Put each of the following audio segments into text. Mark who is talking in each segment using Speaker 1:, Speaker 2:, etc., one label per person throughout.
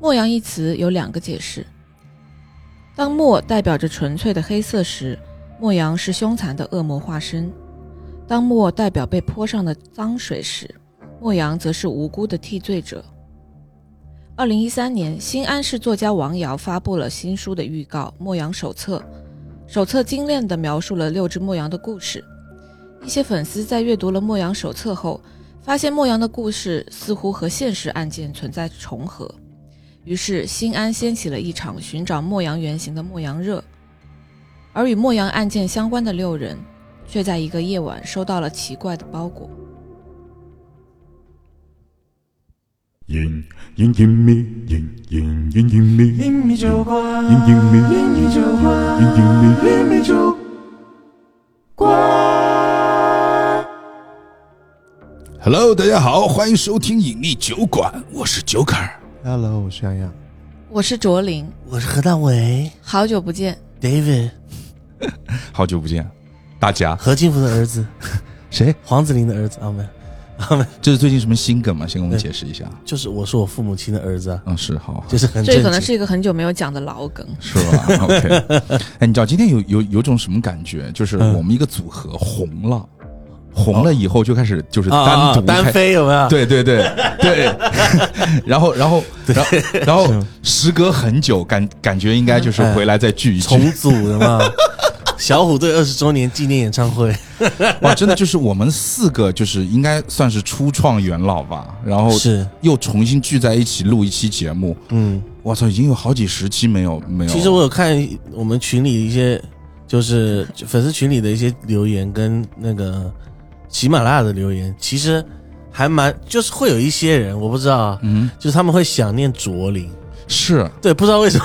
Speaker 1: 墨阳一词有两个解释：当墨代表着纯粹的黑色时，墨阳是凶残的恶魔化身；当墨代表被泼上的脏水时，墨阳则是无辜的替罪者。二零一三年，新安市作家王瑶发布了新书的预告《墨阳手册》，手册精炼地描述了六只墨阳的故事。一些粉丝在阅读了《墨阳手册》后，发现墨阳的故事似乎和现实案件存在重合，于是新安掀起了一场寻找墨阳原型的墨阳热。而与墨阳案件相关的六人，却在一个夜晚收到了奇怪的包裹。
Speaker 2: 隐隐隐秘，隐隐隐隐秘，
Speaker 3: 一米九八，
Speaker 2: 隐隐秘，
Speaker 3: 一米九八，
Speaker 2: 隐隐秘。
Speaker 3: 一米九八。
Speaker 4: Hello，大家好，欢迎收听隐秘酒馆，我是酒坎儿。
Speaker 3: Hello，我是洋洋。
Speaker 1: 我是卓林，
Speaker 5: 我是何大伟
Speaker 1: 好久不见，
Speaker 5: ，David
Speaker 4: 好久不见，大家，
Speaker 5: 何进福的儿子，
Speaker 4: 谁？
Speaker 5: 黄子玲的儿子阿啊门，
Speaker 4: 这是最近什么新梗吗？先给我们解释一下。
Speaker 5: 就是我是我父母亲的儿子啊，
Speaker 4: 嗯，是，好，好
Speaker 5: 就是很
Speaker 1: 这
Speaker 5: 正
Speaker 1: 可能
Speaker 5: 经
Speaker 1: 是一个很久没有讲的老梗。
Speaker 4: 是吧？OK。哎，你 知道今天有有有种什么感觉？就是
Speaker 5: 嗯
Speaker 4: 我们一个组合红了，红了以后就开始就是
Speaker 5: 啊啊
Speaker 4: 单
Speaker 5: 啊
Speaker 4: 独开
Speaker 5: 单飞有没有？，
Speaker 4: 对对对 对，然后然后然后然后时隔很久，感感觉应该就是回来再聚一聚。
Speaker 5: 嗯哎重组的嘛。 小虎队二十周年纪念演唱会，
Speaker 4: 哇，真的就是我们四个，就是应该算是初创元老吧，然后
Speaker 5: 是
Speaker 4: 又重新聚在一起录一期节目。
Speaker 5: 嗯，
Speaker 4: 我操，已经有好几十期没有没有。
Speaker 5: 其实我有看我们群里一些，就是粉丝群里的一些留言跟那个喜马拉雅的留言，其实还蛮，就是会有一些人我不知道啊，
Speaker 4: 嗯
Speaker 5: 就是他们会想念卓林，
Speaker 4: 是
Speaker 5: 对，不知道为什么，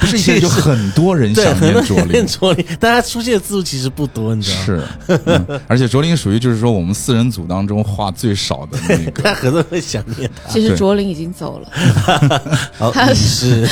Speaker 4: 不是以前有很多人
Speaker 5: 对，
Speaker 4: 想
Speaker 5: 很
Speaker 4: 念
Speaker 5: 多
Speaker 4: 卓
Speaker 5: 人
Speaker 4: 林
Speaker 5: 念？卓林，但他出现的次数其实不多，你知道吗？
Speaker 4: 是、嗯而且卓林属于就是说我们四人组当中话最少的那 个。
Speaker 5: 他可能会想念
Speaker 1: 其实
Speaker 4: 对
Speaker 1: 卓林已经走了，
Speaker 5: 他。
Speaker 1: 他
Speaker 5: 你 是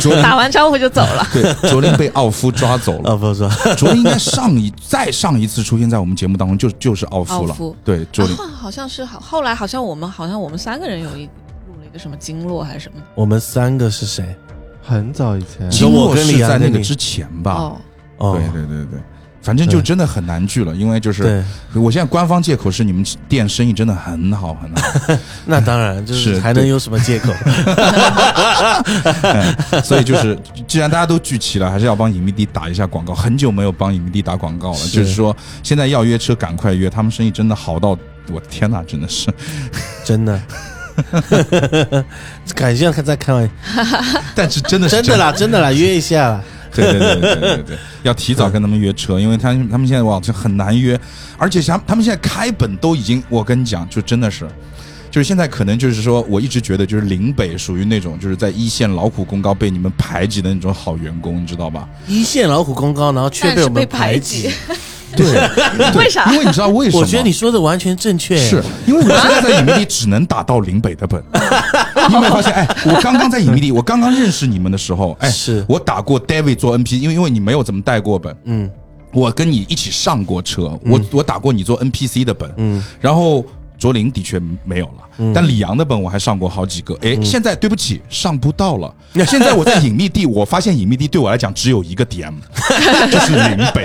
Speaker 4: 卓林
Speaker 1: 打完招呼就走了。
Speaker 4: 对卓林被奥夫抓走 了
Speaker 5: 啊，。不是说
Speaker 4: 卓林应该上一再上一次出现在我们节目当中就就是奥夫了。
Speaker 1: 奥夫
Speaker 4: 对 卓林
Speaker 1: 啊、好像是好，后来好像我们好像我们三个人有一录了一个什么经络还是什么
Speaker 5: 我们三个是谁？
Speaker 3: 很早以前，
Speaker 5: 其实我跟
Speaker 4: 是
Speaker 5: 李阳
Speaker 4: 在那
Speaker 5: 跟
Speaker 4: 个
Speaker 5: 你
Speaker 4: 之前吧。
Speaker 1: 哦，
Speaker 5: 哦，
Speaker 4: 对对对对，反正就
Speaker 5: 对
Speaker 4: 真的很难聚了，因为就是
Speaker 5: 对
Speaker 4: 我现在官方借口是你们店生意真的很好很好，
Speaker 5: 那当然就是
Speaker 4: 是
Speaker 5: 还能有什么借 口？
Speaker 4: 所以就是既然大家都聚齐了，还是要帮隐秘地打一下广告。很久没有帮隐秘地打广告了，
Speaker 5: 是
Speaker 4: 就是说现在要约车赶快约，他们生意真的好到我天哪，真的是。
Speaker 5: 真的， 感谢在开玩
Speaker 4: 但是真的是
Speaker 5: 真的啦，真的啦，约一下啦。
Speaker 4: 对对对对对对对，要提早跟他们约车，因为他他们现在网上很难约，而且像他们现在开本都已经，我跟你讲，就真的是。就是现在，可能就是说，我一直觉得就是岭北属于那种就是在一线劳苦功高被你们排挤的那种好员工，你知道吧？
Speaker 5: 一线老虎功高，然后却
Speaker 1: 但是
Speaker 5: 我们
Speaker 1: 被排
Speaker 5: 挤。
Speaker 4: 对， 为
Speaker 1: 啥
Speaker 4: 因为你知道为什么？
Speaker 5: 我觉得你说的完全正确。
Speaker 4: 是因为我现在在影迷地只能打到岭北的本， 你有没有发现？哎，我刚刚在影迷地，我刚刚认识你们的时候，哎，
Speaker 5: 是
Speaker 4: 我打过 David 做 NP，因为因为你没有怎么带过本，
Speaker 5: 嗯，
Speaker 4: 我跟你一起上过车，我我打过你做 NPC 的本，嗯，然后卓林的确没有了，
Speaker 5: 嗯
Speaker 4: 但李阳的本我还上过好几个，哎，现在对不起，上不到了。现在我在隐秘地，我发现隐秘地对我来讲只有一个 DM，就是林北。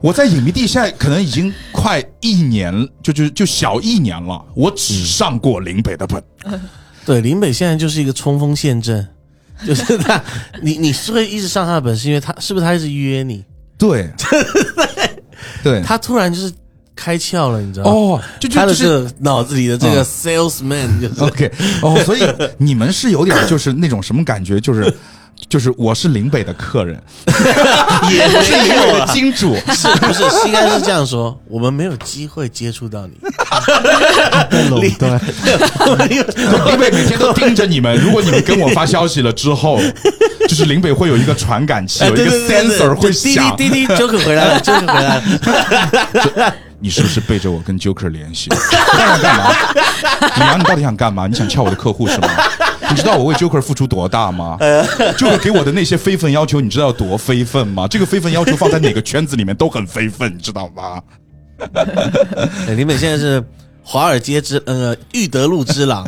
Speaker 4: 我在隐秘地现在可能已经快一年，就就就小一年了，我只上过林北的本，
Speaker 5: 对，林北现在就是一个冲锋陷阵，就是他，你你是会一直上他的本，是因为他是不是他一直约你？
Speaker 4: 对，对，
Speaker 5: 他突然就是开窍了，你知道吗？
Speaker 4: 哦，就就
Speaker 5: 他
Speaker 4: 就
Speaker 5: 的
Speaker 4: 是
Speaker 5: 这个脑子里的这
Speaker 4: 嗯
Speaker 5: 个 salesman 就是
Speaker 4: OK，哦，所以你们是有点就是那种什么感觉，就是。就是我是岭北的客 人，
Speaker 5: 也
Speaker 4: 我是岭
Speaker 5: 没
Speaker 4: 北
Speaker 5: 有啊
Speaker 4: 的
Speaker 5: 了。
Speaker 4: 金 主，
Speaker 5: 是不是应该是这样说？我们没有机会接触到你，
Speaker 3: 被垄断，
Speaker 5: 我们有
Speaker 4: 岭北每天都盯着你们。如果你们跟我发消息了之后，就是岭北会有一个传感器，
Speaker 5: 哎
Speaker 4: 有一
Speaker 5: 对
Speaker 4: 个
Speaker 5: 对对对
Speaker 4: sensor 会
Speaker 5: 对滴滴
Speaker 4: 响，
Speaker 5: 滴滴，Joker 回来了，Joker 回 来了，
Speaker 4: 你是不是背着我跟 Joker 联系？你想干嘛？李阳，你到底想干嘛？你想撬我的客户是吗？你知道我为 Joker 付出多大吗？Joker 给我的那些非分要求，你知道有多非分吗？这个非分要求放在哪个圈子里面都很非分，你知道吗？
Speaker 5: 哎林北现在是华尔街之呃玉德路 之狼，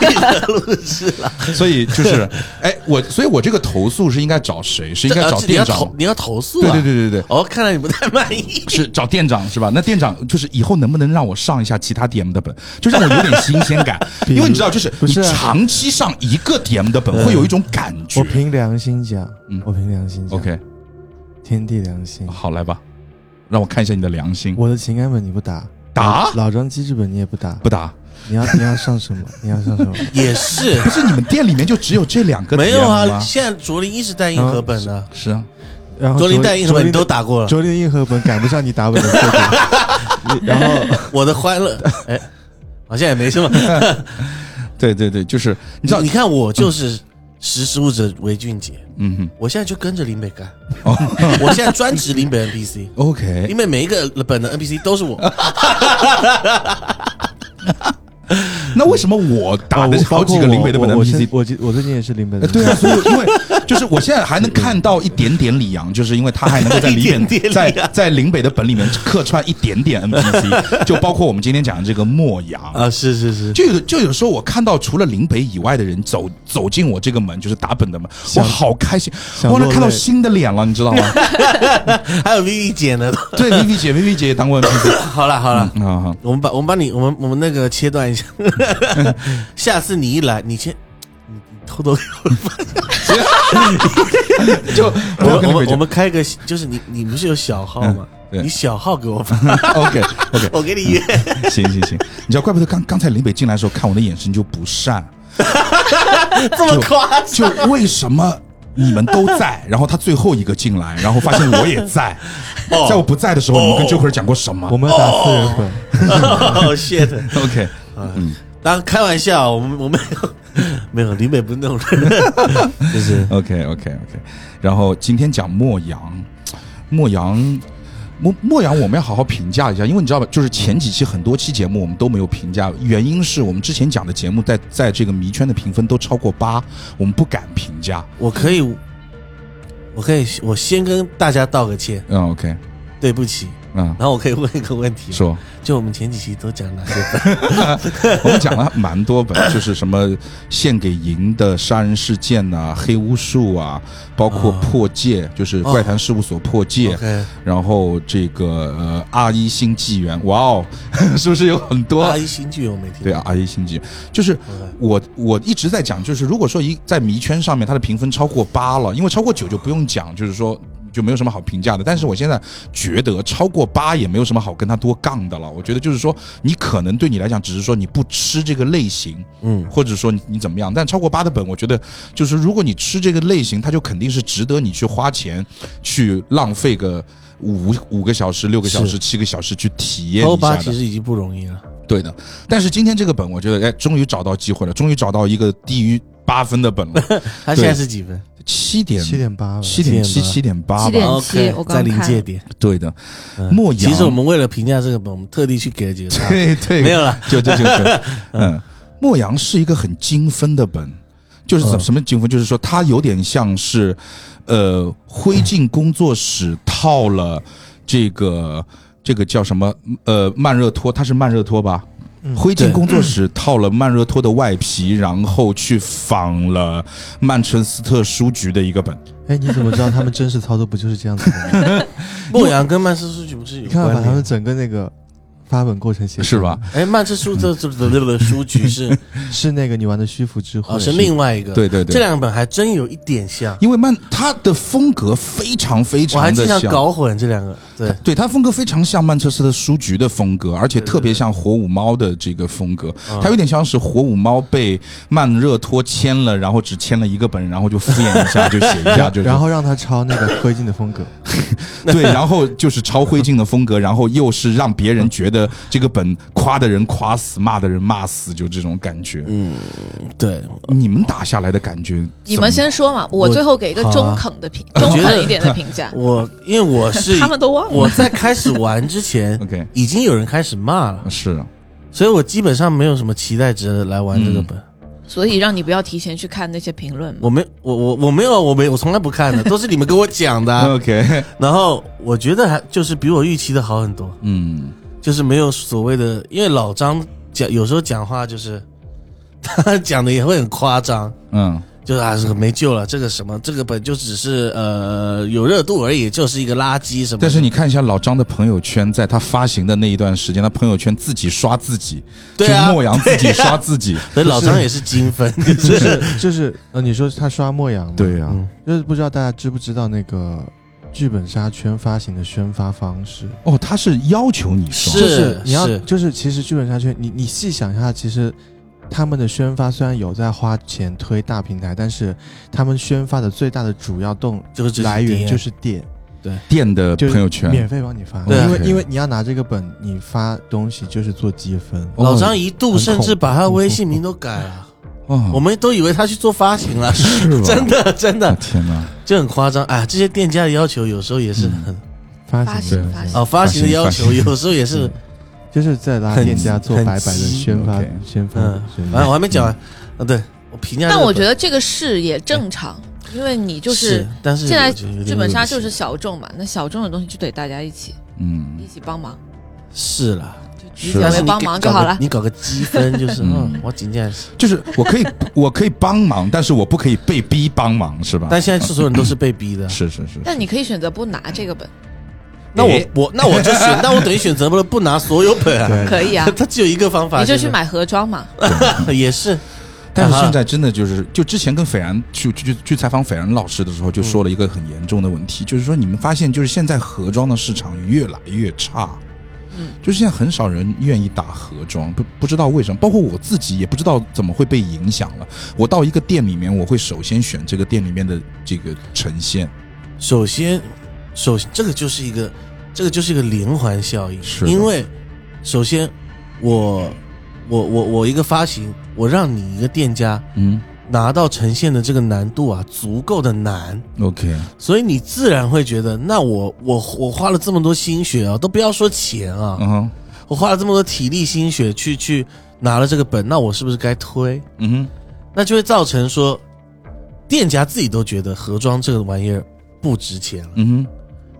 Speaker 5: 玉德路之狼，
Speaker 4: 所以就是，哎，我所以，我这个投诉是应该找谁？是应该
Speaker 5: 这呃
Speaker 4: 找
Speaker 5: 你要
Speaker 4: 店长
Speaker 5: 投
Speaker 4: 吗？
Speaker 5: 你要投诉
Speaker 4: 对
Speaker 5: 啊？
Speaker 4: 对对对对，
Speaker 5: 哦，看来你不太满意。
Speaker 4: 是找店长是吧？那店长就是以后能不能让我上一下其他 DM 的本，就让我有点新鲜感，
Speaker 3: 比如
Speaker 4: 因为你知道，就是
Speaker 3: 不
Speaker 4: 你
Speaker 3: 是啊
Speaker 4: 长期上一个 DM 的本，会有一种感觉
Speaker 3: 我。凭良心讲
Speaker 4: 嗯，
Speaker 3: 我凭良心讲
Speaker 4: OK，
Speaker 3: 天地良心，
Speaker 4: 好来吧，让我看一下你的良心，
Speaker 3: 我的情感本你不打，
Speaker 4: 打
Speaker 3: 老张机制本你也不打，
Speaker 4: 不打？
Speaker 3: 你要你要上什么？你要上什么？
Speaker 5: 也是
Speaker 4: 不是你们店里面就只有这两个 DM 吗？
Speaker 5: 没有啊，现在卓林一直带硬核本的，
Speaker 4: 是啊，
Speaker 3: 然后
Speaker 5: 卓林带硬核本你都
Speaker 3: 嗯卓林
Speaker 5: 打过了。
Speaker 3: 卓林硬核本赶不上你打本的速度，你然后
Speaker 5: 我的欢 乐，哎，好像也没什么。
Speaker 3: 嗯
Speaker 4: 对对对，就是你
Speaker 5: 你
Speaker 4: 知道
Speaker 5: 你，看我就是
Speaker 3: 嗯
Speaker 5: 识时务者为俊杰，
Speaker 4: 嗯哼
Speaker 5: 我现在就跟着林北 干，我现在专职林北 NPC，
Speaker 4: ，OK，
Speaker 5: 因为每一个本的 NPC 都是 我。
Speaker 4: 那为什么我打的
Speaker 3: 哦
Speaker 4: 是好几个零北的本
Speaker 3: 我
Speaker 4: 能
Speaker 3: 我现
Speaker 4: PC
Speaker 3: 我记我最近也是零北的
Speaker 4: 呃，对啊，所以因为就是我现在还能看到一点点李阳，就是因为他还能够在
Speaker 5: 一
Speaker 4: 李
Speaker 5: 点
Speaker 4: 本
Speaker 5: 点
Speaker 4: 在
Speaker 5: 李阳
Speaker 4: 在林北的本里面客串一点点 NPC，就包括我们今天讲的这个莫阳。
Speaker 5: 啊，是是是，
Speaker 4: 就有就有时候我看到除了林北以外的人走走进我这个门，就是打本的门，我好开心，
Speaker 3: 想
Speaker 4: 我能
Speaker 3: 落
Speaker 4: 看到
Speaker 3: 泪
Speaker 4: 新的脸了，你知道吗？
Speaker 5: 还有 Vivi 姐呢。
Speaker 4: 对，Vivi 姐，Vivi 姐也当过 NPC
Speaker 5: 好了好了，
Speaker 4: 啊哈，
Speaker 5: 我们把我们把你我们我们那个切断一下， 下次你一来，你先你你偷偷给我
Speaker 4: 就
Speaker 5: 我
Speaker 4: 要跟
Speaker 5: 们我
Speaker 4: 林北
Speaker 5: 们
Speaker 4: 讲
Speaker 5: 我们开个，就是你你不是有小号吗？
Speaker 4: 嗯对
Speaker 5: 你小号给我发，
Speaker 4: OK OK，
Speaker 5: 我给 你约。
Speaker 4: 行行行，你知道，怪不得刚刚才林北进来的时候看我的眼神就不善，
Speaker 5: 这么 夸
Speaker 4: 就为什么你们都在，然后他最后一个进来，然后发现我也在，在我不在的时候，你们跟 Joker 讲过什么
Speaker 3: 我们要打四人本，
Speaker 5: 哦，shit！
Speaker 4: ？OK，
Speaker 5: 当然开玩笑，我们我们没有，李美不是 那种人，就是。
Speaker 4: OK OK OK，然后今天讲莫阳，莫阳。莫莫阳，我们要好好评价一下，因为你知道吧，就是前几期很多期节目我们都没有评价，原因是我们之前讲的节目在在这个迷圈的评分都超过八，我们不敢评价。
Speaker 5: 我可以，我可以，我先跟大家道个歉，
Speaker 4: 嗯，OK，
Speaker 5: 对不起。
Speaker 4: 嗯，
Speaker 5: 然后我可以问一个问题，
Speaker 4: 说，
Speaker 5: 就我们前几期都讲 哪些本？
Speaker 4: 我们讲了蛮多本，就是什么献给银的杀人事件呐、黑巫术啊，哦包括破戒，就是怪谈事务所破戒，
Speaker 5: OK
Speaker 4: 然后这个呃阿一新纪元，哇哦， 是不是有很多？
Speaker 5: 阿姨新剧我没听。
Speaker 4: 对啊，阿一新纪元就是我我一直在讲，就是如果说一在迷圈上面它的评分超过八了，因为超过九就不用讲，就是说就没有什么好评价的。但是我现在觉得超过八也没有什么好跟他多杠的了。我觉得就是说，你可能对你来讲只是说你不吃这个类型，嗯，或者说你你怎么样，但超过八的本，我觉得就是如果你吃这个类型，它就肯定是值得你去花钱去浪费个。五五个小时、六个小时、
Speaker 5: 是
Speaker 4: 七个小时去体验一下
Speaker 5: 欧
Speaker 4: 的。
Speaker 5: 巴其实已经不容易了，
Speaker 4: 对的，但是今天这个本，我觉得哎，终于找到机会了，终于找到一个低于八分的本 了，
Speaker 5: 他现在是几分？
Speaker 4: 七点
Speaker 3: 七点八吧，
Speaker 4: 七点七
Speaker 5: 7.8
Speaker 4: 七点八
Speaker 1: 7.8
Speaker 4: 吧，
Speaker 1: 点七
Speaker 5: OK，
Speaker 1: 我刚
Speaker 5: 在临
Speaker 1: 看
Speaker 5: 界点。嗯
Speaker 4: 对的。莫阳，
Speaker 5: 其实我们为了评价这个本，我们特地去给了几个 叉。
Speaker 4: 对对
Speaker 5: 没有了，
Speaker 4: 就 就就就嗯，莫阳是一个很精分的本，就是怎什么精分，就是说它有点像是呃灰烬工作室套了这个这个叫什么呃慢热托，它是慢热托吧？灰烬
Speaker 5: 对
Speaker 4: 工作室套了慢热托的外皮，然后去仿了曼彻斯特书局的一个本。
Speaker 3: 哎，你怎么知道他们真实操作不就是这样子的？
Speaker 5: 莫阳跟曼彻斯剧不是有
Speaker 3: 你看
Speaker 5: 关
Speaker 3: 把他
Speaker 5: 联
Speaker 3: 们？整个那个发本过程写
Speaker 4: 是吧？
Speaker 5: 哎，曼彻斯特这这这这书局是
Speaker 3: 是那个你玩的虚浮之
Speaker 5: 哦
Speaker 3: 魂，
Speaker 5: 是另外一个。
Speaker 4: 对对对
Speaker 5: 这两本还真有一点像，
Speaker 4: 因为曼他的风格非常非
Speaker 5: 我还
Speaker 4: 常
Speaker 5: 经
Speaker 4: 的
Speaker 5: 常
Speaker 4: 像，
Speaker 5: 搞混这两个。对，
Speaker 4: 对，它风格非常像曼彻斯特书局的风格，而且特别像火舞猫的这个风格，
Speaker 3: 嗯
Speaker 4: 它有点像是火舞猫被曼热托签了，然后只签了一个本，然后就敷衍一下就写一下， 就是
Speaker 3: 然后让他抄那个灰烬的风格，
Speaker 4: 对，然后就是超灰烬的风格，然后又是让别人觉得这个本夸的人夸死，骂的人骂死，就这种感觉。
Speaker 3: 嗯
Speaker 5: 对，
Speaker 4: 你们打下来的感觉怎么样，
Speaker 1: 你们先说嘛，我最后给一个中肯的评，
Speaker 5: 啊
Speaker 1: 中肯一点的评价。
Speaker 5: 我因为我是
Speaker 1: 他们都忘了
Speaker 5: 我在开始玩 之前
Speaker 4: OK 啊
Speaker 5: 已经有人开始骂了，
Speaker 4: 是
Speaker 5: 所以我基本上没有什么期待值来玩这个本。
Speaker 1: 所以让你不要提前去看那些评论嘛。
Speaker 5: 我没我我我没有我没我从来不看的，都是你们跟我讲的啊、
Speaker 4: OK，
Speaker 5: 然后我觉得还就是比我预期的好很多，
Speaker 4: 嗯，
Speaker 5: 就是没有所谓的，因为老张讲有时候讲话就是他讲的也会很夸张，
Speaker 4: 嗯
Speaker 5: 就是啊，这个没救了，这个什么，这个本就只是呃有热度而已，就是一个垃圾什么的。
Speaker 4: 但是你看一下老张的朋友圈，在他发行的那一段时间，他朋友圈自己刷自己，
Speaker 5: 对啊
Speaker 4: 就莫阳自己刷自 己，
Speaker 5: 所以老张也是金分， 就是
Speaker 3: 就是呃，你说他刷莫阳吗？
Speaker 4: 对啊
Speaker 5: 嗯
Speaker 3: 就是不知道大家知不知道那个剧本杀圈发行的宣发方式，
Speaker 4: 哦，他是要求你刷，
Speaker 5: 是
Speaker 3: 就是你要
Speaker 5: 是
Speaker 3: 就是其实剧本杀圈，你你细想一下，其实他们的宣发虽然有在花钱推大平台，但是他们宣发的最大的主要动
Speaker 5: 就是这
Speaker 3: 来源
Speaker 5: 点呃
Speaker 3: 就是店，
Speaker 4: 店的
Speaker 3: 就是
Speaker 4: 朋友圈，
Speaker 3: 免费帮你发，
Speaker 5: 对啊
Speaker 3: 因为
Speaker 4: OK
Speaker 3: 因为你要拿这个本，你发东西就是做积分。
Speaker 4: 哦
Speaker 5: 老张一度
Speaker 3: 很
Speaker 5: 甚至
Speaker 3: 恐
Speaker 5: 把他
Speaker 3: 怖
Speaker 5: 微信名都改了，
Speaker 4: 哦
Speaker 5: 我们都以为他去做发行 了，
Speaker 4: 是吧？
Speaker 5: 真的真
Speaker 4: 啊
Speaker 5: 的
Speaker 4: 天哪！
Speaker 5: 就很夸张啊！这些店家的要求有时候也是很
Speaker 3: 发
Speaker 1: 发
Speaker 3: 行
Speaker 1: 行
Speaker 3: 的
Speaker 1: 发
Speaker 5: 哦，
Speaker 1: 行，
Speaker 5: 发行的要求
Speaker 4: 发行
Speaker 5: 有时候也是
Speaker 3: 就是在拉
Speaker 5: 很
Speaker 3: 店家做
Speaker 5: 很
Speaker 3: 白白的
Speaker 5: 急
Speaker 3: 宣发
Speaker 4: OK
Speaker 3: 宣发
Speaker 5: 嗯，
Speaker 3: 宣发
Speaker 5: 反正我还没讲完啊，对我评价这个本，
Speaker 1: 但我觉得这个是也正常，因为你就是，
Speaker 5: 但是
Speaker 1: 现在
Speaker 5: 我觉得有点
Speaker 1: 剧本杀
Speaker 5: 恶心
Speaker 1: 就是小众嘛，那小众的东西就得大家一起
Speaker 4: 嗯
Speaker 1: 一，起帮忙，
Speaker 5: 是啦，
Speaker 1: 就举
Speaker 4: 是
Speaker 1: 起来
Speaker 5: 但是
Speaker 1: 为
Speaker 5: 你
Speaker 1: 帮
Speaker 5: 给
Speaker 1: 忙
Speaker 5: 搞
Speaker 1: 就
Speaker 5: 个
Speaker 1: 好了。
Speaker 5: 你搞个 积分就是，
Speaker 4: 嗯
Speaker 5: 嗯，我仅仅是，
Speaker 4: 就是我可以，我可以帮忙，但是我不可以被逼帮忙，是吧？。
Speaker 5: 但现在是所有人都是被逼的
Speaker 1: 嗯
Speaker 4: 是是是，
Speaker 1: 但你可以选择不拿这个本，
Speaker 5: 那我
Speaker 4: 哎
Speaker 5: 我那我就选，那我等于选择了不拿所有本啊，，
Speaker 1: 可以啊
Speaker 5: 他只有一个方 法，
Speaker 1: 你就去买盒装嘛。
Speaker 5: 就是， 也是
Speaker 4: 但是现在真的就是，就之前跟斐然去去去去采访斐然老师的时候，就说了一个很严重的问题，就是说你们发现就是现在盒装的市场越来越差，
Speaker 1: 嗯，
Speaker 4: 就是现在很少人愿意打盒装，不不知道为什么，包括我自己也不知道怎么会被影响了。我到一个店里面，我会首先选这个店里面的这个呈现，
Speaker 5: 首先，首这个就是一个，这个就是一个连环效应，
Speaker 4: 是的
Speaker 5: 因为首先我我我我一个发行，我让你一个店家
Speaker 4: 嗯
Speaker 5: 拿到呈现的这个难度啊，足够的难，
Speaker 4: ，OK，
Speaker 5: 所以你自然会觉得，那我我我花了这么多心血啊，都不要说钱啊，
Speaker 4: 嗯哼，
Speaker 5: 我花了这么多体力心血去去拿了这个本，那我是不是该推？
Speaker 4: 嗯哼，
Speaker 5: 那就会造成说，店家自己都觉得盒装这个玩意儿不值钱了，
Speaker 4: 嗯哼，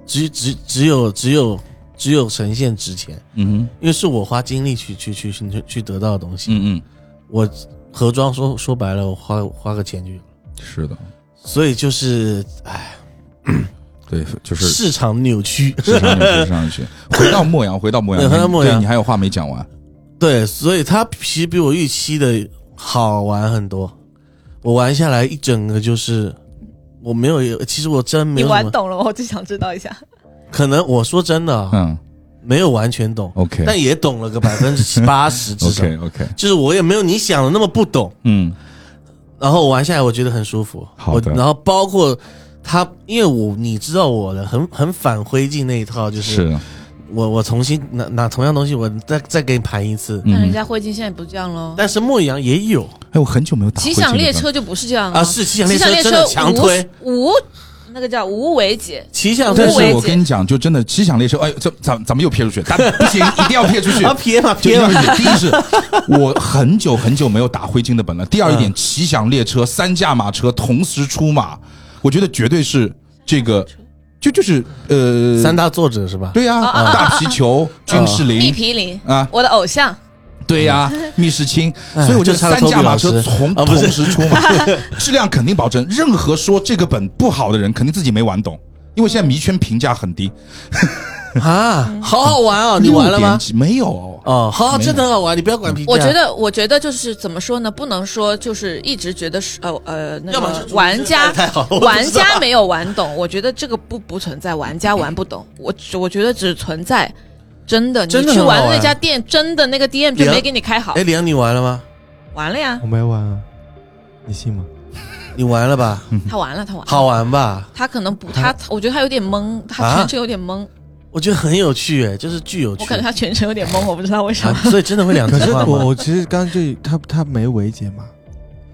Speaker 5: 只只只有只有只有呈现值钱，
Speaker 4: 嗯哼，
Speaker 5: 因为是我花精力去去去去去得到的东西。
Speaker 4: 嗯嗯，
Speaker 5: 我盒装说说白了，我花花个钱就有了，
Speaker 4: 是的，
Speaker 5: 所以就是哎，
Speaker 4: 对，就是
Speaker 5: 市场扭曲。
Speaker 4: 市场扭曲，市场扭曲。回到莫阳，回到莫阳，
Speaker 5: 对回到莫阳
Speaker 4: 对你还有话没讲完。
Speaker 5: 对，所以它其实比我预期的好玩很多。我玩下来一整个就是，我没有，其实我真没
Speaker 1: 你
Speaker 5: 有什
Speaker 1: 玩
Speaker 5: 么，
Speaker 1: 懂了吗？我就想知道一下。
Speaker 5: 可能我说真的啊，
Speaker 4: 嗯
Speaker 5: 没有完全懂，
Speaker 4: ，OK，
Speaker 5: 但也懂了个百分之七八十至少。
Speaker 4: OK OK，
Speaker 5: 就是我也没有你想的那么不懂，
Speaker 4: 嗯
Speaker 5: 然后玩下来我觉得很舒服。
Speaker 4: 好的
Speaker 5: 我然后包括他，因为我你知道我的，很很反灰烬那一套，就是
Speaker 4: 是，
Speaker 5: 我我重新拿拿同样东西，我再再给你盘一次。
Speaker 1: 但人
Speaker 4: 嗯，
Speaker 1: 家灰烬现在不这样喽，
Speaker 5: 但是莫阳也有
Speaker 4: 哎，我很久没有打
Speaker 1: 骑
Speaker 4: 灰
Speaker 1: 响
Speaker 4: 烬
Speaker 1: 列
Speaker 4: 了
Speaker 1: 车就不是这样
Speaker 5: 啊，是骑
Speaker 1: 骑
Speaker 5: 响列
Speaker 1: 响
Speaker 5: 车
Speaker 1: 列
Speaker 5: 真的强推，
Speaker 1: 无无那个叫无为解，
Speaker 5: 骑响
Speaker 4: 但
Speaker 5: 列
Speaker 1: 无
Speaker 5: 车
Speaker 1: 为
Speaker 4: 是
Speaker 1: 解
Speaker 4: 我跟你讲，就真的骑响列车，哎，这咱咱们又撇出去，但不行，一定要撇出去。
Speaker 5: 啊撇嘛
Speaker 4: 就
Speaker 5: 撇
Speaker 4: 因为
Speaker 5: 嘛，
Speaker 4: 第一是，我很久很久没有打灰烬的本了。第二一点，
Speaker 5: 嗯
Speaker 4: 骑响列车、三驾马车同时出马，我觉得绝对是这个，就就是呃，
Speaker 5: 三大啊作者是吧？
Speaker 4: 对呀，大皮球、
Speaker 5: 啊
Speaker 4: 军士
Speaker 1: 密
Speaker 4: 林
Speaker 1: 皮林，
Speaker 4: 啊，
Speaker 1: 我的偶像，
Speaker 4: 对呀、密室清，
Speaker 5: 哎
Speaker 4: 所以我觉得
Speaker 5: 就差个
Speaker 4: 三驾马车同
Speaker 5: 托比老师啊不
Speaker 4: 同
Speaker 5: 是
Speaker 4: 时出嘛，质量肯定保证。任何说这个本不好的人，肯定自己没玩懂，因为现在迷圈评价很低。
Speaker 5: 啊，
Speaker 1: 嗯
Speaker 5: 好好玩哦，你玩了
Speaker 4: 6.7
Speaker 5: 吗？
Speaker 4: 几？没有，
Speaker 5: 哦，
Speaker 4: 没
Speaker 5: 好，
Speaker 4: 有
Speaker 5: 真的很好玩，你不要管评价。
Speaker 1: 我觉，得，我觉得就是怎么说呢？不能说就是一直觉得是呃呃那
Speaker 5: 要么就是
Speaker 1: 个玩家
Speaker 5: 太好了我不知道
Speaker 1: 玩家没有玩懂，我觉得这个不不存在，玩家玩不懂，我只我觉得只存在真的，
Speaker 5: 真的
Speaker 1: 你去
Speaker 5: 很好
Speaker 1: 玩
Speaker 5: 玩
Speaker 1: 那家店，真的那个 DM 就没给你开好
Speaker 5: 哎，，梁，你玩了吗？
Speaker 1: 完了呀
Speaker 3: 我，没玩啊，你信吗？
Speaker 5: 你玩了吧？
Speaker 1: 他完了，他完了，
Speaker 5: 嗯好玩吧？
Speaker 1: 他可能不，他我觉得他有点懵，他
Speaker 5: 啊
Speaker 1: 全程有点懵，
Speaker 5: 我觉得很有趣，哎，就是巨有趣。
Speaker 1: 我感觉他全程有点懵，我不知道为什
Speaker 5: 啊
Speaker 1: 么，，
Speaker 5: 所以真的会两极
Speaker 3: 可是
Speaker 5: 化
Speaker 3: 我
Speaker 5: 吗？
Speaker 3: 我其实刚刚就他他没维解嘛，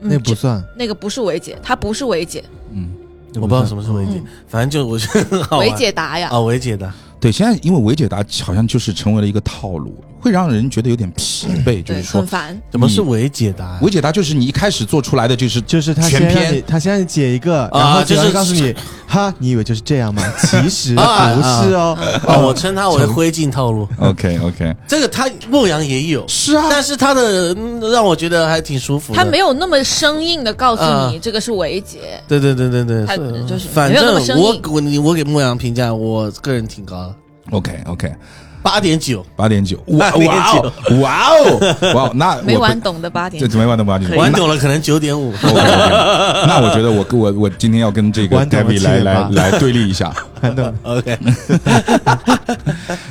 Speaker 1: 嗯
Speaker 3: 那不
Speaker 1: 这
Speaker 3: 算，
Speaker 1: 那个不是维解，他不是维解，
Speaker 4: 嗯，
Speaker 5: 我不知道什么是维解
Speaker 1: 嗯，
Speaker 5: 反正就我觉得很好玩。
Speaker 1: 维解答呀，
Speaker 5: 啊，维解的，
Speaker 4: 对，现在因为维解答好像就是成为了一个套路，会让人觉得有点疲惫，就
Speaker 1: 对，
Speaker 4: 是说
Speaker 1: 很。烦。
Speaker 5: 怎么是伪解答？
Speaker 4: 我解答就是你一开始做出来的就是
Speaker 3: 就是他
Speaker 4: 全
Speaker 3: 先让你，
Speaker 4: 篇，
Speaker 3: 他先让你解一个，
Speaker 5: 啊
Speaker 3: 然后只要
Speaker 5: 就是
Speaker 3: 告诉你， 哈，你以为就是这样吗？其实不
Speaker 5: 啊
Speaker 3: 是哦。
Speaker 5: 哦，我称它为灰烬套路。
Speaker 4: OK OK，
Speaker 5: 这个他洛阳也有，
Speaker 4: 是啊，
Speaker 5: 但是他的嗯让我觉得还挺舒服的。
Speaker 1: 他没有那么生硬的告诉你
Speaker 5: 嗯
Speaker 1: 这个是维杰，
Speaker 5: 对对对对对，
Speaker 1: 他
Speaker 5: 是
Speaker 1: 就是
Speaker 5: 反
Speaker 1: 没有那
Speaker 5: 正
Speaker 1: 么生硬
Speaker 5: 我我你我给莫阳评价，我个人挺高的，
Speaker 4: OK OK，
Speaker 5: 八点九。
Speaker 4: 八点九，哇
Speaker 5: 8.9
Speaker 4: 哇哦哇哦哇哦，那我
Speaker 1: 没
Speaker 4: 不
Speaker 1: 玩懂的八点
Speaker 4: 这。没玩懂八点
Speaker 1: 可
Speaker 4: 九，
Speaker 1: 以
Speaker 5: 玩
Speaker 4: 那
Speaker 5: 懂了可能九点五。
Speaker 4: OK，OK 那我觉得我我我今天要跟这个
Speaker 3: 玩懂了
Speaker 4: David 来来
Speaker 3: 7.8
Speaker 4: 来对立一下，
Speaker 3: 反正
Speaker 5: OK，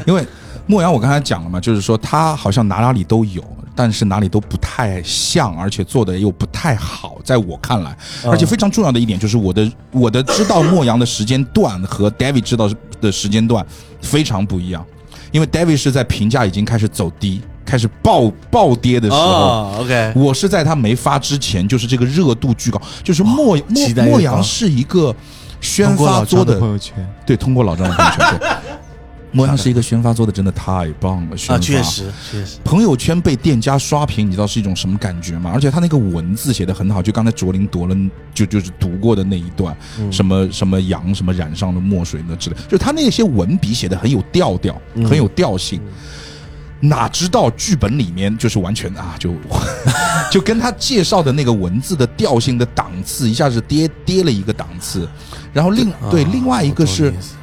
Speaker 4: 因为莫阳我刚才讲了嘛，就是说他好像哪哪里都有，但是哪里都不太像，而且做的又不太好，在我看来，而且非常重要的一点就是我的我的知道莫阳的时间段和 David 知道的时间段非常不一样，因为 David 是在评价已经开始走低，开始暴暴跌的时候。
Speaker 5: 哦，OK，
Speaker 4: 我是在他没发之前，就是这个热度巨高，就是莫莫
Speaker 5: 期待越
Speaker 4: 莫
Speaker 5: 高
Speaker 4: 阳是一个宣
Speaker 3: 通过
Speaker 4: 发
Speaker 3: 老
Speaker 4: 做
Speaker 3: 张的
Speaker 4: 的
Speaker 3: 朋友圈，
Speaker 4: 对， 通过老张的朋友圈。对，莫阳是一个宣发做的真的太棒了，宣发
Speaker 5: 啊，确实确实，
Speaker 4: 朋友圈被店家刷屏，你知道是一种什么感觉吗？而且他那个文字写的很好，就刚才卓林读了，就就是读过的那一段，
Speaker 5: 嗯
Speaker 4: 什么什么羊什么染上了墨水呢之类，就他那些文笔写的很有调调，
Speaker 5: 嗯
Speaker 4: 很有调性。哪知道剧本里面就是完全啊，就 就跟他介绍的那个文字的调性的档次一下子跌跌了一个档次，然后另对
Speaker 5: 啊
Speaker 4: 另外一个
Speaker 5: 我懂
Speaker 4: 是
Speaker 5: 你意思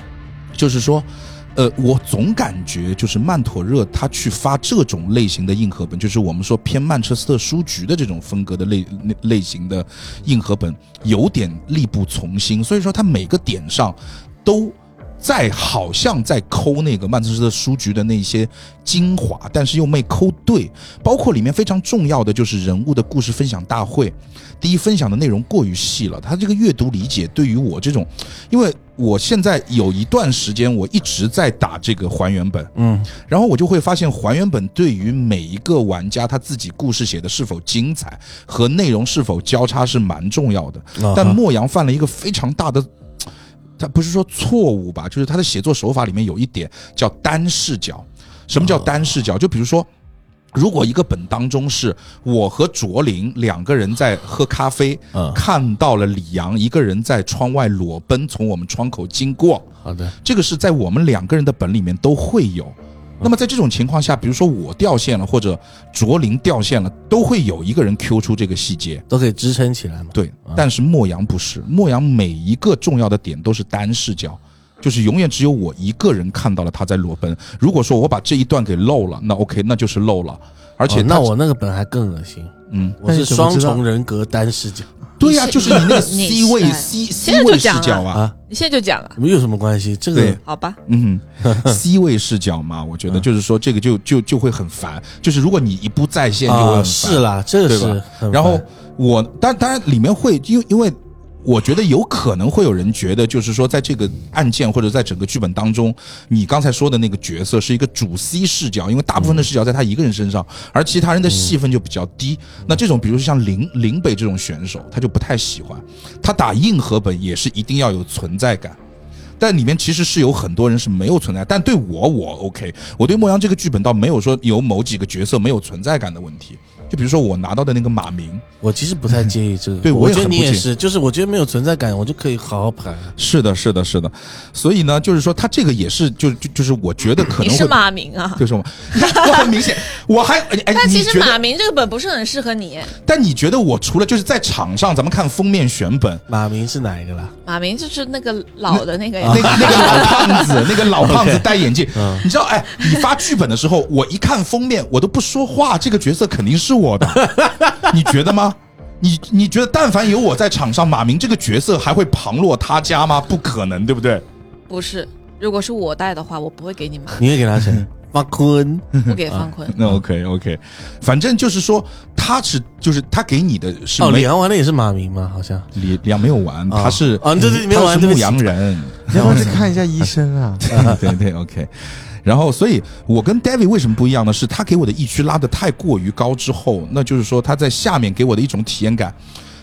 Speaker 4: 就是说，呃，我总感觉就是曼妥热他去发这种类型的硬核本，就是我们说偏曼彻斯特书局的这种风格的类类类型的硬核本，有点力不从心。所以说，他每个点上都。在好像在抠那个曼彻斯特书局的那些精华，但是又没抠对，包括里面非常重要的就是人物的故事分享大会，第一分享的内容过于细了，他这个阅读理解对于我这种因为我现在有一段时间我一直在打这个还原本，
Speaker 5: 嗯，
Speaker 4: 然后我就会发现还原本对于每一个玩家他自己故事写的是否精彩和内容是否交叉是蛮重要的。
Speaker 5: 啊
Speaker 4: 但莫阳犯了一个非常大的，他不是说错误吧，就是他的写作手法里面有一点叫单视角。什么叫
Speaker 5: 啊
Speaker 4: 单视角？就比如说。如果一个本当中是我和卓林两个人在喝咖啡，
Speaker 5: 嗯
Speaker 4: 看到了李阳一个人在窗外裸奔从我们窗口经过，
Speaker 5: 好的，
Speaker 4: 这个是在我们两个人的本里面都会有。
Speaker 5: 嗯
Speaker 4: 那么在这种情况下，比如说我掉线了，或者卓林掉线了，都会有一个人 Q 出这个细节。
Speaker 5: 都可以支撑起来嘛。
Speaker 4: 对，但是莫阳不是，莫阳每一个重要的点都是单视角，就是永远只有我一个人看到了他在裸奔。如果说我把这一段给漏了，那 OK，那就是漏了。而
Speaker 5: 而
Speaker 4: 且他、
Speaker 5: 哦那我那个本还更恶心，
Speaker 4: 嗯，
Speaker 5: 我是
Speaker 3: 但是怎么
Speaker 5: 双
Speaker 3: 知道
Speaker 5: 重人格单视角，
Speaker 4: 对呀、
Speaker 1: 你是
Speaker 4: 就是你那个
Speaker 1: 你
Speaker 4: C 位
Speaker 1: 哎
Speaker 4: C
Speaker 1: 现在就
Speaker 4: C 位视
Speaker 1: 讲
Speaker 4: 角
Speaker 1: 了
Speaker 4: 嘛，
Speaker 5: 啊
Speaker 1: 你现在就讲啊，
Speaker 5: 没有什么关系。这
Speaker 4: 对
Speaker 5: 个
Speaker 1: 好吧？
Speaker 4: 嗯，C 位视角嘛，我觉得就是说这个就就就会很烦，就是如果你一不在线就会
Speaker 5: 啊
Speaker 4: 很烦。
Speaker 5: 是啦，这个
Speaker 4: 对
Speaker 5: 是
Speaker 4: 吧
Speaker 5: 很烦。
Speaker 4: 然后我当当然里面会，因为因为我觉得有可能会有人觉得，就是说在这个案件或者在整个剧本当中，你刚才说的那个角色是一个主 C 视角，因为大部
Speaker 5: 嗯
Speaker 4: 分的视角在他一个人身上，而其他人的戏份就比较低。那这种比如说像林林北这种选手，他就不太喜欢，他打硬核本也是一定要有存在感。但里面其实是有很多人是没有存在，但对我我 OK，我对莫阳这个剧本倒没有说有某几个角色没有存在感的问题。就比如说我拿到的那个马明，
Speaker 5: 我其实不太介意这个，
Speaker 4: 对我
Speaker 5: 我
Speaker 4: 也
Speaker 5: 觉得
Speaker 4: 很
Speaker 5: 你
Speaker 4: 不
Speaker 5: 也
Speaker 4: 介意
Speaker 5: 是，就是我觉得没有存在感，我就可以好好排。
Speaker 4: 是的，是的，是的，所以呢，就是说他这个也是，就就就是我觉得可
Speaker 1: 你
Speaker 4: 能
Speaker 1: 是
Speaker 4: 会
Speaker 1: 马明啊，
Speaker 4: 就是我， 你看我很明显，我还哎哎，
Speaker 1: 但
Speaker 4: 你
Speaker 1: 其
Speaker 4: 觉
Speaker 1: 实
Speaker 4: 得？
Speaker 1: 马明这个本不是很适合你。
Speaker 4: 但你觉得我除了就是在场上，咱们看封面选本，
Speaker 5: 马明是哪一个啦？
Speaker 1: 马明就是那个老的那个呀
Speaker 4: 哎那，那个老胖 子，那个老胖子
Speaker 5: OK 嗯
Speaker 4: 戴眼镜，你知道？哎，你发剧本的时候，我一看封面，我都不说话，这个角色肯定是我 的，你觉得吗？你你觉得但凡有我在场上，马明这个角色还会旁落他家吗？不可能，对不对？
Speaker 1: 不是。如果是我带的话，我不会给你 马，
Speaker 5: 你会给他谁？马坤，
Speaker 4: 嗯
Speaker 1: 我给方坤。
Speaker 5: 嗯
Speaker 4: 那 OK OK，反正就是说，他是就是他给你的是
Speaker 5: 哦，
Speaker 4: 没
Speaker 5: 李阳玩的也是马明吗？好像
Speaker 4: 李李阳没有玩，
Speaker 5: 啊
Speaker 4: 他是嗯
Speaker 5: 啊对对没有
Speaker 4: 他
Speaker 5: 玩
Speaker 4: 是
Speaker 5: 对
Speaker 4: 牧
Speaker 5: 不起
Speaker 4: 羊人，
Speaker 3: 你要不要去看一下医生 啊？
Speaker 4: 对对 OK。然后，所以我跟 David 为什么不一样呢？是他给我的疫区拉得太过于高之后，那就是说他在下面给我的一种体验感，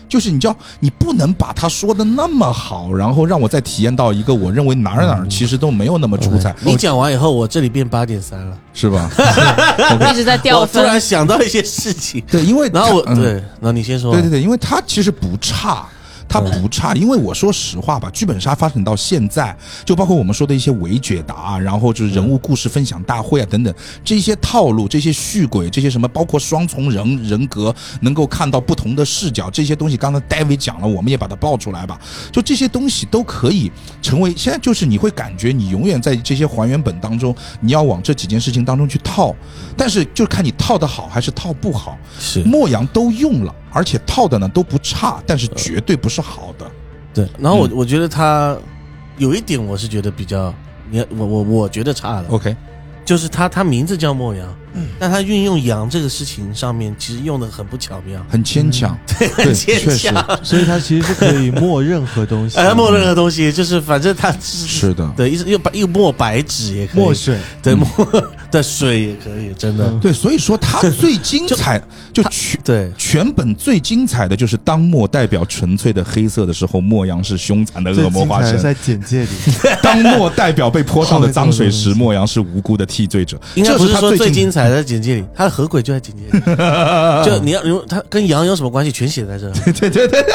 Speaker 4: 就是你叫你不能把它说的那么好，然后让我再体验到一个我认为哪儿哪儿其实都没有那么出彩，
Speaker 5: 你讲完以后，我这里变八点三了，
Speaker 4: 是吧？啊
Speaker 1: 一直在掉
Speaker 5: 我突然
Speaker 1: 分。
Speaker 5: 想到一些事情，
Speaker 4: 对，因为
Speaker 5: 然后我
Speaker 4: 嗯
Speaker 5: 对，然后你先说，
Speaker 4: 对对对，因为它其实不差。它不差，因为我说实话吧，剧本杀发展到现在，就包括我们说的一些伪解答啊，然后就是人物故事分享大会啊等等这些套路、这些续轨、这些什么，包括双重人人格，能够看到不同的视角，这些东西刚才 David 讲了，我们也把它爆出来吧。就这些东西都可以成为，现在就是你会感觉你永远在这些还原本当中，你要往这几件事情当中去套，但是就看你套的好还是套不好。
Speaker 5: 是
Speaker 4: 莫阳都用了，而且套的呢都不差，但是绝对不是好的。
Speaker 5: 对。然后
Speaker 4: 嗯
Speaker 5: 我我觉得他有一点我是觉得比较，你我我我觉得差的，
Speaker 4: OK，
Speaker 5: 就是他他名字叫莫阳，
Speaker 4: 嗯
Speaker 5: 但他运用阳这个事情上面其实用的很不巧妙，
Speaker 4: 很牵强， 对，
Speaker 5: 嗯牵
Speaker 4: 确实
Speaker 5: 强
Speaker 3: 所以它其实是可 以默任何东西，嗯
Speaker 5: 哎，默任何东西，就是反正他是
Speaker 4: 是的。
Speaker 5: 对，一又白又墨白纸也可以，
Speaker 3: 墨水，
Speaker 5: 对墨 对水也可以，真的
Speaker 3: 嗯
Speaker 4: 对，所以说他最精彩，就全
Speaker 5: 对。
Speaker 4: 全本最精彩的就是当墨代表纯粹的黑色的时候，莫阳是凶残的
Speaker 3: 最
Speaker 4: 恶魔
Speaker 3: 精
Speaker 4: 化
Speaker 3: 彩的
Speaker 4: 身；
Speaker 3: 在简介里，
Speaker 4: 当墨代表被泼上的脏水 时，莫阳是无辜的替罪者。
Speaker 5: 应该
Speaker 4: 这
Speaker 5: 不是
Speaker 4: 他
Speaker 5: 说最
Speaker 4: 精
Speaker 5: 精彩的在简介里，他的河鬼就在简介里。 就你要，你他跟羊有什么关系？全写在这儿。
Speaker 4: 对 对对对，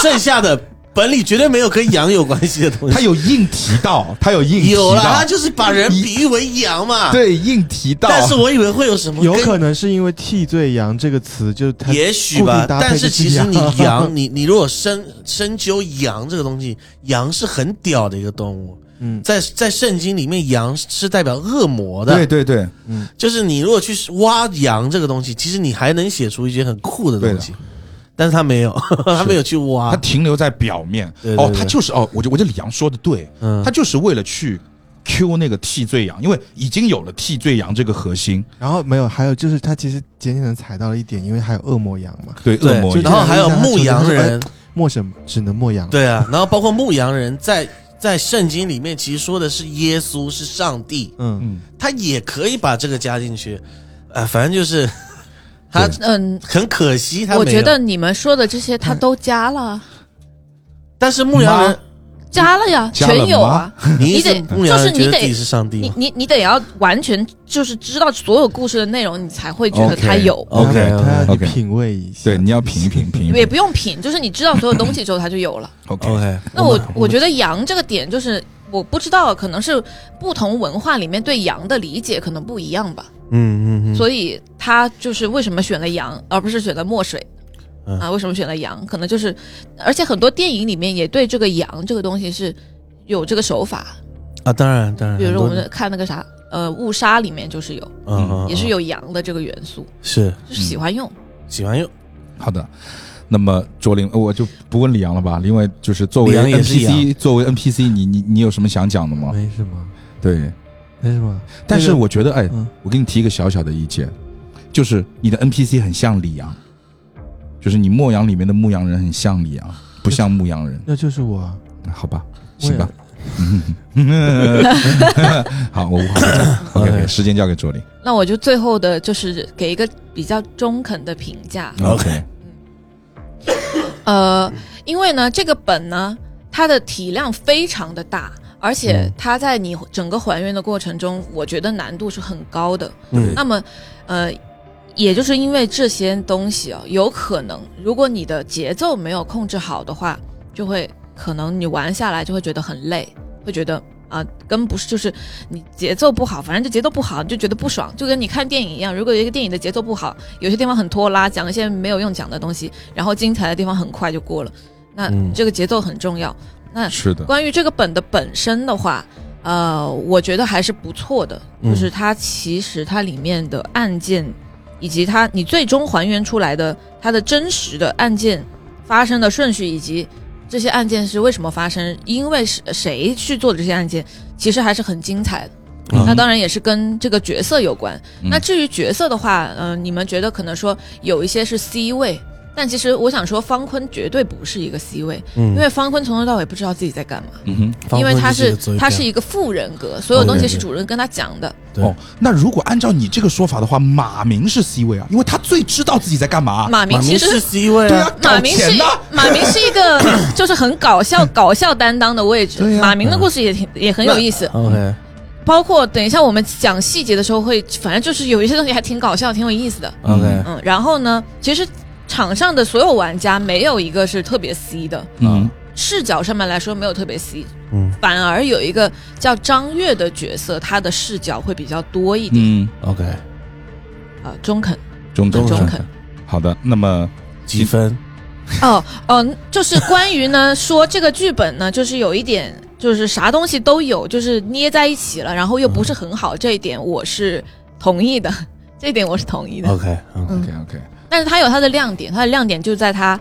Speaker 5: 剩下的本里绝对没有跟羊有关系的东
Speaker 4: 他
Speaker 5: 西。
Speaker 4: 有硬提到，他有硬提
Speaker 5: 有了，
Speaker 4: 到
Speaker 5: 他，就是把人比喻为羊嘛。。
Speaker 4: 对硬提到。
Speaker 5: 但是我以为会有什么，
Speaker 3: 有可能是因为“替罪羊”这个词，就是它
Speaker 5: 能，也许
Speaker 3: 固
Speaker 5: 吧
Speaker 3: 定。搭配啊
Speaker 5: 但
Speaker 3: 就是
Speaker 5: 其实
Speaker 3: 羊
Speaker 5: 你羊，你你如果深深究羊这个东西，羊是很屌的一个动物。
Speaker 3: 嗯
Speaker 5: 在在圣经里面，羊是代表恶魔的。
Speaker 4: 对对对，
Speaker 5: 就是你如果去挖羊这个东西，其实你还能写出一些很酷的东西，但是他没有，他没有去挖
Speaker 4: 他。停留在表面。
Speaker 5: 啊对对
Speaker 4: 哦，
Speaker 5: 对
Speaker 4: 他就是哦，我觉我觉得李阳说的对，
Speaker 5: 嗯
Speaker 4: 他就是为了去 Q 那个替罪羊，因为已经有了替罪羊这个核心，
Speaker 3: 然后没有，还有就是它其实简简的踩到了一点，因为还有恶魔羊嘛，
Speaker 4: 对恶
Speaker 5: 对
Speaker 4: 魔
Speaker 3: 就，
Speaker 5: 然
Speaker 4: 羊。
Speaker 5: 后还有牧羊人，
Speaker 3: 默什么只能默羊。，
Speaker 5: 对啊，然后包括牧羊人在在圣经里面其实说的是耶稣是上帝，
Speaker 3: 嗯，
Speaker 4: 嗯，
Speaker 5: 他也可以把这个加进去，呃，反正就是他
Speaker 1: 嗯，
Speaker 5: 很可惜他没有
Speaker 1: 我觉得，你们说的这些
Speaker 4: 嗯
Speaker 1: 他都加了，啊
Speaker 5: 但是牧羊人，
Speaker 1: 加了呀，
Speaker 4: 嗯加了吗
Speaker 1: 全有啊。
Speaker 5: 你意
Speaker 1: 你
Speaker 5: 思
Speaker 1: 得
Speaker 5: 牧羊人
Speaker 1: 就是你
Speaker 5: 觉得
Speaker 1: 得
Speaker 5: 自己是上帝
Speaker 1: 你
Speaker 5: 吗
Speaker 1: 你你得要完全就是知道所有故事的内容，你才会觉得
Speaker 4: OK
Speaker 1: 他有。
Speaker 5: OK，
Speaker 3: 它要你
Speaker 4: OK
Speaker 3: 品味一下，
Speaker 4: 对，你要品一品，品一
Speaker 1: 也
Speaker 4: 品。
Speaker 1: 不用品，就是你知道所有东西之后，它就有了。
Speaker 4: OK，
Speaker 5: ？OK，
Speaker 1: 那我我觉得羊这个点就是我不知道，可能是不同文化里面对羊的理解可能不一样吧，
Speaker 5: 嗯嗯嗯，
Speaker 1: 所以他就是为什么选了羊，而不是选了墨水。
Speaker 5: 嗯
Speaker 1: 啊，为什么选了羊？可能就是，而且很多电影里面也对这个羊这个东西是有这个手法，
Speaker 5: 啊，当然当然，
Speaker 1: 比如说我
Speaker 5: 很多
Speaker 1: 们看那个啥，呃，误杀里面就是有，
Speaker 5: 嗯嗯
Speaker 1: 也是
Speaker 5: 嗯
Speaker 1: 有羊的这个元素，
Speaker 5: 是
Speaker 1: 就是喜欢用。
Speaker 5: 喜欢用。
Speaker 4: 好的。那么卓林，呃我就不问李阳了吧，因为就是作为
Speaker 5: 李阳也是
Speaker 4: NPC，作为 NPC，你你你有什么想讲的吗？
Speaker 3: 没什么，
Speaker 4: 对，
Speaker 3: 没什么。
Speaker 4: 但是
Speaker 3: 那个
Speaker 4: 我觉得，哎
Speaker 3: 嗯，
Speaker 4: 我给你提一个小小的意见，就是你的 NPC 很像李阳，就是你牧羊里面的牧羊人很像李阳，不像牧羊人。
Speaker 3: 那就是我啊，
Speaker 4: 好吧，
Speaker 3: 我也
Speaker 4: 行吧。嗯好，我无话不谈。OK，, o k 时间交给卓林。
Speaker 1: 那我就最后的就是给一个比较中肯的评
Speaker 5: 嗯
Speaker 1: 价，
Speaker 4: OK，
Speaker 1: 呃，因为呢，这个本呢，它的体量非常的大，而且它在你整个还原的过程中，我觉得难度是很高的。
Speaker 5: 嗯
Speaker 1: 那么，呃，也就是因为这些东西啊、有可能如果你的节奏没有控制好的话，就会可能你玩下来就会觉得很累，会觉得。啊，跟不是就是你节奏不好，反正就节奏不好，你就觉得不爽，就跟你看电影一样。如果有一个电影的节奏不好，有些地方很拖拉，讲一些没有用讲的东西，然后精彩的地方很快就过了。那
Speaker 5: 嗯
Speaker 1: 这个节奏很重要。那
Speaker 4: 是的，
Speaker 1: 关于这个本的本身的话，呃，我觉得还是不错的，
Speaker 5: 嗯
Speaker 1: 就是它其实它里面的案件，以及它你最终还原出来的它的真实的案件发生的顺序，以及这些案件是为什么发生，因为是呃谁去做的这些案件，其实还是很精彩的。
Speaker 5: 嗯
Speaker 1: 那当然也是跟这个角色有关。呃
Speaker 4: 嗯
Speaker 1: 那至于角色的话，嗯、你们觉得可能说有一些是 C 位，但其实我想说，方坤绝对不是一个 C 位，因为方坤从头到尾不知道自己在干嘛，
Speaker 4: 嗯
Speaker 5: 嗯方
Speaker 1: 因为
Speaker 5: 坤
Speaker 1: 他
Speaker 5: 就是个作
Speaker 1: 他
Speaker 5: 家
Speaker 1: 是一个副人格，所有东
Speaker 5: 哦
Speaker 1: 西是主人跟他讲的。
Speaker 4: 哼，
Speaker 5: 对
Speaker 4: 哦，那如果按照你这个说法的话，马明是 C 位啊，因为他最知道自己在干嘛。啊
Speaker 1: 马明
Speaker 5: 啊马
Speaker 1: 其
Speaker 5: 明
Speaker 1: 实
Speaker 5: 是 C 位
Speaker 4: 对
Speaker 5: 啊
Speaker 4: 啊，，
Speaker 1: 马
Speaker 4: 找
Speaker 1: 明是
Speaker 4: 钱呐。嗯
Speaker 1: 马明是一个 就是很搞笑搞笑担当的位置。
Speaker 4: 对呀
Speaker 1: 马明的故事也挺也很有意思，
Speaker 5: ，OK，
Speaker 3: 嗯
Speaker 1: 包括等一下我们讲细节的时候会，反正就是有一些东西还挺搞笑，挺有意思的。
Speaker 5: OK，
Speaker 1: 嗯，然后呢，其实场上的所有玩家没有一个是特别 C 的，
Speaker 4: 嗯
Speaker 1: 视角上面来说没有特别 C，
Speaker 5: 嗯
Speaker 1: 反而有一个叫张悦的角色，他的视角会比较多一点
Speaker 4: 嗯，
Speaker 5: ，OK，
Speaker 1: 啊、中肯
Speaker 4: 中肯
Speaker 1: 中
Speaker 4: 中
Speaker 1: 肯
Speaker 4: 肯。好的，那么
Speaker 5: 几分？
Speaker 1: 哦哦，就是关于呢说这个剧本呢，就是有一点就是啥东西都有，就是捏在一起了，然后又不是很好，这一点我是同意的，这一点我是同意的。
Speaker 5: OK，嗯
Speaker 4: OK OK，
Speaker 1: 但是它有它的亮点，它的亮点就在它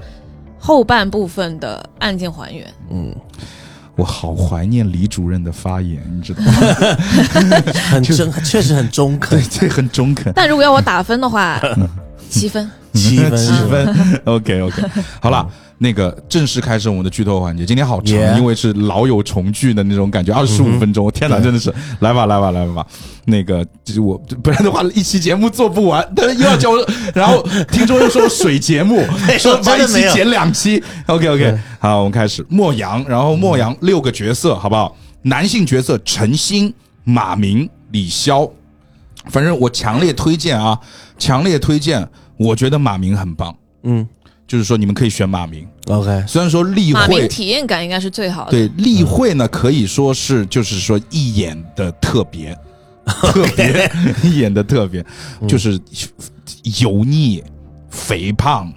Speaker 1: 后半部分的案件还原。
Speaker 5: 嗯，
Speaker 4: 我好怀念李主任的发言，你知道吗？
Speaker 5: 很真，确实很中肯
Speaker 4: 对，，这很中肯。
Speaker 1: 但如果要我打分的话，七分。
Speaker 5: 七分，
Speaker 4: 七分。OK OK，好了，那个正式开始我们的剧透环节。今天好长
Speaker 5: Yeah，
Speaker 4: 因为是老友重聚的那种感觉，二十五分钟，天哪，真的是来吧来吧来吧。那个就是我不然的话，一期节目做不完，但是又要叫我， 然后听众又说我水节目， 说把一
Speaker 5: 哎真的
Speaker 4: 期
Speaker 5: 没有
Speaker 4: 剪两期。OK OK，好，我们开始。莫阳，然后莫阳六个角色，好不好？男性角色陈星、马明、李潇，反正我强烈推荐啊，强烈推荐。我觉得马明很棒，
Speaker 5: 嗯
Speaker 4: 就是说你们可以选马明。
Speaker 5: ，OK，
Speaker 4: 虽然说例
Speaker 1: 马明
Speaker 4: 会
Speaker 1: 体验感应该是最好的。
Speaker 4: 对例会呢，可以说是就是说一眼的特 别，特别一眼的特别，
Speaker 1: 嗯
Speaker 4: 就是呃油腻、肥胖、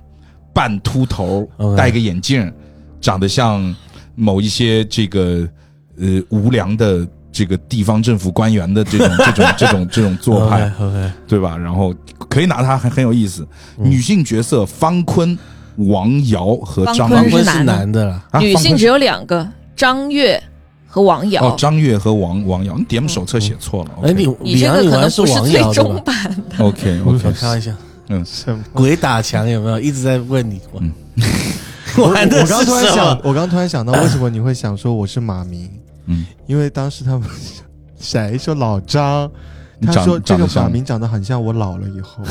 Speaker 4: 半秃头，
Speaker 5: OK
Speaker 4: 戴个眼镜，长得像某一些这个呃无良的。这个地方政府官员的 这种这种这种这种做派，
Speaker 5: ，OK，
Speaker 4: 对吧？然后可以拿它很很有意思。
Speaker 1: 嗯
Speaker 4: 女性角色方坤、王瑶和张
Speaker 1: 方
Speaker 5: 王
Speaker 1: 坤
Speaker 5: 坤
Speaker 1: 是
Speaker 5: 是
Speaker 1: 男的
Speaker 5: 男的啦，
Speaker 4: 啊
Speaker 1: 女
Speaker 4: 方
Speaker 1: 性
Speaker 4: 坤
Speaker 1: 只有两个，张悦和王瑶。
Speaker 4: 哦，张悦和王王瑶，你点手册写错了。
Speaker 5: 哎，你
Speaker 1: 你
Speaker 5: 李
Speaker 1: 这
Speaker 5: 阳
Speaker 1: 个
Speaker 5: 你
Speaker 1: 可能
Speaker 5: 玩是
Speaker 1: 不是
Speaker 5: 王
Speaker 1: 最
Speaker 5: 瑶对
Speaker 1: 终
Speaker 5: 吧？
Speaker 1: 版的。
Speaker 4: OK
Speaker 5: 我
Speaker 4: OK，
Speaker 5: 开玩笑，
Speaker 4: 嗯，
Speaker 3: 什么？
Speaker 5: 鬼打墙有没有？一直在问你玩，
Speaker 3: 嗯我
Speaker 5: 玩的
Speaker 3: 我
Speaker 5: 是
Speaker 3: 刚突然
Speaker 5: 什
Speaker 3: 想
Speaker 5: 么，？
Speaker 3: 我刚突然想到，为什么你会想说我是马明？
Speaker 4: 嗯，
Speaker 3: 因为当时他们谁说老张，
Speaker 4: 你
Speaker 3: 他
Speaker 4: 长
Speaker 3: 说这
Speaker 4: 长
Speaker 3: 个
Speaker 4: 得像
Speaker 3: 马明长得很像我老了以后。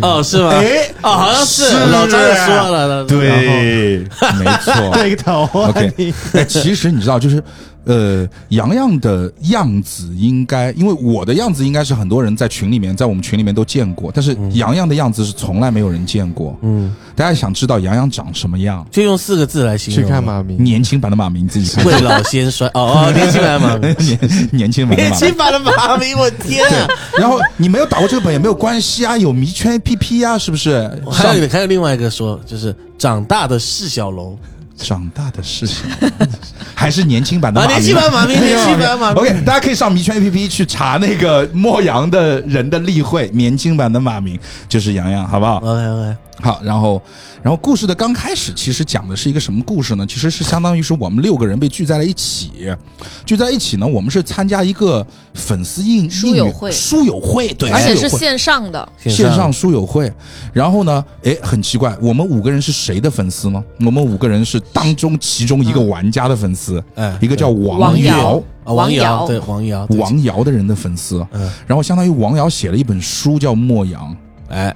Speaker 5: 哦，是吗？
Speaker 3: 哎
Speaker 5: 哦，好像是
Speaker 4: 是
Speaker 5: 老张也
Speaker 3: 啊
Speaker 5: 说了，
Speaker 4: 对，没 错，
Speaker 3: 对头啊
Speaker 4: OK
Speaker 3: 你
Speaker 4: 哎，其实你知道，就是呃，洋洋的样子应该，因为我的样子应该是很多人在群里面，在我们群里面都见过，但是
Speaker 5: 嗯
Speaker 4: 洋洋的样子是从来没有人见过。嗯，大家想知道洋洋长什么样？
Speaker 5: 就用四个字来形容
Speaker 3: 去
Speaker 5: 吧，
Speaker 3: 看马 明，
Speaker 4: 年轻版的马明自己 看，
Speaker 5: 未老先衰。哦哦，年轻版马明，
Speaker 4: 年年轻版的
Speaker 5: 年
Speaker 4: 马明
Speaker 5: 轻。版的马明，我天啊！
Speaker 4: 然后你没有打过这个本也没有关系啊，有迷圈 APP 啊，是不是？
Speaker 5: 还有还有另外一个说，就是长大的释小龙，
Speaker 4: 长大的事情， 还是年轻版的
Speaker 5: 啊，
Speaker 4: 马明。
Speaker 5: 年轻版马
Speaker 4: 哎
Speaker 5: 明，年轻版马明
Speaker 4: OK，大家可以上迷圈 APP 去查那个莫阳的人的例会，年轻版的马明就是洋洋，好不好？
Speaker 5: ，OK OK，
Speaker 4: 好，然后，然后故事的刚开始其实讲的是一个什么故事呢？其实是相当于是我们六个人被聚在了一起，聚在一起呢，我们是参加一个粉丝应
Speaker 1: 书友会
Speaker 4: 应援书友会，对，
Speaker 1: 而且
Speaker 4: 书
Speaker 1: 是
Speaker 4: 友会
Speaker 1: 线上的，
Speaker 4: 线上书友会，然后呢，诶，很奇怪，我们五个人是谁的粉丝呢？我们五个人是当中其中一个玩家的粉丝，
Speaker 5: 哎
Speaker 4: 一个叫王
Speaker 1: 王瑶
Speaker 5: 啊，王
Speaker 1: 瑶
Speaker 5: 瑶，对王瑶，对
Speaker 4: 王瑶的人的粉丝，
Speaker 5: 嗯
Speaker 4: 然后相当于王瑶写了一本书叫《莫阳》，
Speaker 5: 哎，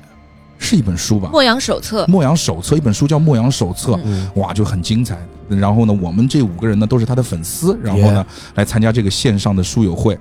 Speaker 4: 是一本书吧？
Speaker 1: 莫阳手册
Speaker 4: 《。莫阳手册》一本书叫《莫阳手册》，哇，就很精彩。然后呢，我们这五个人呢都是他的粉丝，然后呢来参加这个线上的书友会。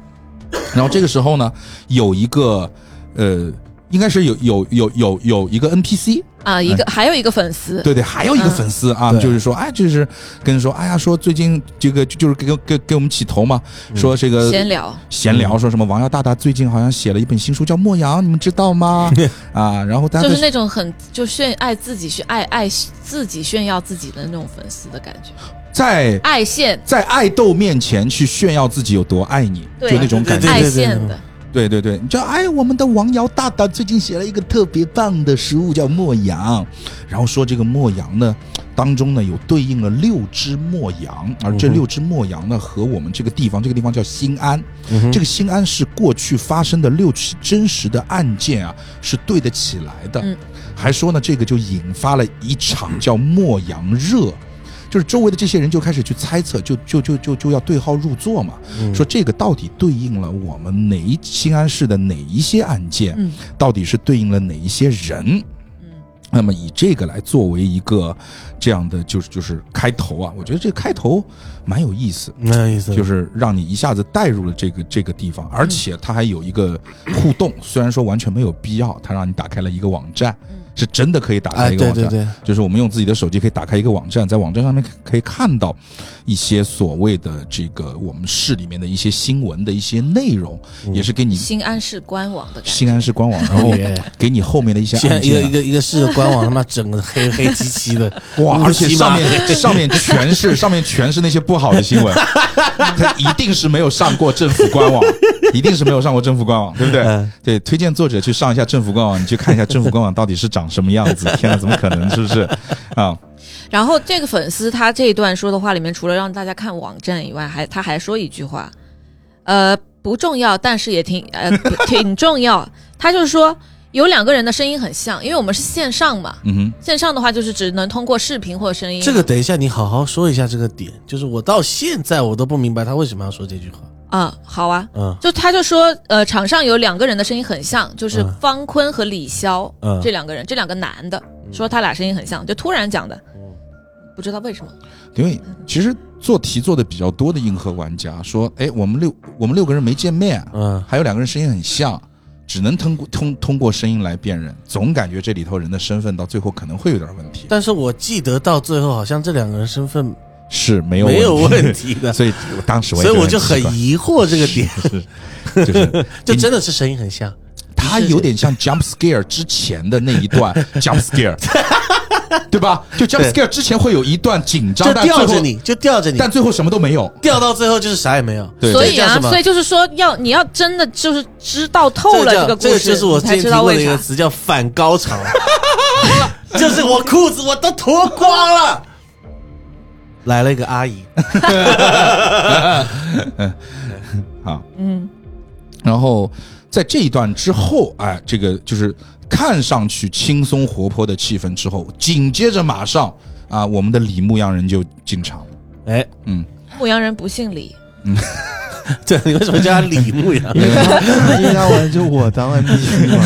Speaker 4: 然后这个时候 呢，有一个呃，应该是有有有有有一个 NPC，
Speaker 1: 啊，一个还有一个粉丝，
Speaker 4: 哎对对，还有一个
Speaker 1: 嗯
Speaker 4: 粉丝啊，
Speaker 5: 对
Speaker 4: 就是说，哎，就是跟人说，哎呀，说最近这个就就是给给给我们起头嘛，
Speaker 5: 嗯
Speaker 4: 说这个
Speaker 1: 闲聊，
Speaker 4: 闲聊，说什么王耀大大最近好像写了一本新书叫《莫阳》，你们知道吗？
Speaker 5: 嗯
Speaker 4: 啊，然后大家
Speaker 1: 就是
Speaker 4: 在
Speaker 1: 那种很就炫爱自己去爱爱自己炫耀自己的那种粉丝的感觉，
Speaker 4: 在
Speaker 1: 爱线
Speaker 4: 在爱豆面前去炫耀自己有多爱你，
Speaker 1: 对
Speaker 4: 就那种感觉
Speaker 5: 对对。
Speaker 1: 爱
Speaker 5: 对
Speaker 1: 线的，
Speaker 4: 对对对，你知道，哎，我们的王瑶大大最近写了一个特别棒的食物，叫墨羊，然后说这个墨羊呢，当中呢有对应了六只墨羊，而这六只墨羊呢和我们这个地方，这个地方叫新安，这个新安是过去发生的六起真实的案件啊，是对得起来的。
Speaker 1: 嗯
Speaker 4: 还说呢，这个就引发了一场叫墨羊热。就是周围的这些人就开始去猜测，就就就就就要对号入座嘛，
Speaker 1: 嗯
Speaker 4: 说这个到底对应了我们哪一新安市的哪一些案件，
Speaker 1: 嗯
Speaker 4: 到底是对应了哪一些人。
Speaker 1: 嗯
Speaker 4: 那么以这个来作为一个这样的就是就是开头啊，我觉得这个开头蛮有意思，
Speaker 5: 那意思
Speaker 4: 就是让你一下子带入了这个这个地方，而且它还有一个互 动，虽然说完全没有必要，它让你打开了一个网站，是真的可以打
Speaker 5: 嗯哎，
Speaker 4: 开一个
Speaker 5: 对
Speaker 4: 网
Speaker 5: 对
Speaker 4: 站，
Speaker 5: 对，
Speaker 4: 就是我们用自己的手机可以打开一个网站，在网站上面可可以看到一些所谓的这个我们市里面的一些新闻的一些内容，
Speaker 5: 嗯
Speaker 4: 也是给你
Speaker 1: 新安市官网的感觉。
Speaker 4: 新安市官网，然后
Speaker 5: Yeah
Speaker 4: 给你后面的一些
Speaker 5: 现在
Speaker 4: 案
Speaker 5: 一个
Speaker 4: 件啊、
Speaker 5: 一个一个市的官网，他妈整个黑黑漆漆的，
Speaker 4: 哇，而且
Speaker 5: 乌漆
Speaker 4: 上
Speaker 5: 嘛
Speaker 4: 面上面全是上面全是那些不好的新闻， 他一定是没有上过政府官网，一定是没有上过政府官网，对不对？
Speaker 5: 嗯
Speaker 4: 对，推荐作者去上一下政府官网，你去看一下政府官网到底是长什么样子。天哪，怎么可能？是不是？啊，
Speaker 1: 然后这个粉丝他这一段说的话里面，除了让大家看网站以外，还他还说一句话，呃，不重要，但是也挺 呃不挺重要。他就是说有两个人的声音很像，因为我们是线上嘛，
Speaker 4: 嗯哼。
Speaker 1: 线上的话就是只能通过视频或者声音。
Speaker 5: 这个等一下你好好说一下这个点，就是我到现在我都不明白他为什么要说这句话。
Speaker 1: 啊、好啊，
Speaker 5: 嗯
Speaker 1: 就他就说，呃，场上有两个人的声音很像，就是
Speaker 5: 嗯
Speaker 1: 方坤和李潇、
Speaker 5: 嗯
Speaker 1: 这两个人，这两个男的，说他俩声音很像，就突然讲的，不知道为什么。
Speaker 4: 因为其实做题做的比较多的硬核玩家说，哎，我们六我们六个人没见面，
Speaker 5: 嗯，
Speaker 4: 还有两个人声音很像，只能通过通通过声音来辨认，总感觉这里头人的身份到最后可能会有点问题，
Speaker 5: 但是我记得到最后好像这两个人身份
Speaker 4: 是没有
Speaker 5: 没有问
Speaker 4: 问题
Speaker 5: 题的
Speaker 4: 的，，所以我当时我
Speaker 5: 所
Speaker 4: 也
Speaker 5: 以我
Speaker 4: 觉
Speaker 5: 就
Speaker 4: 得
Speaker 5: 很
Speaker 4: 奇怪
Speaker 5: 疑惑这个点，
Speaker 4: 就是
Speaker 5: 就真的是声音很像。
Speaker 4: 他有点像 jump scare 之前的那一 段 jump scare，对吧？就 jump
Speaker 5: 对
Speaker 4: scare 之前会有一段紧张
Speaker 5: 就，
Speaker 4: 但
Speaker 5: 吊
Speaker 4: 最
Speaker 5: 着
Speaker 4: 后
Speaker 5: 你，就吊着 你，
Speaker 4: 但最后什么都没有，
Speaker 5: 吊到最后就是啥也没有。
Speaker 4: 对
Speaker 1: 所以
Speaker 5: 这叫
Speaker 1: 啊，
Speaker 5: 什么
Speaker 1: 所以就是说要你要真的就是知道透了
Speaker 5: 这
Speaker 1: 这个
Speaker 5: 叫
Speaker 1: 故
Speaker 5: 这
Speaker 1: 事，
Speaker 5: 就是我
Speaker 1: 你
Speaker 5: 之
Speaker 1: 才
Speaker 5: 前
Speaker 1: 知
Speaker 5: 提
Speaker 1: 道
Speaker 5: 过的
Speaker 1: 为
Speaker 5: 一个
Speaker 1: 啥。
Speaker 5: 词叫反高潮，就是我裤子我都脱光了，来了一个阿姨，
Speaker 4: 啊，
Speaker 1: 嗯，
Speaker 4: 然后在这一段之后，哎，这个就是看上去轻松活泼的气氛之后，紧接着马上啊，我们的李牧羊人就进场了。
Speaker 5: 哎，
Speaker 4: 嗯，
Speaker 1: 牧羊人不姓李，
Speaker 5: 对，你为什么叫他 李牧羊？
Speaker 3: 因为 他因为他玩就我当 NPC 嘛。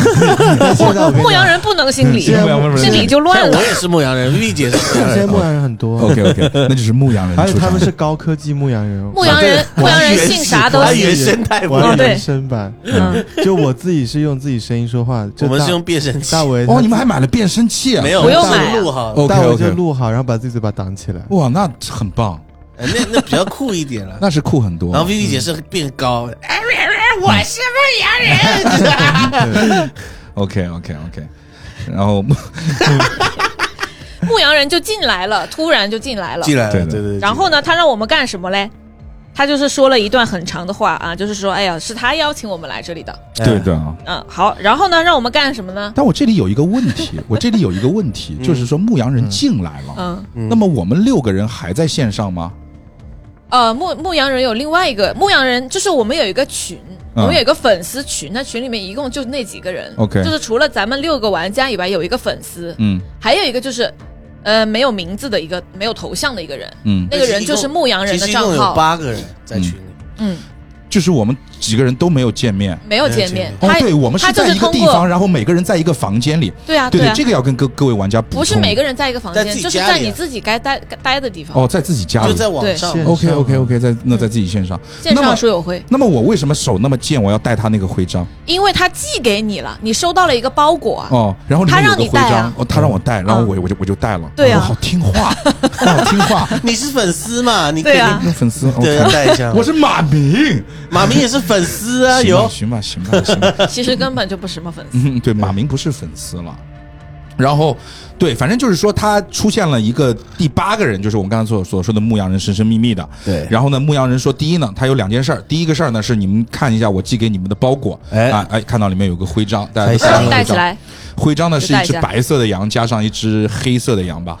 Speaker 3: 但现在我跟你讲
Speaker 1: 牧羊人不能姓李，
Speaker 3: 现在
Speaker 4: 人
Speaker 1: 姓李就乱
Speaker 5: 像
Speaker 1: 了
Speaker 5: 我。也是牧羊人，V 姐是牧羊
Speaker 3: 现在
Speaker 5: 人，
Speaker 3: 牧羊人很多，
Speaker 5: 哦
Speaker 4: OK OK，那就是牧羊人
Speaker 3: 而且
Speaker 4: 出
Speaker 3: 哎他
Speaker 4: 场
Speaker 3: 们。是高科技牧羊人。
Speaker 1: 牧羊人，牧羊人姓啥都
Speaker 5: 他
Speaker 1: 行。
Speaker 5: 原生态牧
Speaker 3: 我
Speaker 5: 羊
Speaker 1: 哦
Speaker 5: 人，
Speaker 3: 是
Speaker 1: 对
Speaker 3: 原声版，
Speaker 1: 嗯，
Speaker 3: 就我自己是用自己声音 说话。就
Speaker 5: 我们
Speaker 3: 大
Speaker 5: 是用变声器
Speaker 3: 大，为
Speaker 4: 哦，你们还买了变声器啊？
Speaker 5: 没有
Speaker 1: 不用
Speaker 5: 是
Speaker 1: 买啊
Speaker 5: 录好，
Speaker 4: OK
Speaker 3: 大为就
Speaker 4: OK，
Speaker 3: 录好，然后把自己嘴巴挡起来。
Speaker 4: 哇，那很棒，
Speaker 5: 哎那那比较酷一点了。
Speaker 4: 那是酷很多。
Speaker 5: 然后 Vivi 姐是变高，哎，
Speaker 4: OK OK OK，然后牧
Speaker 1: 牧羊人就进来了，突然就进来了。
Speaker 5: 进来了，
Speaker 4: 对
Speaker 5: 对
Speaker 4: 的
Speaker 5: 对对。
Speaker 1: 然后呢，他让我们干什么嘞？他就是说了一段很长的话啊，就是说，哎呀，是他邀请我们来这里的。
Speaker 5: 哎
Speaker 4: 对的啊。
Speaker 1: 嗯，好，然后呢，让我们干什么呢？
Speaker 4: 但我这里有一个问 题，我这里有一个问题，就是说牧羊人进来了，
Speaker 1: 嗯，
Speaker 4: 那么我们六个人还在线上吗？
Speaker 1: 呃，牧牧羊人有另外一个牧羊人，就是我们有一个群，
Speaker 4: 嗯
Speaker 1: 我们有一个粉丝群，那群里面一共就那几个人
Speaker 4: OK
Speaker 1: 就是除了咱们六个玩家以外，有一个粉丝，
Speaker 4: 嗯
Speaker 1: 还有一个就是，呃，没有名字的一个没有头像的一个人，
Speaker 4: 嗯。
Speaker 1: 那个人就是牧羊人
Speaker 5: 其
Speaker 1: 的
Speaker 5: 实一共
Speaker 1: 账
Speaker 5: 有
Speaker 1: 号，
Speaker 5: 八个人在群里，
Speaker 1: 嗯，
Speaker 4: 就是我们几个人都没有见面。
Speaker 1: 没有
Speaker 5: 没有
Speaker 1: 见
Speaker 5: 见
Speaker 1: 面
Speaker 5: 面，
Speaker 4: 哦
Speaker 1: 他，
Speaker 4: 对，我们
Speaker 1: 他
Speaker 4: 是
Speaker 1: 就
Speaker 4: 在
Speaker 1: 是
Speaker 4: 一个
Speaker 1: 通
Speaker 4: 地
Speaker 1: 过
Speaker 4: 方，，然后每个人在一个房间里。
Speaker 1: 对啊，
Speaker 4: 对
Speaker 1: 啊，
Speaker 4: 这个要跟各各位玩家补充。
Speaker 1: 不是每
Speaker 4: 个
Speaker 1: 个人在一个房
Speaker 5: 在
Speaker 1: 间，
Speaker 5: 自己
Speaker 1: 就是
Speaker 5: 家
Speaker 1: 在
Speaker 5: 里
Speaker 1: 你
Speaker 5: 啊
Speaker 1: 自己该待该待的地方。
Speaker 4: 哦，在自己家
Speaker 5: 就
Speaker 4: 里。
Speaker 5: 在网
Speaker 1: 对
Speaker 5: 上
Speaker 3: 线
Speaker 4: OK OK OK，在那在自己线上。
Speaker 1: 嗯线
Speaker 4: 那么
Speaker 1: 上书友会，
Speaker 4: 那么我为什么手那么贱？我要带他那个徽章
Speaker 1: 因为他寄给你了，你收到了一个包裹啊，
Speaker 4: 哦，然后里
Speaker 1: 他
Speaker 4: 面有
Speaker 1: 让
Speaker 4: 个
Speaker 1: 你
Speaker 4: 徽
Speaker 1: 带
Speaker 4: 章
Speaker 1: 啊，
Speaker 4: 哦，他让我带，然后我我就我就带了。
Speaker 1: 对啊
Speaker 4: 我好听话， 我好听话。
Speaker 5: 你是粉丝嘛？你
Speaker 1: 对啊
Speaker 5: 肯定
Speaker 4: 那粉丝 OK，
Speaker 5: 对要带一下嘛。
Speaker 4: 我是马明。
Speaker 5: 马明也是粉丝啊，
Speaker 4: 行吧
Speaker 5: 有
Speaker 4: 行吧行吧行吧。嗯
Speaker 1: 其实根本就不是什么粉丝。
Speaker 4: 嗯，对，马明不是粉丝了，然后，对，反正就是说，他出现了一个第八个人，就是我们刚才所所说的牧羊人神神秘秘的。
Speaker 5: 对
Speaker 4: 然后呢，牧羊人说，第一呢，他有两件事儿。第一个事儿呢，是你们看一下我寄给你们的包裹，
Speaker 5: 哎
Speaker 4: 啊哎，看到里面有个徽章，大家
Speaker 5: 开
Speaker 4: 都
Speaker 5: 心
Speaker 4: 看到
Speaker 1: 带
Speaker 4: 徽
Speaker 1: 起
Speaker 4: 章。
Speaker 1: 来
Speaker 4: 徽章呢是
Speaker 1: 就
Speaker 4: 一
Speaker 1: 带一
Speaker 4: 只
Speaker 1: 下
Speaker 4: 白色的羊加上一只黑色的羊吧，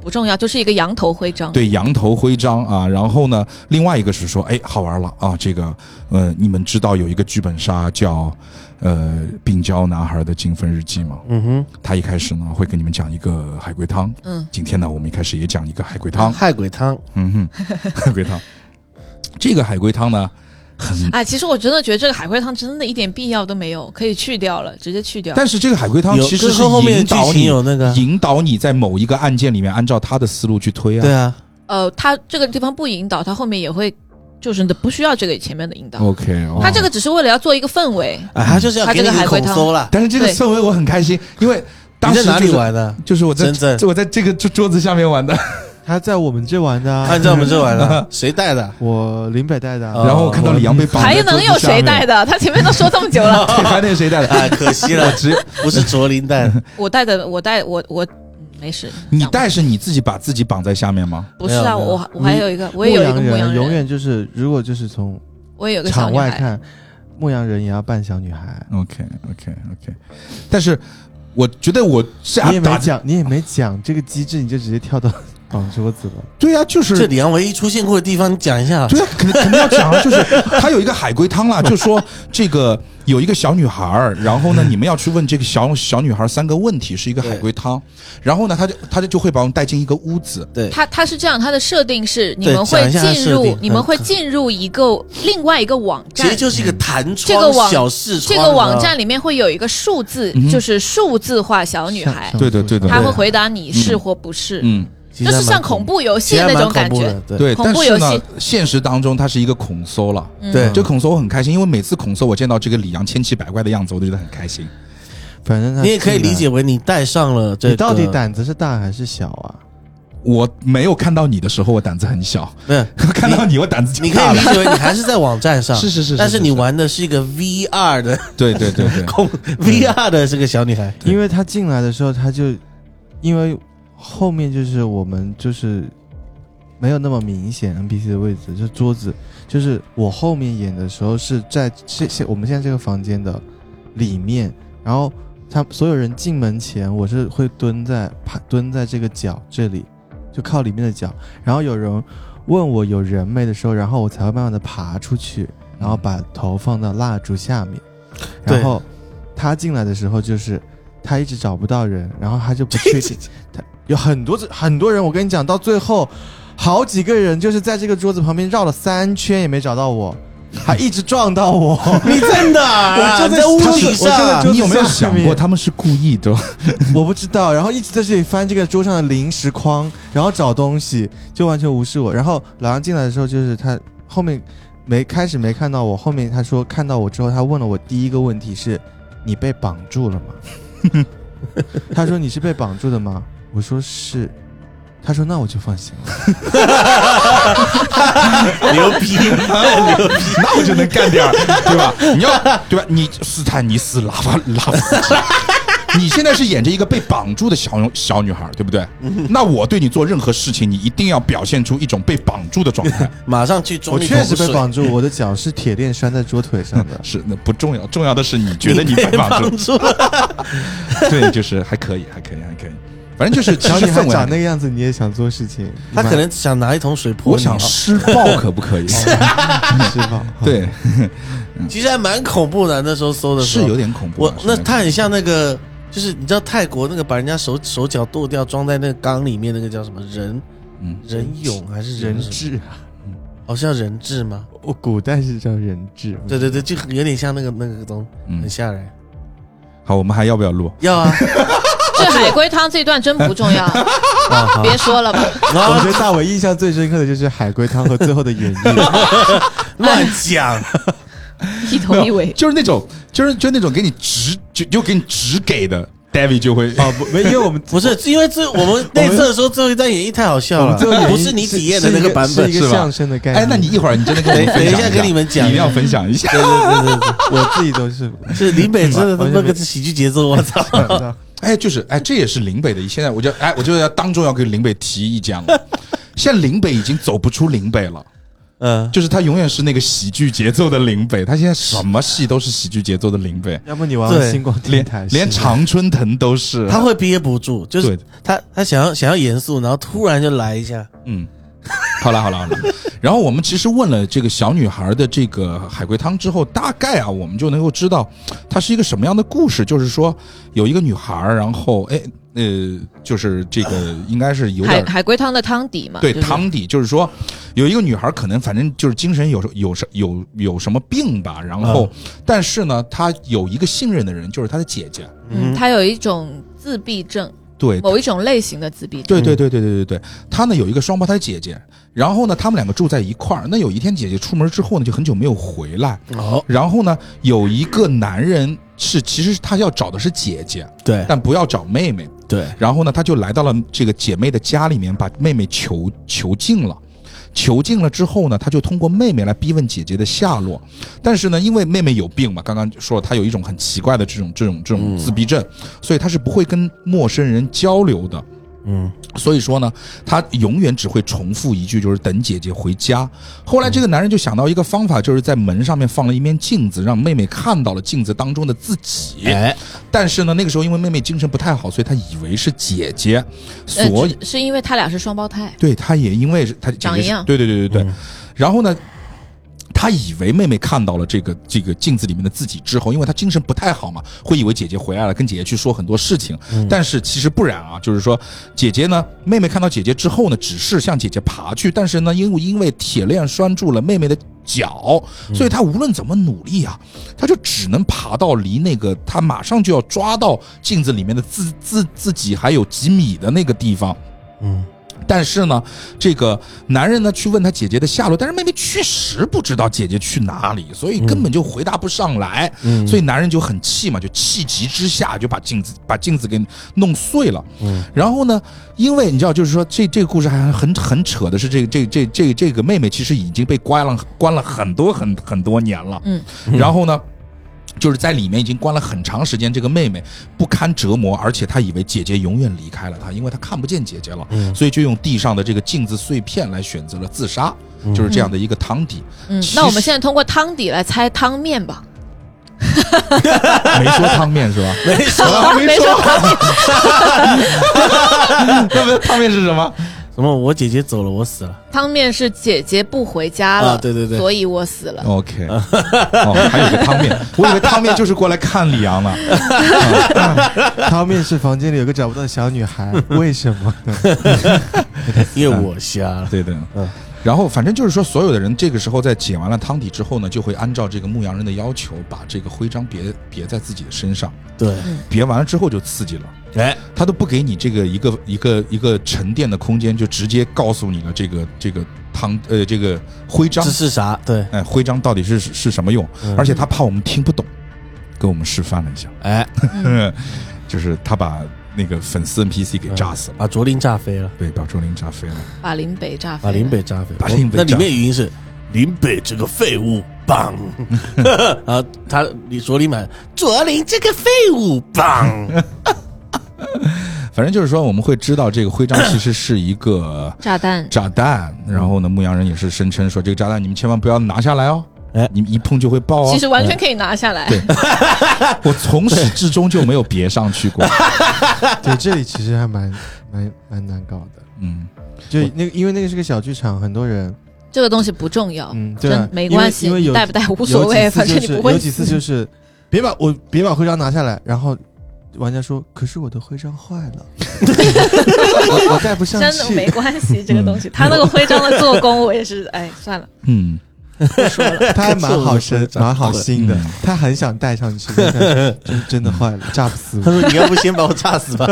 Speaker 1: 不重要，就是一个羊头徽章。
Speaker 4: 对，羊头徽章啊。然后呢，另外一个是说，哎，好玩了啊，这个呃，你们知道有一个剧本杀叫呃《病娇男孩的精分日记》吗？
Speaker 5: 嗯哼，
Speaker 4: 他一开始呢会给你们讲一个海龟汤，
Speaker 1: 嗯，
Speaker 4: 今天呢我们一开始也讲一个海 龟汤，
Speaker 5: 害鬼汤，
Speaker 4: 嗯哼，海龟汤，这个海龟汤呢很，
Speaker 1: 哎，其实我真的觉得这个海龟汤真的一点必要都没有，可以去掉了，直接去掉。
Speaker 4: 但是这个海龟汤
Speaker 5: 有
Speaker 4: 其实
Speaker 5: 跟
Speaker 4: 是
Speaker 5: 后面的
Speaker 4: 引
Speaker 5: 剧
Speaker 4: 导
Speaker 5: 情
Speaker 4: 你
Speaker 5: 有那个，
Speaker 4: 引导你在某一个案件里面按照他的思路去推啊，
Speaker 5: 对啊，
Speaker 1: 呃，他这个地方不引导，他后面也会，就是不需要这个前面的引导，
Speaker 4: ，OK，哦
Speaker 1: 他这个只是为了要做一个氛围。
Speaker 5: 啊，他就是要
Speaker 1: 他
Speaker 5: 给
Speaker 1: 这
Speaker 5: 你
Speaker 1: 个
Speaker 5: 一
Speaker 1: 海
Speaker 5: 个
Speaker 1: 龟
Speaker 5: 口
Speaker 1: 汤
Speaker 5: 搜了。
Speaker 4: 但是这个
Speaker 1: 对
Speaker 4: 氛围我很开心，因为
Speaker 5: 你
Speaker 4: 当时
Speaker 5: 在哪
Speaker 4: 就
Speaker 5: 里
Speaker 4: 是
Speaker 5: 玩的？
Speaker 4: 就是我在
Speaker 5: 深圳
Speaker 4: 这我在这个桌桌子下面玩的，
Speaker 3: 他在我们这玩 的啊，
Speaker 5: 他在我们这玩的，谁带的？
Speaker 3: 我林北带的啊，
Speaker 5: 哦
Speaker 4: 然后我看到李阳被绑在
Speaker 1: 还
Speaker 4: 桌子
Speaker 1: 能有谁带 的？他前面都说这么久了，
Speaker 4: 下面？还能有谁带的？
Speaker 5: 啊，可惜了，
Speaker 4: 只
Speaker 5: 不是卓林带的，
Speaker 1: 我带的，我带我我嗯没事。
Speaker 4: 你带是你自己把自己绑在下面吗？
Speaker 1: 不是啊？
Speaker 5: 没有没有
Speaker 1: 我我还有一个，我也有一个牧羊
Speaker 3: 永，远就是，如果就是从
Speaker 1: 我也有个小
Speaker 3: 场
Speaker 1: 女
Speaker 3: 外
Speaker 1: 孩。
Speaker 3: 看，牧羊人也要扮小女孩。
Speaker 4: OK OK OK，但是我觉得我下
Speaker 5: 啊
Speaker 3: 你也没
Speaker 4: 打
Speaker 3: 讲，你也没讲这个机制，你就直接跳到绑桌子了。
Speaker 4: 对呀、就
Speaker 5: 这
Speaker 4: 是
Speaker 5: 李阳唯一出现过的地方，你讲一下。啊
Speaker 4: 对呀、肯肯定要讲啊，就是他有一个海龟汤 啦，就说这个有一个小女孩儿，然后
Speaker 3: 嗯
Speaker 4: 呢你们要去问这个小小女孩三个问题，是一个海龟汤，然后呢他就他就就会把我们带进一个屋子，
Speaker 5: 对，
Speaker 1: 它它是这样，它的设定是你
Speaker 5: 对
Speaker 1: 们会
Speaker 5: 讲一下它
Speaker 1: 进
Speaker 5: 设
Speaker 1: 入
Speaker 5: 定，
Speaker 1: 你们
Speaker 5: 嗯
Speaker 1: 会进入一个另外一个网
Speaker 5: 其实
Speaker 1: 站，
Speaker 5: 就是一个弹
Speaker 1: 这个
Speaker 5: 窗
Speaker 1: 网
Speaker 5: 小视
Speaker 1: 这
Speaker 5: 窗。啊
Speaker 1: 个网
Speaker 5: 你知道吗
Speaker 1: 站里面会有一个数字
Speaker 4: 嗯，哼
Speaker 1: 就是数字化小女
Speaker 3: 上
Speaker 1: 孩，
Speaker 3: 上
Speaker 4: 对的
Speaker 3: 树
Speaker 4: 对的
Speaker 3: 上
Speaker 1: 她
Speaker 4: 对
Speaker 1: 会回答你是或不是，
Speaker 4: 嗯。
Speaker 5: 其实
Speaker 1: 就是
Speaker 5: 还
Speaker 1: 像
Speaker 5: 蛮恐
Speaker 1: 恐怖游戏
Speaker 5: 其实
Speaker 1: 的那
Speaker 5: 还蛮
Speaker 1: 种感
Speaker 5: 恐怖
Speaker 1: 觉
Speaker 5: 的。对
Speaker 4: 对，
Speaker 1: 恐
Speaker 4: 但
Speaker 1: 怖
Speaker 4: 是
Speaker 1: 游
Speaker 4: 呢
Speaker 1: 戏，
Speaker 4: 现实当中它是一个恐搜了。
Speaker 1: 嗯
Speaker 5: 对
Speaker 4: 这恐搜我很开心，因为每次恐搜我见到这个李阳千奇百怪的样子，我都觉得很开心。
Speaker 3: 反正他
Speaker 5: 你也可以
Speaker 3: 进来
Speaker 5: 理解，为你带上了这个。
Speaker 3: 你到底胆子是大还是小啊？
Speaker 4: 我没有看到你的时候，我胆子很小；
Speaker 5: 没有？
Speaker 4: 看到你，我胆子就
Speaker 5: 你可
Speaker 4: 大
Speaker 5: 以
Speaker 4: 了
Speaker 5: 理。解为你还是在网站上，
Speaker 3: 是是是
Speaker 5: 但是
Speaker 3: 是
Speaker 5: 你
Speaker 3: 是
Speaker 5: 玩的是一个 VR 的
Speaker 4: 对对对 对，
Speaker 5: 空 VR 的这个小女孩，
Speaker 3: 嗯因为他进来的时候，他就因为后面就是我们就是没有那么明显 NPC 的位置，就桌子，就是我后面演的时候是在这现我们现在这个房间的里面，然后他所有人进门前，我是会蹲在趴蹲在这个角这里，就靠里面的角，然后有人问我有人没的时候，然后我才会慢慢的爬出去，然后把头放到蜡烛下面，
Speaker 5: 对
Speaker 3: 然后他进来的时候就是他一直找不到人，然后他就不确定，他有很多很多人，我跟你讲，到最后好几个人就是在这个桌子旁边绕了三圈也没找到我，还一直撞到我，
Speaker 5: 你在哪儿啊？
Speaker 3: 我就
Speaker 5: 你
Speaker 3: 在
Speaker 5: 在屋
Speaker 3: 他
Speaker 5: 顶
Speaker 3: 是我就在
Speaker 5: 上啊
Speaker 3: 桌，
Speaker 4: 你有没有
Speaker 3: 桌子下
Speaker 4: 想
Speaker 3: 面
Speaker 4: 过他们是故意的？
Speaker 3: 我不知道，然后一直在这里翻这个桌上的零食筐，然后找东西，就完全无视我。然后老杨进来的时候，就是他后面没开始没看到我，后面他说看到我之后，他问了我第一个问题是：你被绑住了吗？他说你是被绑住的吗？我说是。他说那我就放心了。
Speaker 5: 牛逼！
Speaker 4: 那我就能干点儿，对吧？你要对吧？你斯坦尼斯拉夫拉夫斯基，你现在是演着一个被绑住的小小女孩，对不对？那我对你做任何事情，你一定要表现出一种被绑住的状态。。
Speaker 5: 马上去装
Speaker 3: 我
Speaker 5: 一
Speaker 3: 确实
Speaker 5: 桶
Speaker 3: 被
Speaker 5: 水
Speaker 3: 绑住，我的脚是铁链拴在桌腿上的
Speaker 4: 是，那不重要，重要的是你觉得你被
Speaker 5: 被
Speaker 4: 绑住
Speaker 5: 绑，住了，
Speaker 4: 对，就是还可以，还可以，还可以，反正 就是其
Speaker 3: 小
Speaker 4: 实
Speaker 3: 女孩
Speaker 4: 氛围还
Speaker 3: 长
Speaker 4: 可
Speaker 3: 那
Speaker 4: 以。
Speaker 3: 个样子，你也想做事情？
Speaker 5: 他可能想拿一桶水泼
Speaker 4: 我
Speaker 5: 你
Speaker 4: 想。
Speaker 5: 啊
Speaker 4: 施暴可不可以？
Speaker 3: 是吧？
Speaker 4: 对，
Speaker 5: 其实还蛮恐怖的，啊那时候搜的时
Speaker 4: 是
Speaker 5: 候
Speaker 4: 有点恐怖
Speaker 5: 我
Speaker 4: 啊。
Speaker 5: 那
Speaker 4: 太
Speaker 5: 他很像那个，就是你知道泰国那个把人家手手脚剁掉装在那个缸里面那个叫什么人
Speaker 4: 嗯，
Speaker 5: 人俑还是
Speaker 3: 人
Speaker 5: 质？
Speaker 3: 质啊，
Speaker 5: 好像人质吗？
Speaker 3: 我哦古代是叫人质。
Speaker 5: 对对对，就有点像那个那个东，
Speaker 4: 嗯
Speaker 5: 很吓人。
Speaker 4: 好，我们还要不要录？
Speaker 5: 要啊，
Speaker 1: 这海龟汤这段真不重 要，
Speaker 3: 啊
Speaker 1: 别说了吧。
Speaker 5: 然
Speaker 3: 我
Speaker 5: 后
Speaker 3: 觉得大伟印象最深刻的就是海龟汤和最后的演绎，
Speaker 5: 乱讲，
Speaker 1: 一头一尾，
Speaker 4: 就是那种，就是就是那种给你直就就给你直给的，David 就会
Speaker 3: 哦不，没，因为我 们
Speaker 5: 不是因为这我们内测的时候最后一段演绎太好笑
Speaker 3: 我
Speaker 5: 了
Speaker 3: 们最后演，绎
Speaker 5: 不是你体验的那版
Speaker 3: 是
Speaker 5: 本
Speaker 3: 一。个
Speaker 4: 是吧
Speaker 3: 是一个相声的概念。
Speaker 4: 哎，那你一会儿你真的跟我们
Speaker 5: 等等一
Speaker 4: 分
Speaker 5: 下
Speaker 4: 享
Speaker 5: 跟你们讲
Speaker 4: 你一定要分享一下。
Speaker 5: 对对对对
Speaker 3: 我自己都是，
Speaker 5: 对，是林北真的
Speaker 3: 完全
Speaker 5: 那
Speaker 3: 没
Speaker 5: 个是喜剧节奏，我操！
Speaker 3: 想不到
Speaker 4: 哎，就是哎，这也是林北的。现在我就哎，我就要当众要给林北提意见 了。现在林北已经走不出林北了，
Speaker 5: 嗯，
Speaker 4: 就是他永远是那个喜剧节奏的林北，他现在什么戏都是喜剧节奏的林北，
Speaker 3: 要不你玩玩
Speaker 5: 对
Speaker 3: 星光电
Speaker 4: 连
Speaker 3: 台是吧，
Speaker 4: 连常春藤都是
Speaker 5: 他会憋不住，就是
Speaker 4: 对
Speaker 5: 他他想要想要严肃，然后突然就来一下，
Speaker 4: 嗯，好了好了好了。然后我们其实问了这个小女孩的这个海龟汤之后，大概啊我们就能够知道它是一个什么样的故事。就是说有一个女孩，然后哎呃，就是这个应该是有
Speaker 1: 海
Speaker 4: 点。
Speaker 1: 海龟汤的汤底嘛，
Speaker 4: 对
Speaker 1: 就是
Speaker 4: 汤底就是说，有一个女孩可能反正就是精神有有什有有什么病吧，然后、但是呢，她有一个信任的人，就是她的姐姐。
Speaker 1: 嗯，他有一种自闭症，
Speaker 4: 对，
Speaker 1: 某一种类型的自闭症。
Speaker 4: 对对对对对对对，她呢有一个双胞胎姐姐，然后呢他们两个住在一块儿。那有一天姐姐出门之后呢，就很久没有回来。
Speaker 5: 哦，
Speaker 4: 然后呢，有一个男人是其实他要找的是姐姐，
Speaker 5: 对
Speaker 4: 但不要找妹妹。
Speaker 5: 对，
Speaker 4: 然后呢，他就来到了这个姐妹的家里面，把妹妹囚囚禁了。囚禁了之后呢，他就通过妹妹来逼问姐姐的下落。但是呢，因为妹妹有病嘛，刚刚说了，她有一种很奇怪的这种这种这种自闭症，所以她是不会跟陌生人交流的。
Speaker 5: 嗯，
Speaker 4: 所以说呢，他永远只会重复一句，就是等姐姐回家。后来这个男人就想到一个方法，就是在门上面放了一面镜子，让妹妹看到了镜子当中的自己。
Speaker 5: 哎，
Speaker 4: 但是呢，那个时候因为妹妹精神不太好，所以他以为是姐姐，
Speaker 1: 呃，
Speaker 4: 所以
Speaker 1: 只是因为他俩是双胞胎，
Speaker 4: 对他也因为是他姐姐
Speaker 1: 长
Speaker 4: 是
Speaker 1: 一样
Speaker 4: 对对对对对。然后呢，他以为妹妹看到了这个这个镜子里面的自己之后，因为他精神不太好嘛，会以为姐姐回来了，跟姐姐去说很多事情。但是其实不然啊，就是说姐姐呢，妹妹看到姐姐之后呢，只是向姐姐爬去，但是呢，因为因为铁链拴住了妹妹的。脚，所以她无论怎么努力啊，她就只能爬到离那个她马上就要抓到镜子里面的自自自己还有几米的那个地方，
Speaker 5: 嗯，
Speaker 4: 但是呢，这个男人呢去问他姐姐的下落，但是妹妹确实不知道姐姐去哪里，所以根本就回答不上来。
Speaker 5: 嗯
Speaker 4: 所以男人就很气嘛，就气急之下就把镜子把镜子给弄碎了。
Speaker 5: 嗯，
Speaker 4: 然后呢，因为你知道，就是说这这个故事还很很扯的是，这个这这这这个妹妹其实已经被关了关了很多很很多年了。
Speaker 1: 嗯，
Speaker 4: 然后呢。就是在里面已经关了很长时间，这个妹妹不堪折磨，而且她以为姐姐永远离开了她，因为她看不见姐姐了，
Speaker 5: 嗯
Speaker 4: 所以就用地上的这个镜子碎片来选择了自杀，就是这样的一个汤底。
Speaker 1: 嗯
Speaker 4: 其，实
Speaker 1: 那我们现在通过汤底来猜汤面吧，
Speaker 4: 没说汤面是吧？
Speaker 5: 没什么
Speaker 4: 啊
Speaker 1: 没说
Speaker 4: 汤面， 那不汤面是什么？
Speaker 5: 什么，我姐姐走了，我死了，
Speaker 1: 汤面是姐姐不回家
Speaker 5: 啊
Speaker 1: 了，
Speaker 5: 对对对
Speaker 1: 所以我死了。
Speaker 4: OK，哦，还有个汤面，我以为汤面就是过来看李阳的。
Speaker 3: 汤面是房间里有个找不到的小女孩，为什 么呢？
Speaker 5: 因为我瞎了，
Speaker 4: 对的，
Speaker 5: 嗯
Speaker 4: 然后反正就是说，所有的人这个时候在解完了汤底之后呢，就会按照这个牧羊人的要求，把这个徽章别别在自己的身上，
Speaker 5: 对，
Speaker 4: 别完了之后就刺激了。
Speaker 5: 哎，
Speaker 4: 他都不给你这个一个一个一个沉淀的空间，就直接告诉你了这个这个汤呃这个徽章
Speaker 5: 这，是啥？对，
Speaker 4: 哎，徽章到底是是是什么用？而且他怕我们听不懂，给我们示范了一下，
Speaker 5: 哎，
Speaker 4: 就是他把那个粉丝 NPC 给炸死了，
Speaker 5: 把卓林炸飞了，
Speaker 4: 对，把周林炸飞了。
Speaker 1: 把林北炸飞，
Speaker 5: 把林，北炸飞了，
Speaker 4: 把林北
Speaker 5: 那里
Speaker 4: 炸
Speaker 5: 面语音是林北这个废物，棒，然后他李卓林满卓林这个废物，棒，
Speaker 4: 反正就是说，我们会知道这个徽章其实是一个
Speaker 1: 炸弹，
Speaker 4: 炸弹。然后呢，牧羊人也是声称说，这个炸弹你们千万不要拿下来哦，
Speaker 5: 哎
Speaker 4: 你们一碰就会爆哦
Speaker 1: 其。实完全可以拿下来。
Speaker 4: 我从始至终就没有别上去过。
Speaker 3: 对，这里其实还蛮蛮蛮难搞的。
Speaker 4: 嗯，
Speaker 3: 就那个，因为那个是个小剧场，很多人，
Speaker 1: 这个东西不重要，
Speaker 3: 嗯，对
Speaker 1: 哦
Speaker 3: 啊
Speaker 1: 真，没关系，
Speaker 3: 因为因为有
Speaker 1: 带不带无所谓，
Speaker 3: 有几次
Speaker 1: 反正
Speaker 3: 就
Speaker 1: 你
Speaker 3: 是
Speaker 1: 不会
Speaker 3: 有几次就是，别把我别把徽章拿下来，然后玩家说，可是我的徽章坏了， 我我戴不上
Speaker 1: 真的没
Speaker 3: 去。
Speaker 1: 关系，这个东西，他那个徽章的做工，我也是，哎，算了，
Speaker 4: 嗯，
Speaker 1: 不说了。
Speaker 3: 他还蛮好身，蛮好心的
Speaker 4: 嗯，
Speaker 3: 他很想戴上去，但是 真真的坏了，炸不死
Speaker 5: 他
Speaker 3: 我。
Speaker 5: 说你要不先把我炸死吧，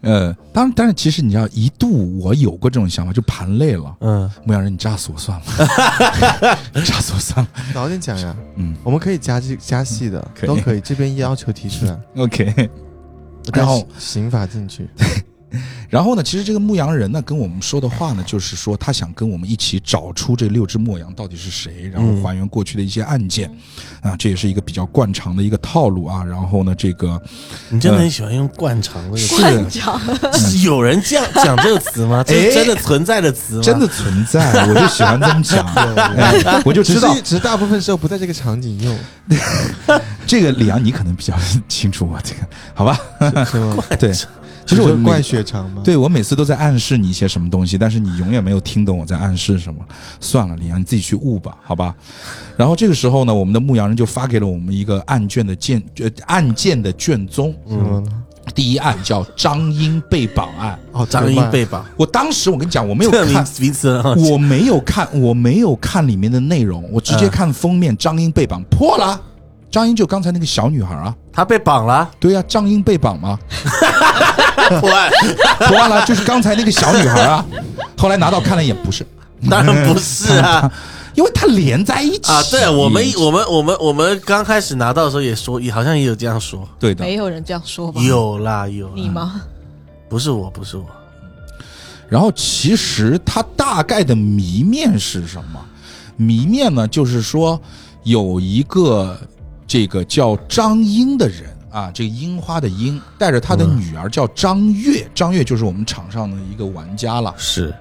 Speaker 4: 呃，当然，但是其实你知道，一度我有过这种想法，就盘累了。
Speaker 5: 嗯，
Speaker 4: 牧羊人，你炸死我算了， 炸死我算了。
Speaker 3: 早点讲呀，
Speaker 4: 嗯
Speaker 3: 我们可以加这加戏的，
Speaker 4: 可以
Speaker 3: 都可以，这边要求提出来，
Speaker 4: ，OK。
Speaker 3: 但
Speaker 4: 然后
Speaker 3: 是刑法进去。
Speaker 4: 然后呢，其实这个牧羊人呢跟我们说的话呢，就是说他想跟我们一起找出这六只牧羊到底是谁，然后还原过去的一些案件，啊，这也是一个比较惯常的一个套路啊。然后呢，这个
Speaker 5: 你真的很喜欢用“惯常”这
Speaker 4: 嗯
Speaker 5: 个
Speaker 1: 灌肠，
Speaker 5: 词，有人这样讲这个词吗？这是真的存在的词吗？
Speaker 4: 真的存在，我就喜欢这么讲， 哎我就知
Speaker 3: 只是
Speaker 4: 道
Speaker 3: 只是大部分时候不在这个场 景用，
Speaker 4: 这个李阳你可能比较清楚我这个，好吧？
Speaker 3: 是吗？
Speaker 4: 对，其实
Speaker 3: 你
Speaker 4: 我
Speaker 3: 说
Speaker 4: 每
Speaker 3: 怪血肠吗？，
Speaker 4: 对我每次都在暗示你一些什么东西，但是你永远没有听懂我在暗示什么。算了，李阳，你自己去悟吧，好吧。然后这个时候呢，我们的牧羊人就发给了我们一个案卷的卷呃案件的卷宗，
Speaker 3: 什么呢？
Speaker 4: 第一案叫张英被绑案。
Speaker 3: 哦，
Speaker 5: 张
Speaker 3: 怎么
Speaker 5: 英
Speaker 3: 办
Speaker 5: 被绑，
Speaker 4: 我当时我跟你讲，我没有
Speaker 5: 这名
Speaker 4: 看。
Speaker 5: 名词啊，
Speaker 4: 我没有看，我没有看里面的内容，我直接
Speaker 5: 嗯
Speaker 4: 看封面。张英被绑破了啊，张英就刚才那个小女孩啊，
Speaker 5: 他被绑了，
Speaker 4: 对呀、张英被绑嘛，
Speaker 5: 破案，
Speaker 4: 破案了，就是刚才那个小女孩啊。后来拿到看了一眼，不是，
Speaker 5: 当然不是啊。
Speaker 4: 因为它连在一起
Speaker 5: 啊，对我们我们我们我们刚开始拿到的时候也说，也好像也有这样说，
Speaker 4: 对的
Speaker 1: 没。有人这样说吧？
Speaker 5: 有啦有啦
Speaker 1: 你？吗？
Speaker 5: 不是我，不是我，
Speaker 4: 然后其实它大概的谜面是什么？谜面呢，就是说有一个这个叫张英的人啊，这个樱花的樱，带着他的
Speaker 5: 嗯
Speaker 4: 女儿叫张月，张月就是我们场上的一个玩家了。
Speaker 5: 是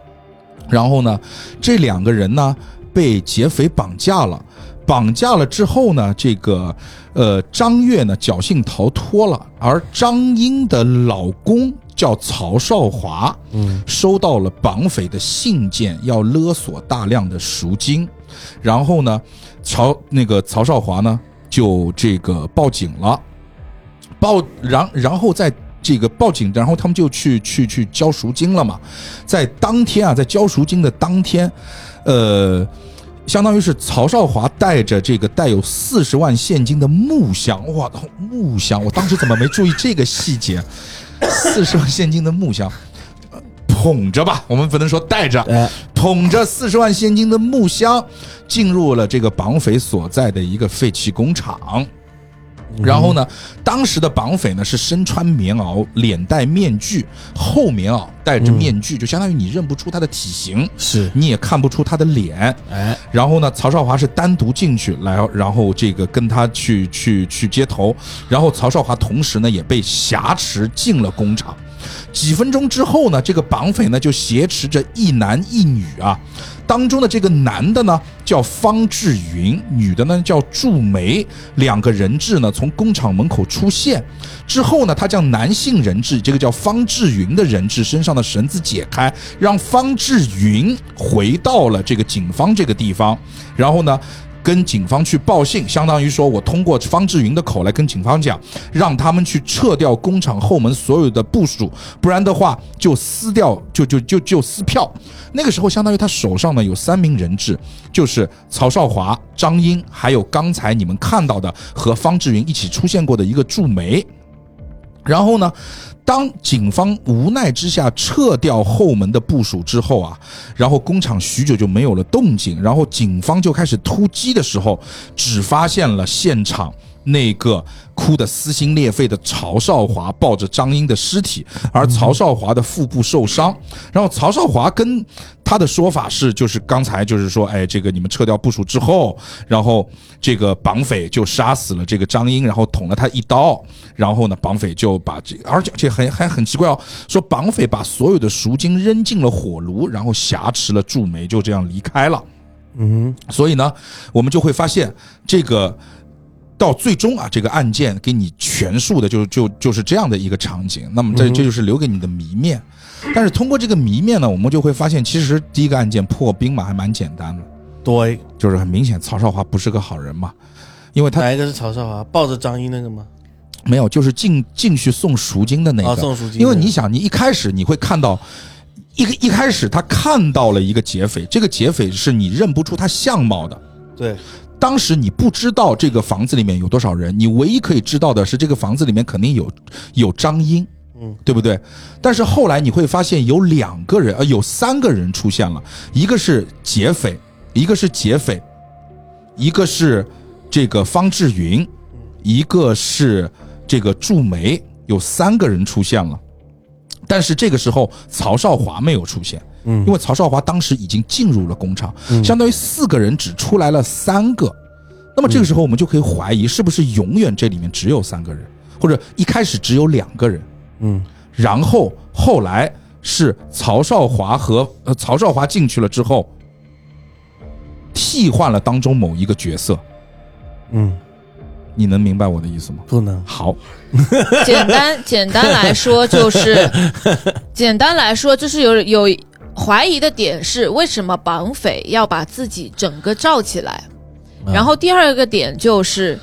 Speaker 4: 然后呢，这两个人呢被劫匪绑架了。绑架了之后呢，这个呃张月呢侥幸逃脱了，而张英的老公叫曹少华，嗯，收到了绑匪的信件，要勒索大量的赎金。然后呢，曹那个曹少华呢就这个报警了，报然然后在这个报警，然后他们就去去去交赎金了嘛。在当天啊，在交赎金的当天，呃，相当于是曹少华带着这个带有四十万现金的木箱，哇，木箱，我当时怎么没注意这个细节？四十万现金的木箱。呃捧着吧，我们不能说带着，
Speaker 5: 哎
Speaker 4: 捧着四十万现金的木箱，进入了这个绑匪所在的一个废弃工厂。然后呢，当时的绑匪呢是身穿棉袄，脸戴面具，厚棉袄，戴着面具，就相当于你认不出他的体型，
Speaker 5: 是，
Speaker 4: 你也看不出他的脸。
Speaker 5: 哎，
Speaker 4: 然后呢，曹少华是单独进去来，然后这个跟他去去去接头，然后曹少华同时呢也被挟持进了工厂。几分钟之后呢，这个绑匪呢就挟持着一男一女啊，当中的这个男的呢叫方志云，女的呢叫祝梅，两个人质呢从工厂门口出现之后呢，他将男性人质，这个叫方志云的人质身上的绳子解开，让方志云回到了这个警方这个地方，然后呢。跟警方去报信，相当于说我通过方志云的口来跟警方讲，让他们去撤掉工厂后门所有的部署，不然的话就撕掉，就就就就撕票。那个时候，相当于他手上呢有三名人质，就是曹少华、张英，还有刚才你们看到的和方志云一起出现过的一个祝梅。然后呢，当警方无奈之下撤掉后门的部署之后啊，然后工厂许久就没有了动静，然后警方就开始突击的时候，只发现了现场。那个哭得撕心裂肺的曹少华抱着张英的尸体，而曹少华的腹部受伤。然后曹少华跟他的说法是，就是刚才就是说，哎，这个你们撤掉部署之后，然后这个绑匪就杀死了这个张英，然后捅了他一刀，然后呢，绑匪就把这，而且而且很还很奇怪哦，说绑匪把所有的赎金扔进了火炉，然后挟持了祝梅，就这样离开了。
Speaker 5: 嗯哼，
Speaker 4: 所以呢，我们就会发现这个到最终啊，这个案件给你全述的就就就是这样的一个场景。那么这这就是留给你的谜面。但是通过这个谜面呢，我们就会发现，其实第一个案件破冰嘛，还蛮简单的，
Speaker 5: 对，
Speaker 4: 就是很明显曹少华不是个好人嘛，因为他
Speaker 5: 哪一个是曹少华抱着张英那个吗？
Speaker 4: 没有就是进进去啊送赎金的那
Speaker 5: 哦，
Speaker 4: 个，
Speaker 5: 宋书记，
Speaker 4: 因为你想，你一开始你会看到。一个一开始，他看到了一个劫匪，这个劫匪是你认不出他相貌的，
Speaker 5: 对
Speaker 4: 当时你不知道这个房子里面有多少人，你唯一可以知道的是这个房子里面肯定有有张英，
Speaker 5: 嗯，
Speaker 4: 对不对？但是后来你会发现有两个人，呃，有三个人出现了，一个是劫匪，一个是劫匪，一个是这个方志云，一个是这个祝梅，有三个人出现了。但是这个时候曹少华没有出现，
Speaker 5: 嗯
Speaker 4: 因为曹少华当时已经进入了工厂，相当于四个人只出来了三个。那么这个时候我们就可以怀疑，是不是永远这里面只有三个人，或者一开始只有两个人，
Speaker 5: 嗯
Speaker 4: 然后后来是曹少华和呃曹少华进去了之后，替换了当中某一个角色。
Speaker 5: 嗯，
Speaker 4: 你能明白我的意思吗？
Speaker 5: 不能，
Speaker 4: 好，
Speaker 1: 简单简单来说就是， 简单来说就是有有怀疑的点是为什么绑匪要把自己整个罩起来？然后第二个点就是，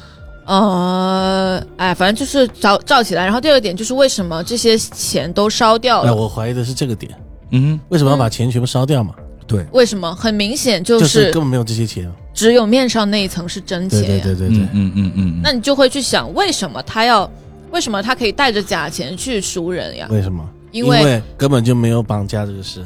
Speaker 1: 呃，哎，反正就是罩罩起来。然后第二个点就是为什么这些钱都烧掉
Speaker 5: 哎，
Speaker 1: 了？
Speaker 5: 我怀疑的是这个点，
Speaker 4: 嗯，
Speaker 5: 为什么要把钱全部烧掉嘛？
Speaker 4: 对，
Speaker 1: 为什么？很明显就
Speaker 5: 就是
Speaker 1: 是
Speaker 5: 根本没有这些钱。
Speaker 1: 只有面上那一层是真钱
Speaker 5: 对
Speaker 1: 呀。
Speaker 5: 对对对对
Speaker 4: 嗯，嗯嗯嗯，
Speaker 1: 那你就会去想，为什么他要？为什么他可以带着假钱去赎人
Speaker 4: 嗯
Speaker 1: 呀？
Speaker 5: 为什么？
Speaker 1: 因
Speaker 5: 为
Speaker 1: 为
Speaker 5: 根本就没有绑架这个事。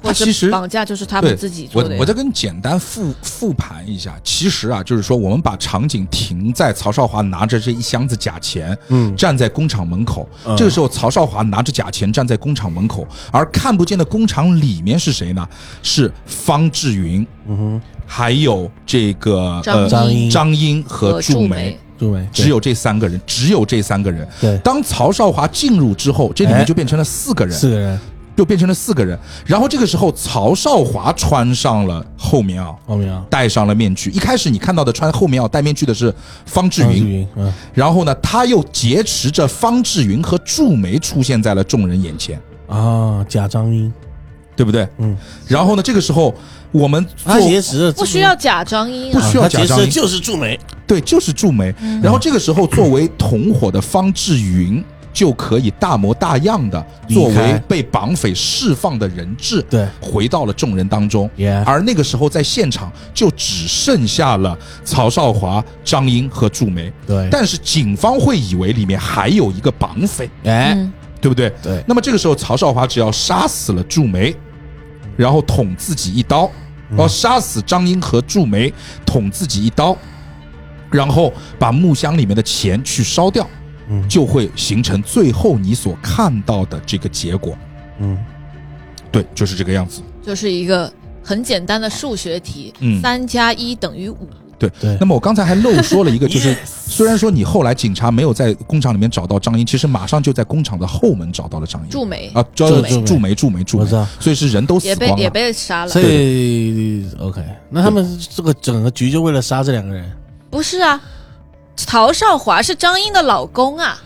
Speaker 4: 他
Speaker 1: 或
Speaker 4: 其实
Speaker 1: 者绑架就是他
Speaker 4: 对
Speaker 1: 们自己做
Speaker 4: 我
Speaker 1: 的呀。
Speaker 4: 我再跟你简单复复盘一下，其实啊，就是说我们把场景停在曹少华拿着这一箱子假钱，
Speaker 5: 嗯
Speaker 4: 站在工厂门口。
Speaker 5: 嗯
Speaker 4: 这个时候，曹少华拿着假钱站在工厂门口，而看不见的工厂里面是谁呢？是方志云，
Speaker 5: 嗯哼，
Speaker 4: 还有这个
Speaker 1: 张
Speaker 4: 呃
Speaker 5: 英
Speaker 4: 张英和
Speaker 1: 和
Speaker 4: 祝
Speaker 1: 祝
Speaker 4: 梅
Speaker 1: 梅。
Speaker 5: 杜梅
Speaker 4: 只有这三个人，只有这三个人。
Speaker 5: 对
Speaker 4: 当曹少华进入之后，这里
Speaker 5: 哎
Speaker 4: 面就变成了四个人，
Speaker 5: 四个人
Speaker 4: 就变成了四个人。然后这个时候，曹少华穿上了厚棉袄，
Speaker 5: 黄明啊，
Speaker 4: 戴上了面具。一开始你看到的穿厚棉袄戴面具的是方志
Speaker 5: 张志
Speaker 4: 云，
Speaker 5: 云，嗯
Speaker 4: 然后呢，他又劫持着方志云和祝梅出现在了众人眼前，
Speaker 5: 啊，贾张英，
Speaker 4: 对不对？
Speaker 5: 嗯，
Speaker 4: 然后呢，这个时候我们
Speaker 5: 他
Speaker 4: 做
Speaker 5: 劫持了
Speaker 1: 不需要假张英
Speaker 4: 不
Speaker 1: 啊，
Speaker 4: 需要
Speaker 5: 他
Speaker 4: 假
Speaker 5: 劫持
Speaker 4: 张
Speaker 5: 的
Speaker 4: 英
Speaker 5: 就是祝梅，
Speaker 4: 对，就是祝梅。
Speaker 5: 嗯
Speaker 4: 然后这个时候，作为同伙的方志云就可以大模大样的
Speaker 5: 离开
Speaker 4: 作为被绑匪释放的人质，
Speaker 5: 对
Speaker 4: 回到了众人当中。
Speaker 5: ，yeah，
Speaker 4: 而那个时候，在现场就只剩下了曹少华、张英和祝梅，
Speaker 5: 对，
Speaker 4: 但是警方会以为里面还有一个绑匪，
Speaker 5: 哎，
Speaker 1: 嗯，
Speaker 4: 对不对？
Speaker 5: 对，
Speaker 4: 那么这个时候，曹少华只要杀死了祝梅，然后捅自己一刀，
Speaker 5: 嗯
Speaker 4: 然后杀死张英和祝梅，捅自己一刀，然后把木箱里面的钱去烧掉，
Speaker 5: 嗯
Speaker 4: 就会形成最后你所看到的这个结果。
Speaker 5: 嗯，
Speaker 4: 对，就是这个样子。
Speaker 1: 就是一个很简单的数学题
Speaker 4: 嗯，
Speaker 1: 三加一等于五。
Speaker 4: 对，
Speaker 5: 对
Speaker 4: 那么我刚才还漏说了 一个，就是虽然说你后来警察没有在工厂里面找到张英，其实马上就在工厂的后门找到了张英。
Speaker 1: 祝梅
Speaker 4: 啊，
Speaker 1: 祝梅
Speaker 4: 祝梅，祝梅，祝
Speaker 5: 我
Speaker 4: 梅
Speaker 5: 知，道。
Speaker 4: 所以是人都死
Speaker 1: 也被
Speaker 4: 光
Speaker 1: 也
Speaker 4: 了。
Speaker 1: 被杀了
Speaker 5: 所，以 OK，那他们这个整个局就为了杀这两个人，
Speaker 1: 不是啊？曹少华是张英的老公啊，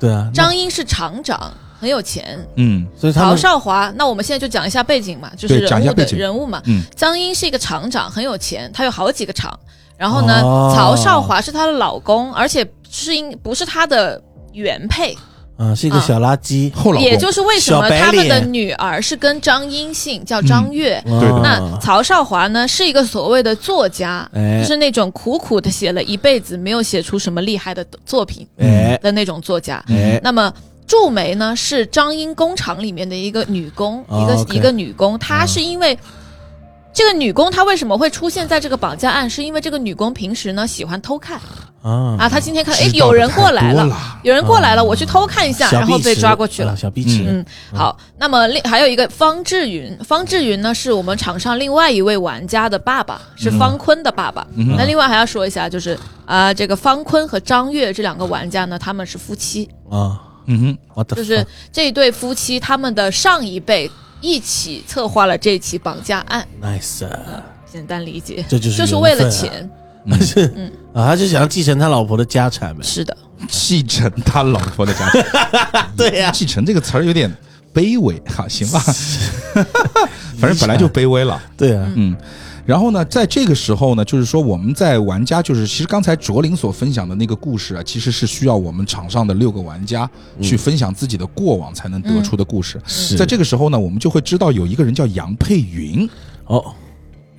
Speaker 5: 对啊，那
Speaker 1: 张英是厂长，很有钱。
Speaker 4: 嗯
Speaker 5: 所以他
Speaker 1: 曹
Speaker 5: 们
Speaker 1: 少华，那我们现在就讲一下背景嘛，就是
Speaker 4: 对讲
Speaker 1: 人
Speaker 4: 一下
Speaker 1: 物的
Speaker 4: 背景
Speaker 1: 人物嘛。
Speaker 4: 嗯，
Speaker 1: 张英是一个厂长，很有钱，他有好几个厂。然后呢，
Speaker 5: 哦
Speaker 1: 曹少华是她的老公，而且是因不是她的原配，
Speaker 5: 啊是一个小垃圾，
Speaker 4: 后老公
Speaker 1: 也就是为什么
Speaker 5: 小白
Speaker 1: 他们的
Speaker 5: 脸嗯啊
Speaker 1: 女儿是跟张英姓，叫张月。
Speaker 4: 对的
Speaker 1: 那曹少华呢，是一个所谓的作家，
Speaker 5: 哎
Speaker 1: 就是那种苦苦的写了一辈子，没有写出什么厉害的作品
Speaker 5: 哎
Speaker 1: 的那种作家。
Speaker 5: 哎
Speaker 1: 那么祝梅呢，是张英工厂里面的一个女工，
Speaker 5: 哦
Speaker 1: 一个、
Speaker 5: OK 嗯
Speaker 1: 一个女工，她是因为。这个女工她为什么会出现在这个绑架案？是因为这个女工平时呢喜欢偷看
Speaker 4: 嗯
Speaker 5: 啊
Speaker 1: 啊，她今天看，哎
Speaker 4: 知，道
Speaker 1: 有
Speaker 4: 得
Speaker 1: 人
Speaker 4: 太
Speaker 1: 过来
Speaker 4: 多
Speaker 1: 了，
Speaker 4: 了
Speaker 1: 有人过来了，我去偷看一下，
Speaker 5: 嗯小
Speaker 1: 然后
Speaker 5: 碧
Speaker 1: 被
Speaker 5: 池
Speaker 1: 抓过去了
Speaker 5: 啊。小碧池，
Speaker 1: 嗯，好，那么另还有一个方志云，方志云呢是我们场上另外一位玩家的爸爸，
Speaker 5: 嗯
Speaker 1: 是方坤的爸爸。
Speaker 4: 嗯
Speaker 1: 那另外还要说一下，就是啊、这个方坤和张悦这两个玩家呢，他们是夫 妻，
Speaker 5: 啊，
Speaker 4: 嗯哼，
Speaker 5: 我的
Speaker 1: 就是这一对夫妻，他们的上一辈一起策划了这起绑架案。
Speaker 5: nice，
Speaker 1: 简单理解，
Speaker 5: 这就是
Speaker 1: 就是
Speaker 5: 缘
Speaker 1: 为了
Speaker 5: 分啊
Speaker 1: 钱，
Speaker 4: 嗯
Speaker 5: 是
Speaker 1: 嗯
Speaker 5: 啊，他就想要继承他老婆的家产 呗，
Speaker 1: 是的，
Speaker 4: 继承他老婆的 家产。
Speaker 5: 对
Speaker 1: 啊
Speaker 5: 呀，
Speaker 4: 继承这个词儿有点卑微哈、行 吧，反正本来就卑微了。
Speaker 5: 对啊，
Speaker 4: 嗯，然后呢，在这个时候呢，就是说我们在玩家，就是其实刚才卓林所分享的那个故事啊，其实是需要我们场上的六个玩家去分享自己的过往才能得出的故事。
Speaker 5: 是
Speaker 4: 在这个时候呢，我们就会知道有一个人叫杨佩云。
Speaker 5: 哦，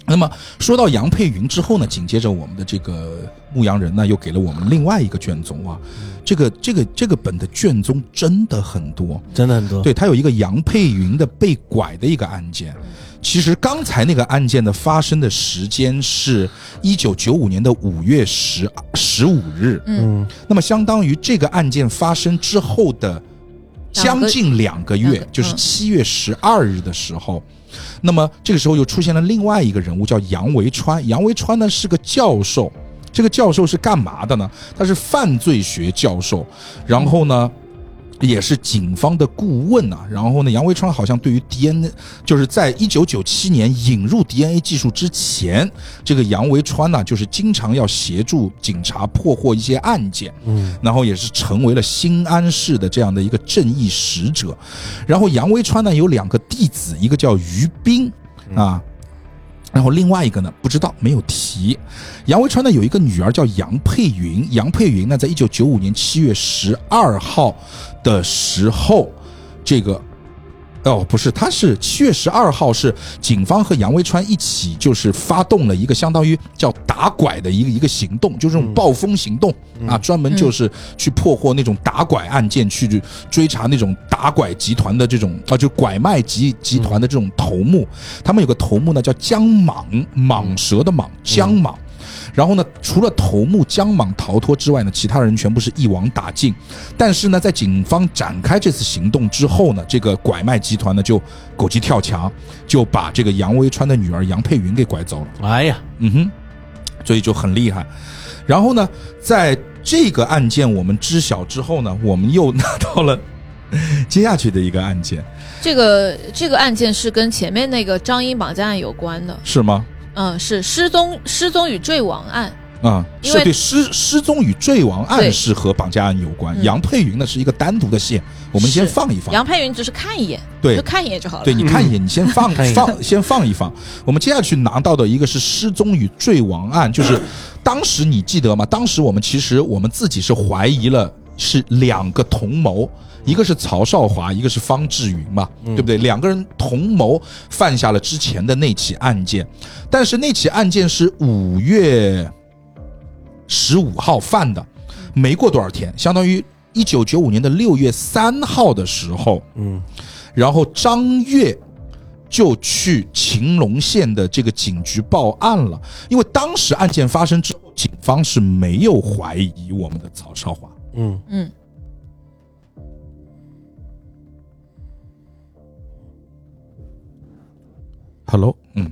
Speaker 4: 那么说到杨佩云之后呢，紧接着我们的这个牧羊人呢，又给了我们另外一个卷宗啊。这个这个这个本的卷宗真的很多，
Speaker 5: 真的很多，
Speaker 4: 对，他有一个杨佩云的被拐的一个案件。其实刚才那个案件的发生的时间是一九九五年的五月十十五日，
Speaker 1: 嗯
Speaker 5: 嗯
Speaker 4: 那么相当于这个案件发生之后的
Speaker 1: 两
Speaker 4: 将
Speaker 1: 个
Speaker 4: 近两个月，
Speaker 1: 两个
Speaker 4: 就是
Speaker 1: 嗯
Speaker 4: 七月十二日的时候，那么这个时候又出现了另外一个人物叫杨维川。杨维川呢是个教授，这个教授是干嘛的呢？他是犯罪学教授，然后呢？也是警方的顾问呐、然后呢，杨维川好像对于 DNA，就是在一九九七年引入 DNA 技术之前，这个杨维川呢、就是经常要协助警察破获一些案件。
Speaker 5: 嗯
Speaker 4: 然后也是成为了新安市的这样的一个正义使者。然后杨维川呢有两个弟子，一个叫于斌啊，然后另外一个呢不知道没有提。杨维川呢有一个女儿叫杨佩云，杨佩云呢在一九九五年七月十二号的时候，这个。哦，不是，他是七月十二号，是警方和杨维川一起，就是发动了一个相当于叫打拐的一个一个行动，就是这种暴风行动、啊，专门就是去破获那种打拐案件，去追查那种打拐集团的这种啊，就拐卖集集团的这种头目。他们有个头目呢叫江莽，蟒蛇的蟒，江莽。然后呢，除了头目江莽逃脱之外呢，其他人全部是一网打尽。但是呢，在警方展开这次行动之后呢，这个拐卖集团呢就狗急跳墙，就把这个杨维川的女儿杨佩云给拐走了。
Speaker 5: 哎呀，
Speaker 4: 嗯哼，所以就很厉害。然后呢，在这个案件我们知晓之后呢，我们又拿到了接下去的一个案件，
Speaker 1: 这个这个案件是跟前面那个张英绑架案有关的，
Speaker 4: 是吗？
Speaker 1: 嗯，是失踪失踪与坠亡案，
Speaker 4: 啊、
Speaker 1: 因
Speaker 4: 是
Speaker 1: 为
Speaker 4: 对失失踪与坠亡案
Speaker 1: 对
Speaker 4: 是和绑架案有关。
Speaker 1: 嗯
Speaker 4: 杨佩云呢是一个单独的线，我们先
Speaker 1: 是
Speaker 4: 放一放。
Speaker 1: 杨佩云只是看一眼，
Speaker 4: 对
Speaker 1: 就看一眼就好了。
Speaker 4: 对你看一眼，你先放
Speaker 5: 看一眼
Speaker 4: 放先放一放。我们接下去拿到的一个是失踪与坠亡案，就是当时你记得吗？当时我们其实我们自己是怀疑了是两个同谋，一个是曹少华，一个是方志云嘛，对不对？两个人同谋犯下了之前的那起案件，但是那起案件是五月十五号犯的，没过多少天，相当于一九九五年的六月三号的时候。
Speaker 5: 嗯
Speaker 4: 然后张悦就去秦隆县的这个警局报案了，因为当时案件发生之后，警方是没有怀疑我们的曹少华。
Speaker 5: 嗯，
Speaker 1: 嗯，
Speaker 4: Hello，嗯，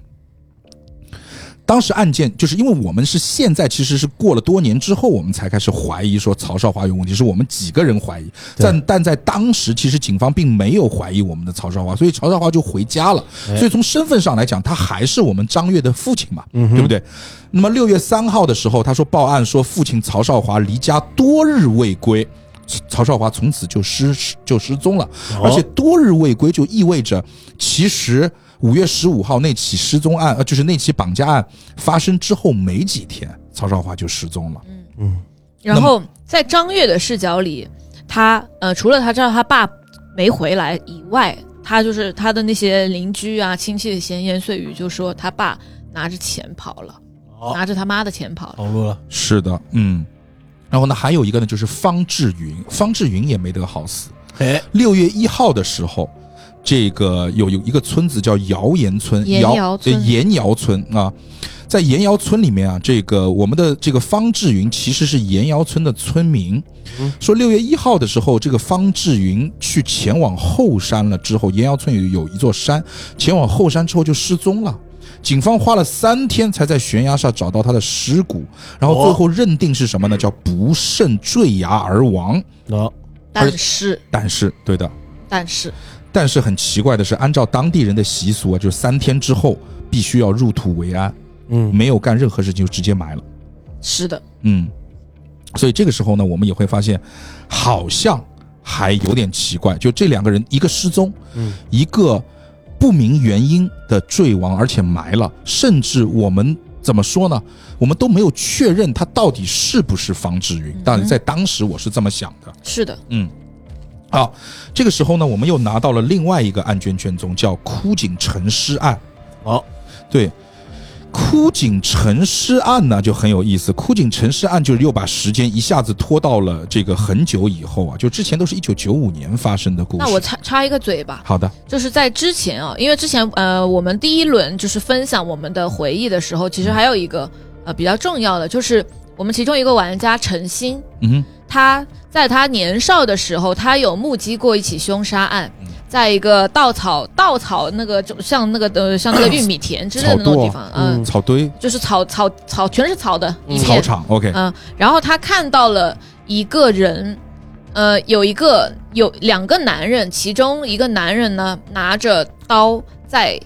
Speaker 4: 当时案件就是因为我们是现在其实是过了多年之后，我们才开始怀疑说曹少华有问题，是我们几个人怀疑，
Speaker 5: 对
Speaker 4: 但但在当时其实警方并没有怀疑我们的曹少华，所以曹少华就回家了。
Speaker 5: 哎
Speaker 4: 所以从身份上来讲，他还是我们张悦的父亲嘛，对不对？那么六月三号的时候，他说报案说父亲曹少华离家多日未归。曹少华从此就失就失踪了，而且多日未归就意味着，其实五月十五号那起失踪案，呃，就是那起绑架案发生之后没几天，曹少华就失踪了。
Speaker 1: 然后在张悦的视角里，他呃，除了他知道他爸没回来以外，他就是他的那些邻居啊、亲戚的闲言碎语，就说他爸拿着钱跑了，
Speaker 5: 哦
Speaker 1: 拿着他妈的钱跑了。
Speaker 4: 哦
Speaker 5: 跑路了，
Speaker 4: 是的，嗯。然后呢，还有一个呢，就是方志云，方志云也没得好死。
Speaker 5: 哎，
Speaker 4: 六月一号的时候，这个有有一个村子叫姚岩村，
Speaker 1: 岩窑村
Speaker 4: 呃岩窑村啊，在岩窑村里面啊，这个我们的这个方志云其实是岩窑村的村民。说六月一号的时候，这个方志云去前往后山了之后，岩窑村有有一座山，前往后山之后就失踪了。警方花了三天才在悬崖上找到他的尸骨，然后最后认定是什么呢？叫不慎坠崖而亡。
Speaker 5: 哦，
Speaker 4: 而
Speaker 1: 但是，
Speaker 4: 但是，对的，
Speaker 1: 但是，
Speaker 4: 但是很奇怪的是，按照当地人的习俗啊，就是三天之后必须要入土为安，
Speaker 5: 嗯，
Speaker 4: 没有干任何事情就直接埋了。
Speaker 1: 是的，
Speaker 4: 嗯，所以这个时候呢，我们也会发现，好像还有点奇怪，就这两个人，一个失踪，
Speaker 5: 嗯，
Speaker 4: 一个不明原因的坠亡，而且埋了，甚至我们。怎么说呢？我们都没有确认他到底是不是方志云，
Speaker 5: 嗯
Speaker 4: 但是在当时我是这么想的。
Speaker 1: 是的，
Speaker 4: 嗯，好，这个时候呢，我们又拿到了另外一个案卷卷宗，叫枯井沉尸案。
Speaker 5: 哦，
Speaker 4: 对，枯井沉尸案呢就很有意思。枯井沉尸案就是又把时间一下子拖到了这个很久以后啊，就之前都是一九九五年发生的故事。
Speaker 1: 那我插插一个嘴吧，
Speaker 4: 好的，
Speaker 1: 就是在之前啊，因为之前呃，我们第一轮就是分享我们的回忆的时候，其实还有一个呃比较重要的，就是我们其中一个玩家陈鑫，
Speaker 4: 嗯哼，
Speaker 1: 他在他年少的时候，他有目击过一起凶杀案，
Speaker 4: 嗯
Speaker 1: 在一个稻草稻草那个就像那个呃像那个玉米田之类的那种地方，嗯，
Speaker 4: 草堆、
Speaker 1: 就是草草草全是草的一
Speaker 4: 草
Speaker 1: 片，
Speaker 4: 场，OK，
Speaker 1: 嗯，然后他看到了一个人，呃，有一个有两个男人，其中一个男人呢拿着刀在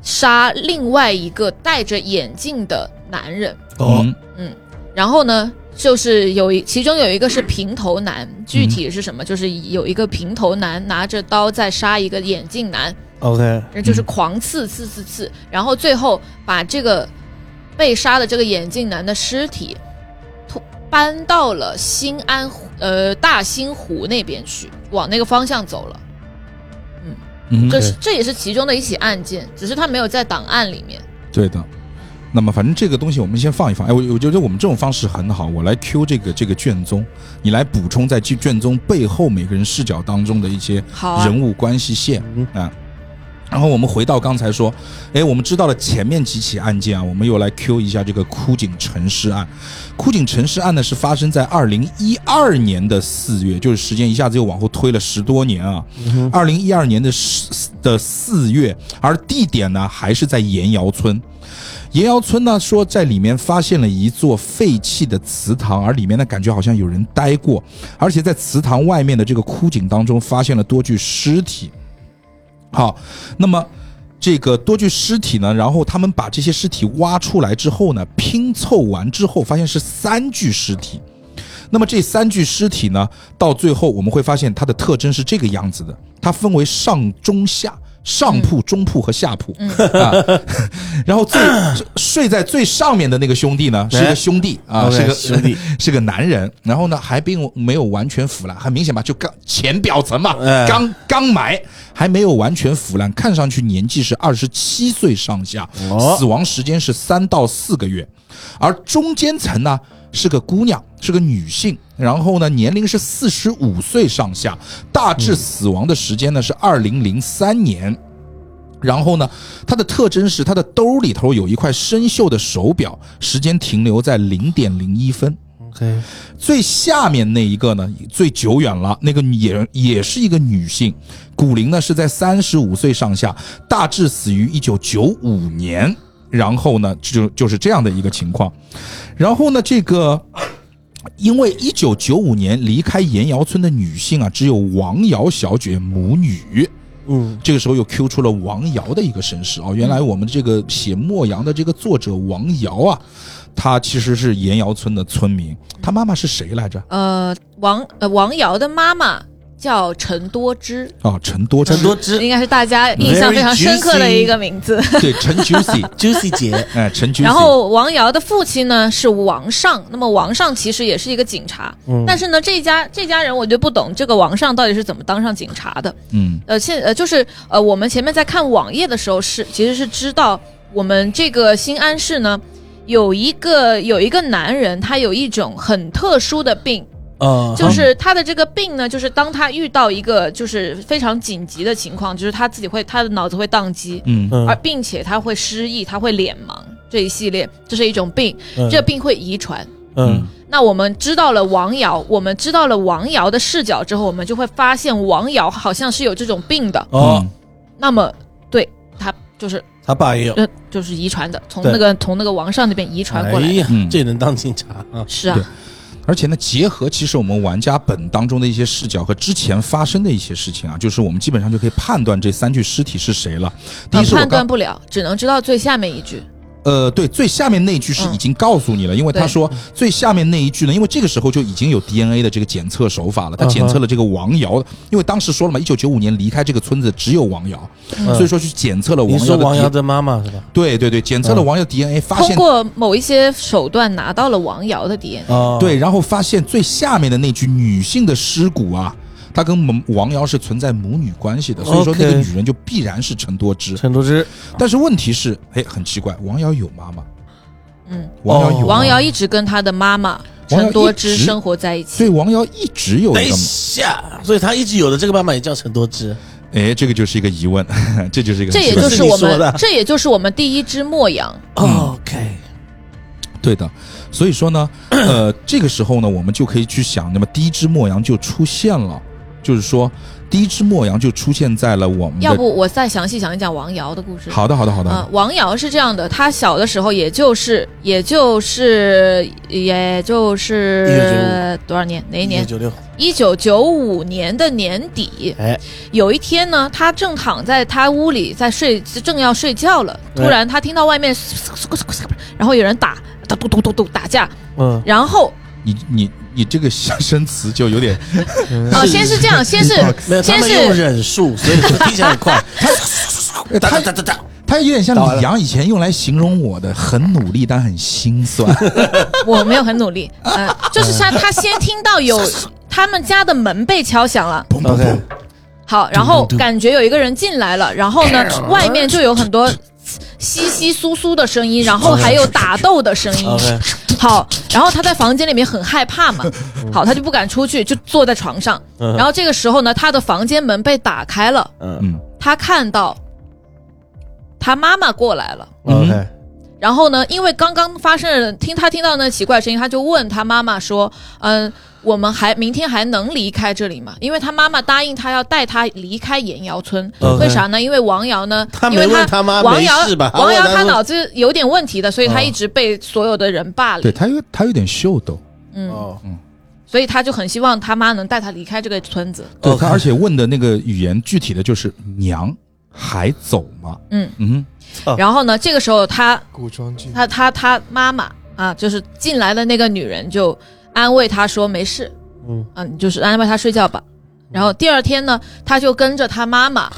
Speaker 1: 杀另外一个戴着眼镜的男人，
Speaker 5: 哦
Speaker 4: 嗯
Speaker 1: 然后呢，就是有一其中有一个是平头男，具体是什么？就是有一个平头男拿着刀在杀一个眼镜男，
Speaker 5: ，OK，
Speaker 1: 就是狂刺刺刺刺，然后最后把这个被杀的这个眼镜男的尸体拖搬到了新安湖呃大兴湖那边去，往那个方向走了。
Speaker 4: 嗯
Speaker 1: 这
Speaker 4: 哼，
Speaker 1: 是这也是其中的一起案件，只是他没有在档案里面。
Speaker 4: 对的。那么反正这个东西我们先放一放。哎，我我觉得我们这种方式很好，我来 Q 这个这个卷宗，你来补充在这卷宗背后每个人视角当中的一些
Speaker 1: 好啊，
Speaker 4: 人物关系线啊。然后我们回到刚才说，哎，我们知道了前面几起案件啊，我们又来 Q 一下这个枯井陈尸案。枯井陈尸案呢是发生在二零一二年的四月，就是时间一下子又往后推了十多年啊。二零一二年的四的四月，而地点呢还是在盐窑村。盐窑村呢说在里面发现了一座废弃的祠堂，而里面呢感觉好像有人待过，而且在祠堂外面的这个枯井当中发现了多具尸体。好，那么这个多具尸体呢，然后他们把这些尸体挖出来之后呢，拼凑完之后发现是三具尸体。那么这三具尸体呢，到最后我们会发现它的特征是这个样子的，它分为上中下。上铺、中铺和下铺、啊， 然后最睡在最上面的那个兄弟呢，是一
Speaker 5: 哎
Speaker 4: 个兄弟啊，
Speaker 5: OK，
Speaker 4: 是个
Speaker 5: 兄弟，
Speaker 4: 是个男人，然后呢还并没有完全腐烂，很明显吧，就刚浅表层嘛，
Speaker 5: 哎
Speaker 4: 刚刚埋，还没有完全腐烂，看上去年纪是二十七岁上下，
Speaker 5: 哦
Speaker 4: 死亡时间是三到四个月，而中间层呢是个姑娘，是个女性，然后呢年龄是四十五岁上下，大
Speaker 5: 嗯
Speaker 4: 致死亡的时间呢是二零零三年。然后呢，它的特征是它的兜里头有一块生锈的手表，时间停留在零点零一分。
Speaker 5: ，OK，
Speaker 4: 最下面那一个呢，最久远了，那个也也是一个女性，骨龄呢是在三十五岁上下，大致死于一九九五年。然后呢，就就是这样的一个情况。然后呢，这个因为一九九五年离开盐窑村的女性啊，只有王瑶小姐母女。
Speaker 5: 嗯，
Speaker 4: 这个时候又 Q 出了王瑶的一个身世啊、原来我们这个写莫阳的这个作者王瑶啊，他其实是盐窑村的村民，他妈妈是谁来着？
Speaker 1: 呃，王呃王瑶的妈妈叫陈多芝，
Speaker 4: 啊，陈多
Speaker 5: 陈
Speaker 4: 汁
Speaker 5: 多汁
Speaker 1: 应该是大家印象非常深刻的一个名字。
Speaker 4: 对陈 Juicy，
Speaker 5: ，Juicy 姐，
Speaker 4: 哎，陈 Juicy，
Speaker 1: 然后王瑶的父亲呢是王上，那么王上其实也是一个警察，
Speaker 5: 嗯
Speaker 1: 但是呢这家这家人我就不懂这个王上到底是怎么当上警察的。
Speaker 4: 嗯
Speaker 1: 呃，现呃就是呃我们前面在看网页的时候是其实是知道我们这个新安市呢有一个有一个男人他有一种很特殊的病，
Speaker 5: 哦，
Speaker 1: 就是他的这个病呢，就是当他遇到一个就是非常紧急的情况，就是他自己会他的脑子会宕机，
Speaker 4: 嗯
Speaker 5: 嗯
Speaker 1: 而并且他会失忆，他会脸盲这一系列，这是一种病，
Speaker 4: 嗯
Speaker 1: 这病会遗传。
Speaker 5: 嗯
Speaker 1: 那我们知道了王瑶，我们知道了王瑶的视角之后，我们就会发现王瑶好像是有这种病的。
Speaker 5: 哦，
Speaker 4: 嗯
Speaker 1: 那么，对他就是
Speaker 5: 他爸也有，
Speaker 1: 呃就是遗传的，从
Speaker 5: 对
Speaker 1: 那个从那个王上那边遗传过
Speaker 5: 哎
Speaker 1: 来的。
Speaker 5: 呀
Speaker 4: 嗯，
Speaker 5: 这能当警察啊？
Speaker 1: 是啊
Speaker 4: 对，而且呢，结合其实我们玩家本当中的一些视角和之前发生的一些事情啊，就是我们基本上就可以判断这三具尸体是谁了。第一
Speaker 1: 呃
Speaker 4: 是我
Speaker 1: 判
Speaker 4: 刚
Speaker 1: 断不了，只能知道最下面一句。
Speaker 4: 呃，对，最下面那一句
Speaker 5: 嗯
Speaker 4: 是已经告诉你了，因为他说最下面那一句呢，因为这个时候就已经有 DNA 的这个检测手法了，他
Speaker 5: 嗯哼
Speaker 4: 检测了这个王瑶，因为当时说了嘛，一九九五年离开这个村子只有王瑶，嗯
Speaker 5: 嗯
Speaker 4: 所以说去检测了
Speaker 5: 你
Speaker 4: 王
Speaker 5: 说
Speaker 4: 瑶的
Speaker 5: 王瑶
Speaker 4: DNA，
Speaker 5: 的妈妈是吧？
Speaker 4: 对对对，检测了
Speaker 5: 嗯
Speaker 4: 王瑶 DNA，发
Speaker 1: 通
Speaker 4: 现
Speaker 1: 过某一些手段拿到了王瑶的 DNA。
Speaker 5: 哦，
Speaker 4: 对，然后发现最下面的那具女性的尸骨啊，她跟王王瑶是存在母女关系的，所以说那个
Speaker 5: OK
Speaker 4: 女人就必然是陈多芝，
Speaker 5: 陈多汁，
Speaker 4: 但是问题是，哎，很奇怪，王瑶有妈妈，
Speaker 1: 嗯，
Speaker 4: 王瑶有
Speaker 5: 哦
Speaker 4: 妈妈
Speaker 1: 王瑶一直跟她的妈妈
Speaker 4: 王瑶
Speaker 1: 陈多
Speaker 4: 一
Speaker 1: 芝
Speaker 4: 直
Speaker 1: 生活在一
Speaker 4: 所以
Speaker 1: 起。
Speaker 4: 王瑶一直有
Speaker 5: 等
Speaker 4: 一
Speaker 5: 一
Speaker 4: 个。
Speaker 5: 下，所以他一直有的这个妈妈也叫陈多汁，
Speaker 4: 哎，这个就是一个疑问，这就是一个
Speaker 1: 这
Speaker 4: 很
Speaker 1: 也
Speaker 4: 奇怪
Speaker 1: 就
Speaker 4: 的
Speaker 1: 是我
Speaker 5: 是你说
Speaker 1: 们
Speaker 5: 的，
Speaker 4: 嗯
Speaker 1: 这也就是我们第一只墨阳。
Speaker 5: OK，
Speaker 4: 对的，所以说呢，呃，这个时候呢，我们就可以去想，那么第一只墨羊就出现了，就是说第一只墨羊就出现在了我们的。
Speaker 1: 要不我再详细讲一讲王瑶的故事。
Speaker 4: 嗯好的，好的，好的。
Speaker 1: 啊、王瑶是这样的，她小的时候也就是也就是也就是多少年？哪一年？
Speaker 5: 九六，
Speaker 1: 一九九五年的年底，
Speaker 5: 哎，
Speaker 1: 有一天呢，她正躺在她屋里在睡，正要睡觉了，突
Speaker 5: 哎
Speaker 1: 然她听到外面，然后有人打打咚咚咚咚打架，
Speaker 5: 嗯，
Speaker 1: 然后
Speaker 4: 你你你这个相声词就有点，
Speaker 1: 啊、先是这样，先是
Speaker 5: 没有，他
Speaker 1: 先
Speaker 5: 们
Speaker 1: 是
Speaker 5: 用忍术，所以说听起来很快。哒哒哒哒哒，
Speaker 4: 它有点像李阳以前用来形容我的，很努力但很心酸。
Speaker 1: 我没有很努 力，呃，就是他他先听到有呃他们家的门被敲响了，
Speaker 4: 砰砰砰！
Speaker 1: 好，然后感觉有一个人进来了，然后
Speaker 5: 哎
Speaker 1: 呢，外面就有很多稀稀疏疏的声音，然后还有打斗的声音。
Speaker 5: OK，
Speaker 1: 好，然后他在房间里面很害怕 嘛，好，他就不敢出去，就坐在床上。
Speaker 5: 嗯
Speaker 1: 然后这个时候呢，他的房间门被打开了，
Speaker 5: 嗯
Speaker 4: 嗯，
Speaker 1: 他看到他妈妈过来了。
Speaker 5: 嗯
Speaker 4: 嗯
Speaker 3: ，OK，
Speaker 1: 然后呢，因为刚刚发生了，听他听到那奇怪声音，他就问他妈妈说：“嗯，我们还明天还能离开这里吗？”因为他妈妈答应他要带他离开岩窑村。
Speaker 5: OK
Speaker 1: 为啥呢？因为王瑶呢，
Speaker 5: 他没
Speaker 1: 因为
Speaker 5: 问他妈
Speaker 1: 王瑶
Speaker 5: 没事吧他
Speaker 1: 王瑶
Speaker 5: 问他
Speaker 1: 他
Speaker 5: 说
Speaker 1: 脑子有点问题的，所以他
Speaker 5: 哦
Speaker 1: 一直被所有的人霸
Speaker 4: 对，
Speaker 1: 凌。
Speaker 4: 它有它有点秀逗。
Speaker 1: 嗯，
Speaker 5: 哦，
Speaker 1: 所以他就很希望他妈能带他离开这个村子。
Speaker 4: 对，
Speaker 5: OK
Speaker 4: 它而且问的那个语言具体的就是“娘还走吗？”
Speaker 1: 嗯
Speaker 4: 嗯
Speaker 5: 哦
Speaker 1: 然后呢，这个时候他
Speaker 3: 古装剧
Speaker 1: 他他他妈妈啊，就是进来的那个女人就安慰他说没事，
Speaker 5: 嗯
Speaker 1: 啊，你就是安排他睡觉吧。然后第二天呢，他就跟着他妈妈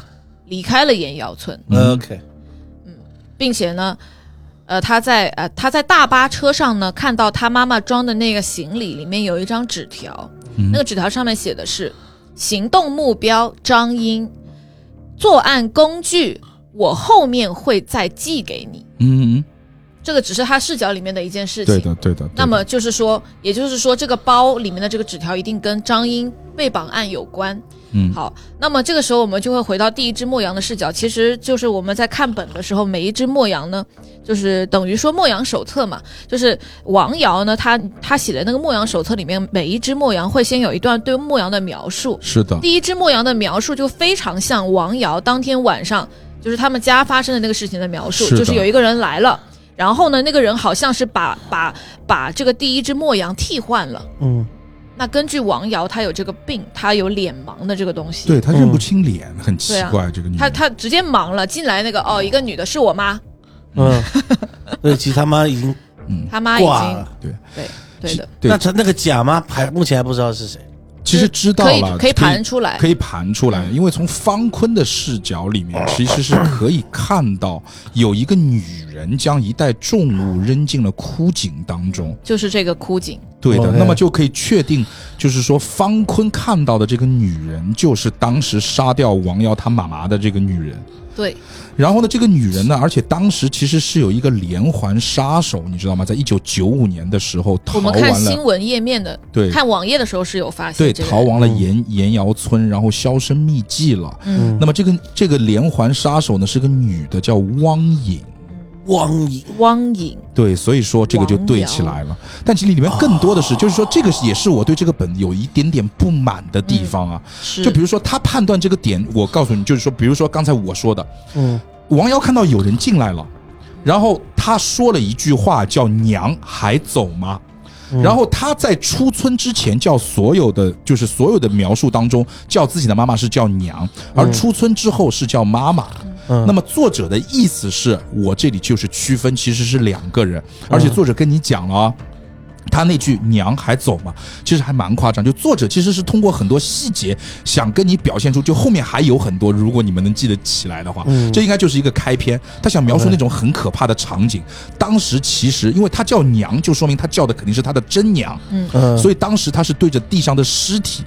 Speaker 1: 离开了岩窑村，
Speaker 4: 嗯
Speaker 5: OK，
Speaker 1: 并且呢，呃，他在呃他在大巴车上呢，看到他妈妈装的那个行李里面有一张纸条，
Speaker 4: 嗯
Speaker 1: 那个纸条上面写的是行动目标张英，作案工具我后面会再寄给你。
Speaker 4: 嗯嗯，
Speaker 1: 这个只是他视角里面的一件事情。
Speaker 4: 对的对的。对的
Speaker 1: 那么就是说，也就是说，这个包里面的这个纸条一定跟张英被绑案有关。
Speaker 4: 嗯
Speaker 1: 好，那么这个时候我们就会回到第一只墨羊的视角，其实就是我们在看本的时候，每一只墨羊呢，就是等于说《墨羊手册》嘛，就是王瑶呢，他他写的那个《墨羊手册》里面，每一只墨羊会先有一段对墨羊的描述。
Speaker 4: 是的，
Speaker 1: 第一只墨羊的描述就非常像王瑶当天晚上就是他们家发生的那个事情的描述，
Speaker 4: 是的
Speaker 1: 就是有一个人来了，然后呢，那个人好像是把把把这个第一只墨羊替换了。
Speaker 5: 嗯，
Speaker 1: 那根据王瑶，她有这个病，她有脸盲的这个东西。
Speaker 4: 对他认不清脸，很奇怪。这个女人
Speaker 1: 啊他他直接忙了，进来那个哦，一个女的是我妈，
Speaker 5: 嗯，对，其实他妈已经
Speaker 4: 嗯，
Speaker 1: 她妈已
Speaker 5: 挂
Speaker 1: 经
Speaker 5: 了。
Speaker 1: 对的，
Speaker 4: 对
Speaker 5: 那，他那个假妈还目前还不知道是谁。
Speaker 4: 其实知道
Speaker 1: 可以
Speaker 4: 了，
Speaker 1: 可以盘出来嗯
Speaker 4: 可。以盘出来，因为从方坤的视角里面，其实是可以看到有一个女人将一袋重物扔进了枯井当中。
Speaker 1: 就是这个枯井，
Speaker 4: 对的，
Speaker 5: OK
Speaker 4: 那么就可以确定，就是说方坤看到的这个女人，就是当时杀掉王瑶他妈妈的这个女人。
Speaker 1: 对，
Speaker 4: 然后呢，这个女人呢，而且当时其实是有一个连环杀手，你知道吗？在一九九五年的时候逃
Speaker 1: 我们
Speaker 4: 完
Speaker 1: 看
Speaker 4: 了
Speaker 1: 新，闻页面的，
Speaker 4: 对
Speaker 1: 看网页的时候是有发现
Speaker 4: 对，
Speaker 1: 这个人，
Speaker 4: 逃亡了岩岩窑村，然后销声匿迹了。
Speaker 1: 嗯，
Speaker 4: 那么这个这个连环杀手呢是个女的，叫汪颖。
Speaker 5: 汪颖，
Speaker 1: 汪颖，
Speaker 4: 对，所以说这个就对起来了。但其实里面更多
Speaker 1: 哦
Speaker 4: 的是，就是说这个也是我对这个本有一点点不满的地方啊。
Speaker 1: 是
Speaker 4: 就比如说他判断这个点，我告诉你，就是说，比如说刚才我说的，
Speaker 5: 嗯，
Speaker 4: 王瑶看到有人进来了，然后他说了一句话叫“娘还走吗”，然后他在出村之前叫所有的就是所有的描述当中叫自己的妈妈是叫娘，而出村之后是叫妈妈。
Speaker 5: 嗯
Speaker 4: 那么作者的意思是我这里就是区分其实是两个人，而且作者跟你讲了、啊。他那句“娘还走吗”，其实还蛮夸张。就作者其实是通过很多细节想跟你表现出，就后面还有很多，如果你们能记得起来的话，
Speaker 5: 嗯
Speaker 4: 这应该就是一个开篇。他想描述那种很可怕的场景。当时其实，因为他叫娘，就说明他叫的肯定是他的真娘，
Speaker 5: 嗯，
Speaker 4: 所以当时他是对着地上的尸体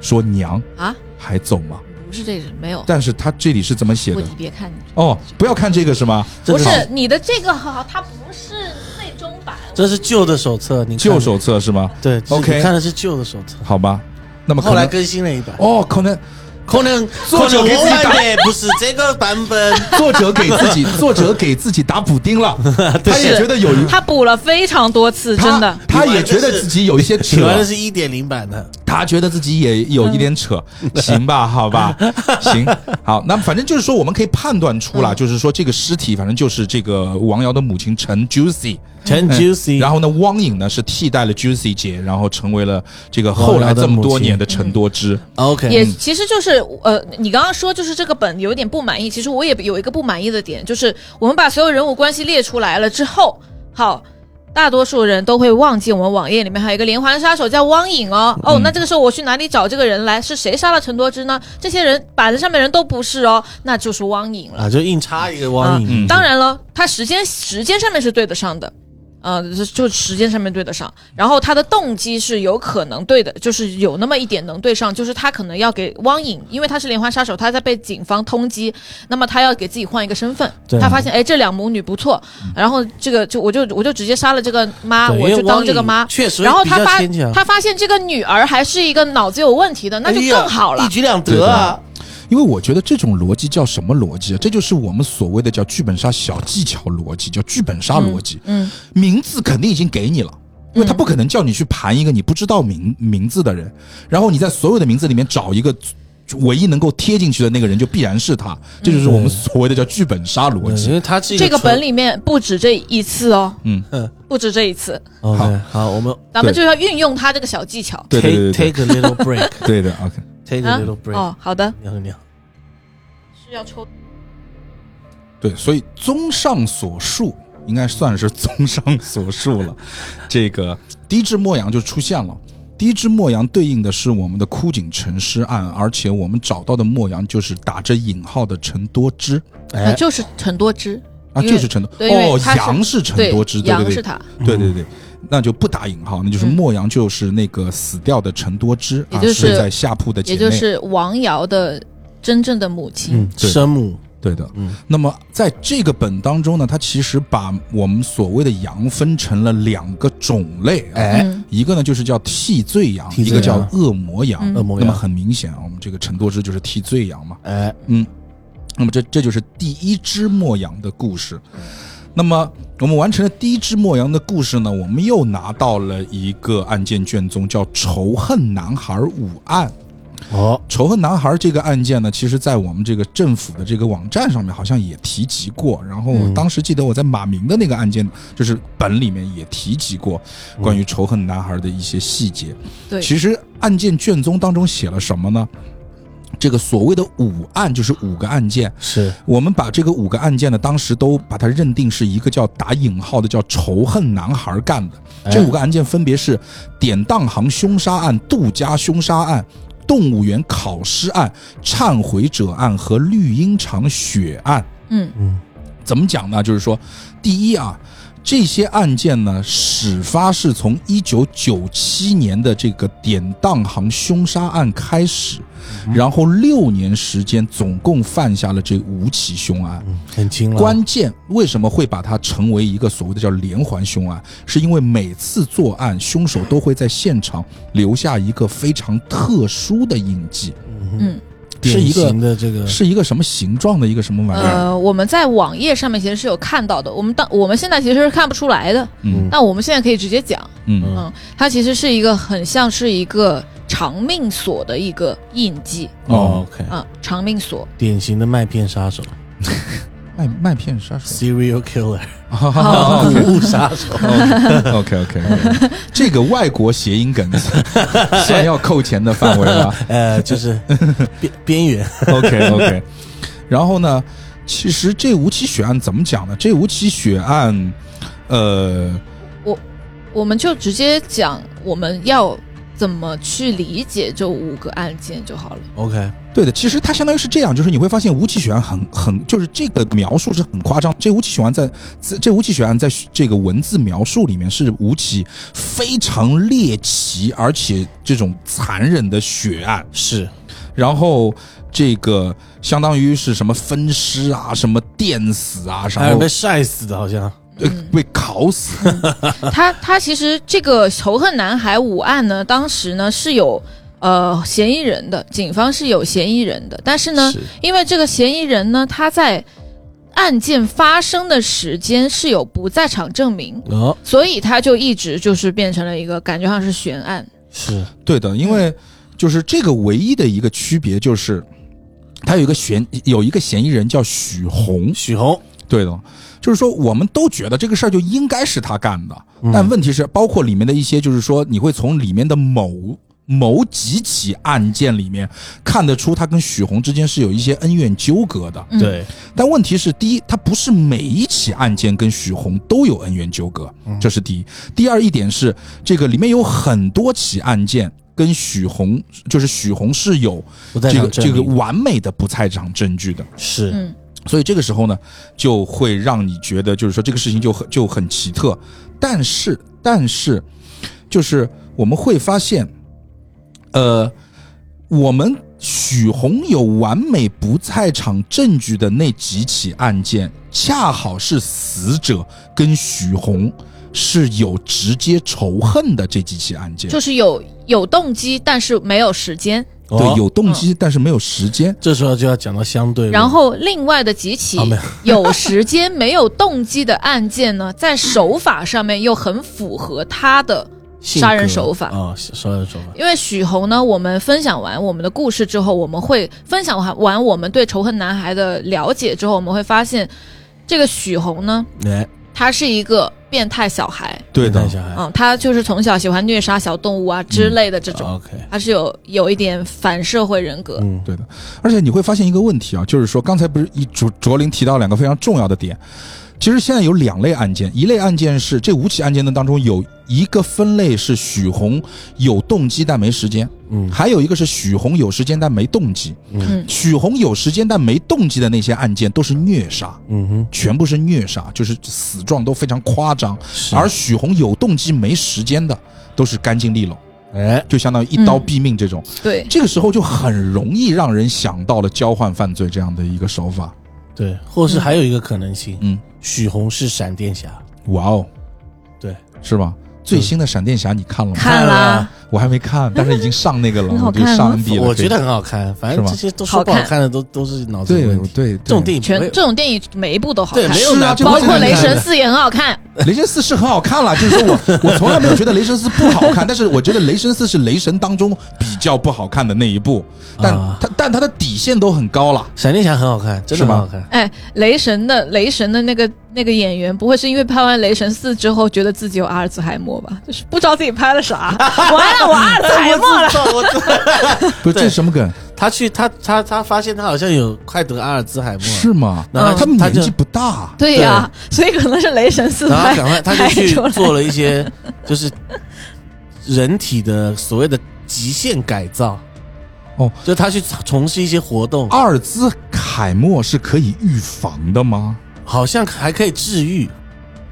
Speaker 4: 说：“娘
Speaker 1: 啊，
Speaker 4: 还走吗
Speaker 1: 不是这个，没有？”，
Speaker 4: 但是他这里是怎么写
Speaker 1: 不，
Speaker 4: 的
Speaker 1: 你？别看你，
Speaker 4: 哦，不要看这个是吗？
Speaker 5: 这
Speaker 1: 不
Speaker 5: 个
Speaker 1: 是你的这个好，它不是最终版，
Speaker 5: 这是旧的手册，你看
Speaker 4: 旧手册是吗？
Speaker 5: 对
Speaker 4: OK
Speaker 5: 你看的是旧的手册，
Speaker 4: 好吧，那么可
Speaker 5: 后来
Speaker 4: 能
Speaker 5: 更新了一版。
Speaker 4: 哦，可能
Speaker 5: 可能
Speaker 4: 作者给自己打
Speaker 5: 可能我玩的不是这个版 本，
Speaker 4: 作者给自 己，作者给自己打补丁了，他也觉得有一，
Speaker 1: 他补了非常多次，
Speaker 4: 他
Speaker 1: 真的。
Speaker 4: 他也觉得自己有一些
Speaker 5: 你玩的
Speaker 4: 扯，
Speaker 5: 是一点零版的，
Speaker 4: 他觉得自己也有一点扯，
Speaker 5: 嗯
Speaker 4: 行吧，好 吧，行，好，那反正就是说，我们可以判断出
Speaker 5: 嗯
Speaker 4: 来，就是说这个尸体，反正就是这个王瑶的母亲陈 Juicy，嗯
Speaker 5: 陈 Juicy，
Speaker 4: 哎然后呢，汪颖呢是替代了 Juicy 姐，然后成为了这个后来这么多年的陈多汁，
Speaker 5: OK，
Speaker 1: 也其实就是呃，你刚刚说就是这个本有点不满意，其实我也有一个不满意的点，就是我们把所有人物关系列出来了之后，好，大多数人都会忘记我们网页里面还有一个连环杀手叫汪颖哦
Speaker 4: 嗯
Speaker 1: 哦，那这个时候我去哪里找这个人来？是谁杀了陈多之呢？这些人板子上面人都不是哦，那就是汪颖了。
Speaker 5: 啊，就硬插一个汪
Speaker 4: 嗯
Speaker 5: 颖，
Speaker 1: 当然了，它时间时间上面是对得上的，呃，就就时间上面对得上。然后他的动机是有可能对的，就是有那么一点能对上，就是他可能要给汪颖，因为他是连环杀手，他在被警方通缉，那么他要给自己换一个身份
Speaker 5: 对。嗯
Speaker 1: 他发现哎，这两母女不错，然后这个就我就我就直接杀了这个妈，
Speaker 5: 对
Speaker 1: 我
Speaker 5: 因为
Speaker 1: 就当
Speaker 5: 汪
Speaker 1: 这个
Speaker 5: 颖
Speaker 1: 妈。
Speaker 5: 确实，
Speaker 1: 然后他发
Speaker 5: 牵强，
Speaker 1: 他发现这个女儿还是一个脑子有问题的，那就
Speaker 5: 啊哎呀
Speaker 1: 更好了
Speaker 5: 一。举两得啊，
Speaker 4: 因为我觉得这种逻辑叫什么逻辑？啊这就是我们所谓的叫剧本杀小技巧逻辑，叫剧本杀逻辑。
Speaker 1: 嗯，
Speaker 4: 名字肯定已经给你了。因为他不可能叫你去盘一个你不知道名名字的人，然后你在所有的名字里面找一个唯一能够贴进去的那个人，就必然是他。这就是我们所谓的叫剧本杀逻
Speaker 5: 对因
Speaker 4: 辑。
Speaker 5: 为他是一
Speaker 1: 这个
Speaker 5: 纯
Speaker 1: 本里面不止这一次哦，
Speaker 4: 嗯，
Speaker 1: 不止这一次，
Speaker 5: OK，好，我们
Speaker 1: 咱们
Speaker 4: 对
Speaker 1: 就要运用他这个小技巧。
Speaker 4: 对对对
Speaker 5: take
Speaker 4: 对
Speaker 5: take a little break，take
Speaker 4: 对的，OK。
Speaker 5: a little break，
Speaker 1: 哦，好的，
Speaker 5: 你好，你好，
Speaker 1: 是要抽。
Speaker 4: 对，所以综上所述，应该算是综上所述了。这个低至莫阳就出现了。低至莫阳对应的是我们的枯井沉尸案，而且我们找到的莫阳就是打着引号的陈多之
Speaker 1: 呃，就是很多只，
Speaker 4: 啊，
Speaker 1: 因为
Speaker 4: 就是陈多
Speaker 1: 对因为
Speaker 4: 哦，
Speaker 1: 他是
Speaker 4: 杨是陈多之，对对
Speaker 1: 羊
Speaker 4: 对
Speaker 1: 是他，嗯
Speaker 4: 对对对，那就不打引号，那就是莫阳就是那个死掉的陈多之，
Speaker 1: 也
Speaker 4: 啊，
Speaker 1: 就是
Speaker 4: 睡在下铺的姐
Speaker 1: 也
Speaker 4: 妹，
Speaker 1: 就是王瑶的真正的母亲。
Speaker 5: 嗯，
Speaker 4: 对
Speaker 5: 生母，
Speaker 4: 对的。
Speaker 5: 嗯
Speaker 4: 那么在这个本当中呢，它其实把我们所谓的羊分成了两个种类、啊，
Speaker 5: 哎
Speaker 1: 嗯
Speaker 4: 一个呢就是叫替罪羊，
Speaker 5: 替
Speaker 4: 一
Speaker 5: 罪
Speaker 4: 个
Speaker 5: 羊
Speaker 4: 叫恶魔羊。
Speaker 1: 嗯
Speaker 5: 恶魔
Speaker 4: 那么
Speaker 5: 呀，
Speaker 4: 很明显啊，我们这个陈多之就是替罪羊嘛。
Speaker 5: 哎，
Speaker 4: 嗯，那么这这就是第一只墨羊的故事。
Speaker 5: 嗯
Speaker 4: 那么我们完成了第一只墨羊的故事呢，我们又拿到了一个案件卷宗，叫《仇恨男孩五案》。
Speaker 5: 哦，
Speaker 4: 仇恨男孩这个案件呢，其实在我们这个政府的这个网站上面好像也提及过。然后我当时记得我在马明的那个案件，就是本里面也提及过关于仇恨男孩的一些细节。
Speaker 1: 对
Speaker 4: 其实案件卷宗当中写了什么呢？这个所谓的五案就是五个案件，
Speaker 5: 是
Speaker 4: 我们把这个五个案件呢，当时都把它认定是一个叫打引号的叫仇恨男孩干的。这五个案件分别是典当行凶杀案、杜家凶杀案、动物园考尸案、忏悔者案和绿茵场血案。
Speaker 1: 嗯
Speaker 4: 怎么讲呢？就是说，第一啊，这些案件呢，始发是从一九九七年的这个典当行凶杀案开始，然后六年时间，总共犯下了这五起凶案。
Speaker 5: 嗯很轻了，
Speaker 4: 关键为什么会把它成为一个所谓的叫连环凶案？是因为每次作案，凶手都会在现场留下一个非常特殊的印记，
Speaker 1: 嗯，
Speaker 4: 是一
Speaker 5: 典型
Speaker 4: 个
Speaker 5: 的这个
Speaker 4: 是一个什么形状的一个什么玩意儿？
Speaker 1: 呃，我们在网页上面其实是有看到的，我们当我们现在其实是看不出来的，
Speaker 4: 嗯
Speaker 1: 但我们现在可以直接讲，
Speaker 4: 嗯
Speaker 1: 嗯，它其实是一个很像是一个长命锁的一个印记
Speaker 5: 哦
Speaker 4: 哎
Speaker 5: OK，
Speaker 1: 啊，长命锁，
Speaker 5: 典型的麦片杀手
Speaker 4: 哦
Speaker 5: 嗯
Speaker 4: 麦麦片杀 手。
Speaker 5: ，serial killer，
Speaker 1: 好
Speaker 4: 哦
Speaker 5: 古物杀手，
Speaker 4: OK OK，这个外国谐音梗 算要扣钱的范围了。
Speaker 5: 呃，就是边 边缘，
Speaker 4: OK OK，然后呢，其实这五起血案怎么讲呢？这五起血案，呃，
Speaker 1: 我们就直接讲我们要怎么去理解这五个案件就好了。
Speaker 5: OK，
Speaker 4: 对的，其实它相当于是这样，就是你会发现吴起血案很很，就是这个描述是很夸张。这吴起血案在在这吴起血案在这个文字描述里面是吴起非常猎奇而且这种残忍的血案，
Speaker 5: 是
Speaker 4: 然后这个相当于是什么分尸啊，什么电死啊，
Speaker 5: 还
Speaker 4: 然
Speaker 5: 有
Speaker 4: 后
Speaker 5: 被晒死的，好像
Speaker 4: 呃被烤死，
Speaker 1: 他他其实这个仇恨男孩五案呢，当时呢是有呃嫌疑人的，警方是有嫌疑人的，但是呢，
Speaker 6: 是
Speaker 1: 因为这个嫌疑人呢，他在案件发生的时间是有不在场证明，
Speaker 5: 哦，
Speaker 1: 所以他就一直就是变成了一个感觉像是悬案。
Speaker 5: 是
Speaker 4: 对的，因为就是这个唯一的一个区别就是，他有一个嫌有一个嫌疑人叫许红，
Speaker 5: 许红，
Speaker 4: 对的，就是说我们都觉得这个事儿就应该是他干的，
Speaker 5: 嗯
Speaker 4: 但问题是，包括里面的一些，就是说你会从里面的某。某几起案件里面看得出，他跟许红之间是有一些恩怨纠葛的。
Speaker 1: 嗯
Speaker 5: 对，
Speaker 4: 但问题是，第一，他不是每一起案件跟许红都有恩怨纠葛，
Speaker 5: 嗯
Speaker 4: 这是第一。第二一点是，这个里面有很多起案件跟许红，就是许红是有
Speaker 5: 不在
Speaker 4: 这个
Speaker 5: 场证
Speaker 4: 这
Speaker 5: 明
Speaker 4: 个完美的不在场证据的。
Speaker 5: 是
Speaker 1: 嗯，
Speaker 4: 所以这个时候呢，就会让你觉得，就是说这个事情就很就很奇特。但是，但是，就是我们会发现，呃，我们许宏有完美不在场证据的那几起案件，恰好是死者跟许宏是有直接仇恨的这几起案件。
Speaker 1: 就是有有动机，但是没有时间。
Speaker 4: 对，
Speaker 5: 哦
Speaker 4: 有动
Speaker 1: 嗯
Speaker 4: 机，但是没有时间。
Speaker 5: 这时候就要讲到相对论，
Speaker 1: 然后另外的几起
Speaker 5: 啊没有
Speaker 1: 有时间没有动机的案件呢，在手法上面又很符合他的
Speaker 5: 性
Speaker 1: 杀人
Speaker 5: 格
Speaker 1: 手法
Speaker 5: 啊，杀人手法，
Speaker 1: 因为许红呢，我们分享完我们的故事之后，我们会分享完我们对仇恨男孩的了解之后，我们会发现，这个许红呢，
Speaker 5: 哎，
Speaker 1: 他是一个变态小孩，
Speaker 4: 对
Speaker 5: 带
Speaker 4: 的，
Speaker 5: 小孩
Speaker 1: 嗯，他就是从小喜欢虐杀小动物啊之类的这种，
Speaker 5: ，OK，
Speaker 1: 他是有有一点反社会人格，
Speaker 5: 嗯，
Speaker 4: 对的，而且你会发现一个问题啊，就是说刚才不是一卓卓林提到两个非常重要的点，其实现在有两类案件，一类案件是这五起案件的当中有一个分类是许红有动机但没时间，
Speaker 5: 嗯
Speaker 4: 还有一个是许红有时间但没动机。
Speaker 1: 嗯
Speaker 4: 许红有时间但没动机的那些案件都是虐杀，
Speaker 5: 嗯哼，
Speaker 4: 全部是虐杀，就是死状都非常夸张，
Speaker 5: 是
Speaker 4: 嗯而许红有动机没时间的都是干净利落，
Speaker 5: 哎，
Speaker 4: 就相当于一刀毙命这种。
Speaker 1: 对，
Speaker 4: 这个时候就很容易让人想到了交换犯罪这样的一个手法。
Speaker 5: 对，或是还有一个可能性，
Speaker 4: 嗯，
Speaker 5: 许红是闪电侠，
Speaker 4: 哇哦，
Speaker 5: 对，
Speaker 4: 是吧？最新的闪电侠你看了
Speaker 1: 嗯
Speaker 4: 吗？
Speaker 1: 看啦，
Speaker 4: 我还 没看，但是已经上那个了，
Speaker 1: 很好
Speaker 4: 我就
Speaker 1: 看吗
Speaker 4: 上 NB 了。
Speaker 5: 我
Speaker 4: 可以
Speaker 5: 觉得很好看，反正
Speaker 4: 是吗
Speaker 5: 这些都说不好看的都都是脑子
Speaker 4: 对
Speaker 5: 有问
Speaker 4: 对
Speaker 5: 题。
Speaker 4: 对，
Speaker 5: 这种电影
Speaker 1: 全
Speaker 5: 不会
Speaker 1: 这种电影每一部都好
Speaker 5: 对
Speaker 1: 看，
Speaker 5: 没有
Speaker 4: 是啊
Speaker 5: 哪
Speaker 4: 这
Speaker 5: 部
Speaker 4: 不
Speaker 1: 包
Speaker 4: 会
Speaker 5: 好
Speaker 1: 括
Speaker 5: 看
Speaker 4: 很
Speaker 1: 雷
Speaker 5: 的
Speaker 1: 神四也很好看，
Speaker 4: 雷神四是很好 看了，就是说我我从来没有觉得雷神四不好看，但是我觉得雷神四是雷神当中比较不好看的那一部，但
Speaker 5: 啊
Speaker 4: 它但它的底线都很高了。
Speaker 5: 闪电侠很好看，真的
Speaker 4: 是
Speaker 5: 很
Speaker 4: 吗
Speaker 5: 好看。
Speaker 1: 哎，雷神的雷神的那个那个演员，不会是因为拍完《雷神四》之后觉得自己有阿尔兹海默吧？就是不知道自己拍了 啥，完了我阿尔兹海默了。
Speaker 5: 我知道，
Speaker 4: 不是这是什么梗？
Speaker 5: 他去他他他发现他好像有快得阿尔兹海默，
Speaker 4: 是吗？
Speaker 5: 然后
Speaker 4: 他们
Speaker 5: 他
Speaker 4: 年
Speaker 5: 就
Speaker 4: 纪不大，
Speaker 1: 对呀、
Speaker 4: 啊
Speaker 1: 所以可能是《雷神四
Speaker 5: 然后
Speaker 1: 拍》
Speaker 5: 赶快他就
Speaker 1: 拍
Speaker 5: 去
Speaker 1: 出来
Speaker 5: 做了一些就是人体的所谓的极限改造。
Speaker 4: 哦，啊
Speaker 5: 就他去从事一些活动，
Speaker 4: 阿尔兹海默是可以预防的吗？
Speaker 5: 好像还可以治愈。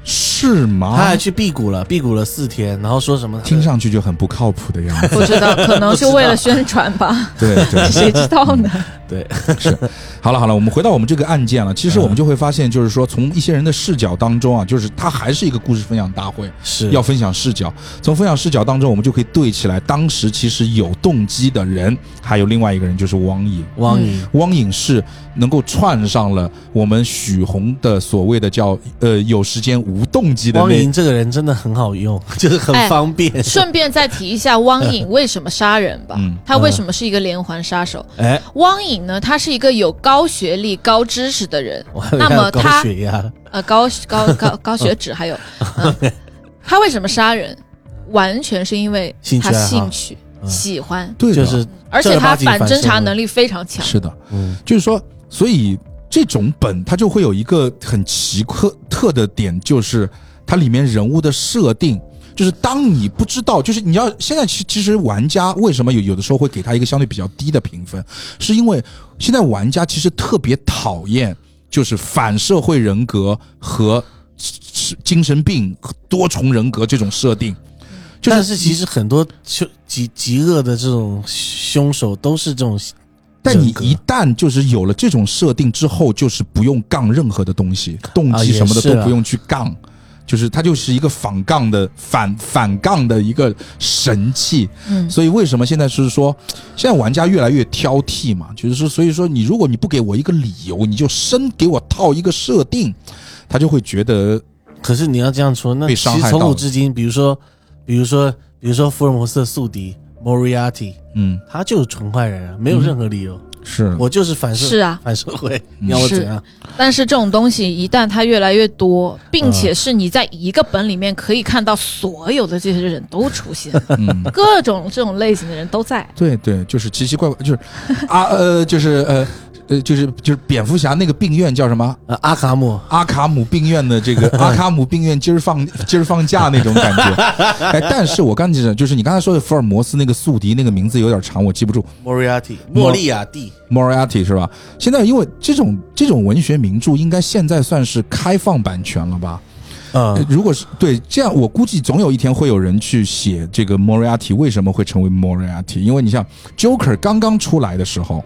Speaker 4: 是吗？
Speaker 5: 他还去辟谷了，辟谷了四天，然后说什么？
Speaker 4: 啊听上去就很不靠谱的样子。
Speaker 1: 不知道，可能是为了宣传 吧，
Speaker 4: 对 对，
Speaker 1: 谁知道呢？
Speaker 5: 对，
Speaker 4: 好了好了，我们回到我们这个案件了。其实我们就会发现，就是说从一些人的视角当中啊，就是它还是一个故事分享大会，
Speaker 5: 是
Speaker 4: 要分享视角。从分享视角当中，我们就可以对起来，当时其实有动机的人，还有另外一个人就是汪颖。
Speaker 5: 汪颖，
Speaker 4: 汪颖是能够串上了我们许宏的所谓的叫呃有时间无动机的
Speaker 5: 汪
Speaker 4: 那
Speaker 5: 颖这个人真的很好用， 就是很
Speaker 1: 哎
Speaker 5: 方便。
Speaker 1: 顺便再提一下汪颖为什么杀人吧，
Speaker 4: 嗯
Speaker 1: 他为什么是一个连环杀手？
Speaker 5: 哎，
Speaker 1: 汪颖呢，他是一个有高学历、高知识的人，
Speaker 5: 我还以为
Speaker 1: 那
Speaker 5: 他
Speaker 1: 么
Speaker 5: 有高
Speaker 1: 他
Speaker 5: 血压了，
Speaker 1: 呃，高高高高血脂，还有、嗯他为什么杀人，完全是因为
Speaker 5: 兴趣
Speaker 1: 他
Speaker 5: 爱好
Speaker 1: 兴趣、
Speaker 5: 嗯
Speaker 1: 喜欢，
Speaker 4: 对的
Speaker 5: 就是
Speaker 1: 而且
Speaker 5: 正儿
Speaker 1: 他
Speaker 5: 八经
Speaker 1: 反
Speaker 5: 反
Speaker 1: 侦查
Speaker 5: 社会
Speaker 1: 能力非常强。
Speaker 4: 是的，
Speaker 5: 嗯
Speaker 4: 就是说，所以这种本它就会有一个很奇特特的点，就是它里面人物的设定。就是当你不知道，就是你要现在其其实玩家为什么有有的时候会给他一个相对比较低的评分，是因为现在玩家其实特别讨厌就是反社会人格和是精神病和多重人格这种设定，就
Speaker 5: 但
Speaker 4: 是
Speaker 5: 是其实很多凶极极恶的这种凶手都是这种，
Speaker 4: 但你
Speaker 5: 人格
Speaker 4: 一旦就是有了这种设定之后，就是不用杠任何的东西，动
Speaker 5: 啊
Speaker 4: 机
Speaker 5: 也
Speaker 4: 什么的
Speaker 5: 是
Speaker 4: 都
Speaker 5: 啊
Speaker 4: 不用去杠，就是它就是一个反杠的反反杠的一个神器。
Speaker 1: 嗯
Speaker 4: 所以为什么现在是说，现在玩家越来越挑剔嘛？就是说，所以说你如果你不给我一个理由，你就生给我套一个设定，他就会觉得
Speaker 5: 可是你要这样说，那
Speaker 4: 被
Speaker 5: 其
Speaker 4: 伤害
Speaker 5: 实从
Speaker 4: 到了
Speaker 5: 古至今，比如说，比如说，比如说福尔摩斯的宿敌 Moriarty，
Speaker 4: 嗯
Speaker 5: 他就是纯坏人啊，没有任何理由，
Speaker 4: 是
Speaker 5: 我就是反社
Speaker 1: 是啊，
Speaker 5: 反社会，你要我怎样？
Speaker 1: 但是这种东西一旦它越来越多，并且是你在一个本里面可以看到所有的这些人都出现，
Speaker 4: 嗯。
Speaker 1: 各种这种类型的人都在。
Speaker 4: 对对，就是奇奇怪怪，就是啊呃，就是呃呃，就是就是蝙蝠侠那个病院叫什么？
Speaker 5: 呃，阿卡姆，
Speaker 4: 阿卡姆病院的这 个阿卡姆病院今儿放今儿放假那种感觉。哎，但是我刚才讲，就是你刚才说的福尔摩斯那个宿敌那个名字有点长，我记不住
Speaker 5: Moriarty，
Speaker 4: 莫
Speaker 5: 莫利亚蒂，
Speaker 4: ，Moriarty 是吧？现在因为这种这种文学名著，应该现在算是开放版权了吧？呃
Speaker 5: 嗯，
Speaker 4: 如果是对这样，我估计总有一天会有人去写这个 Moriarty 为什么会成为 Moriarty，因为你像 Joker 刚刚出来的时候，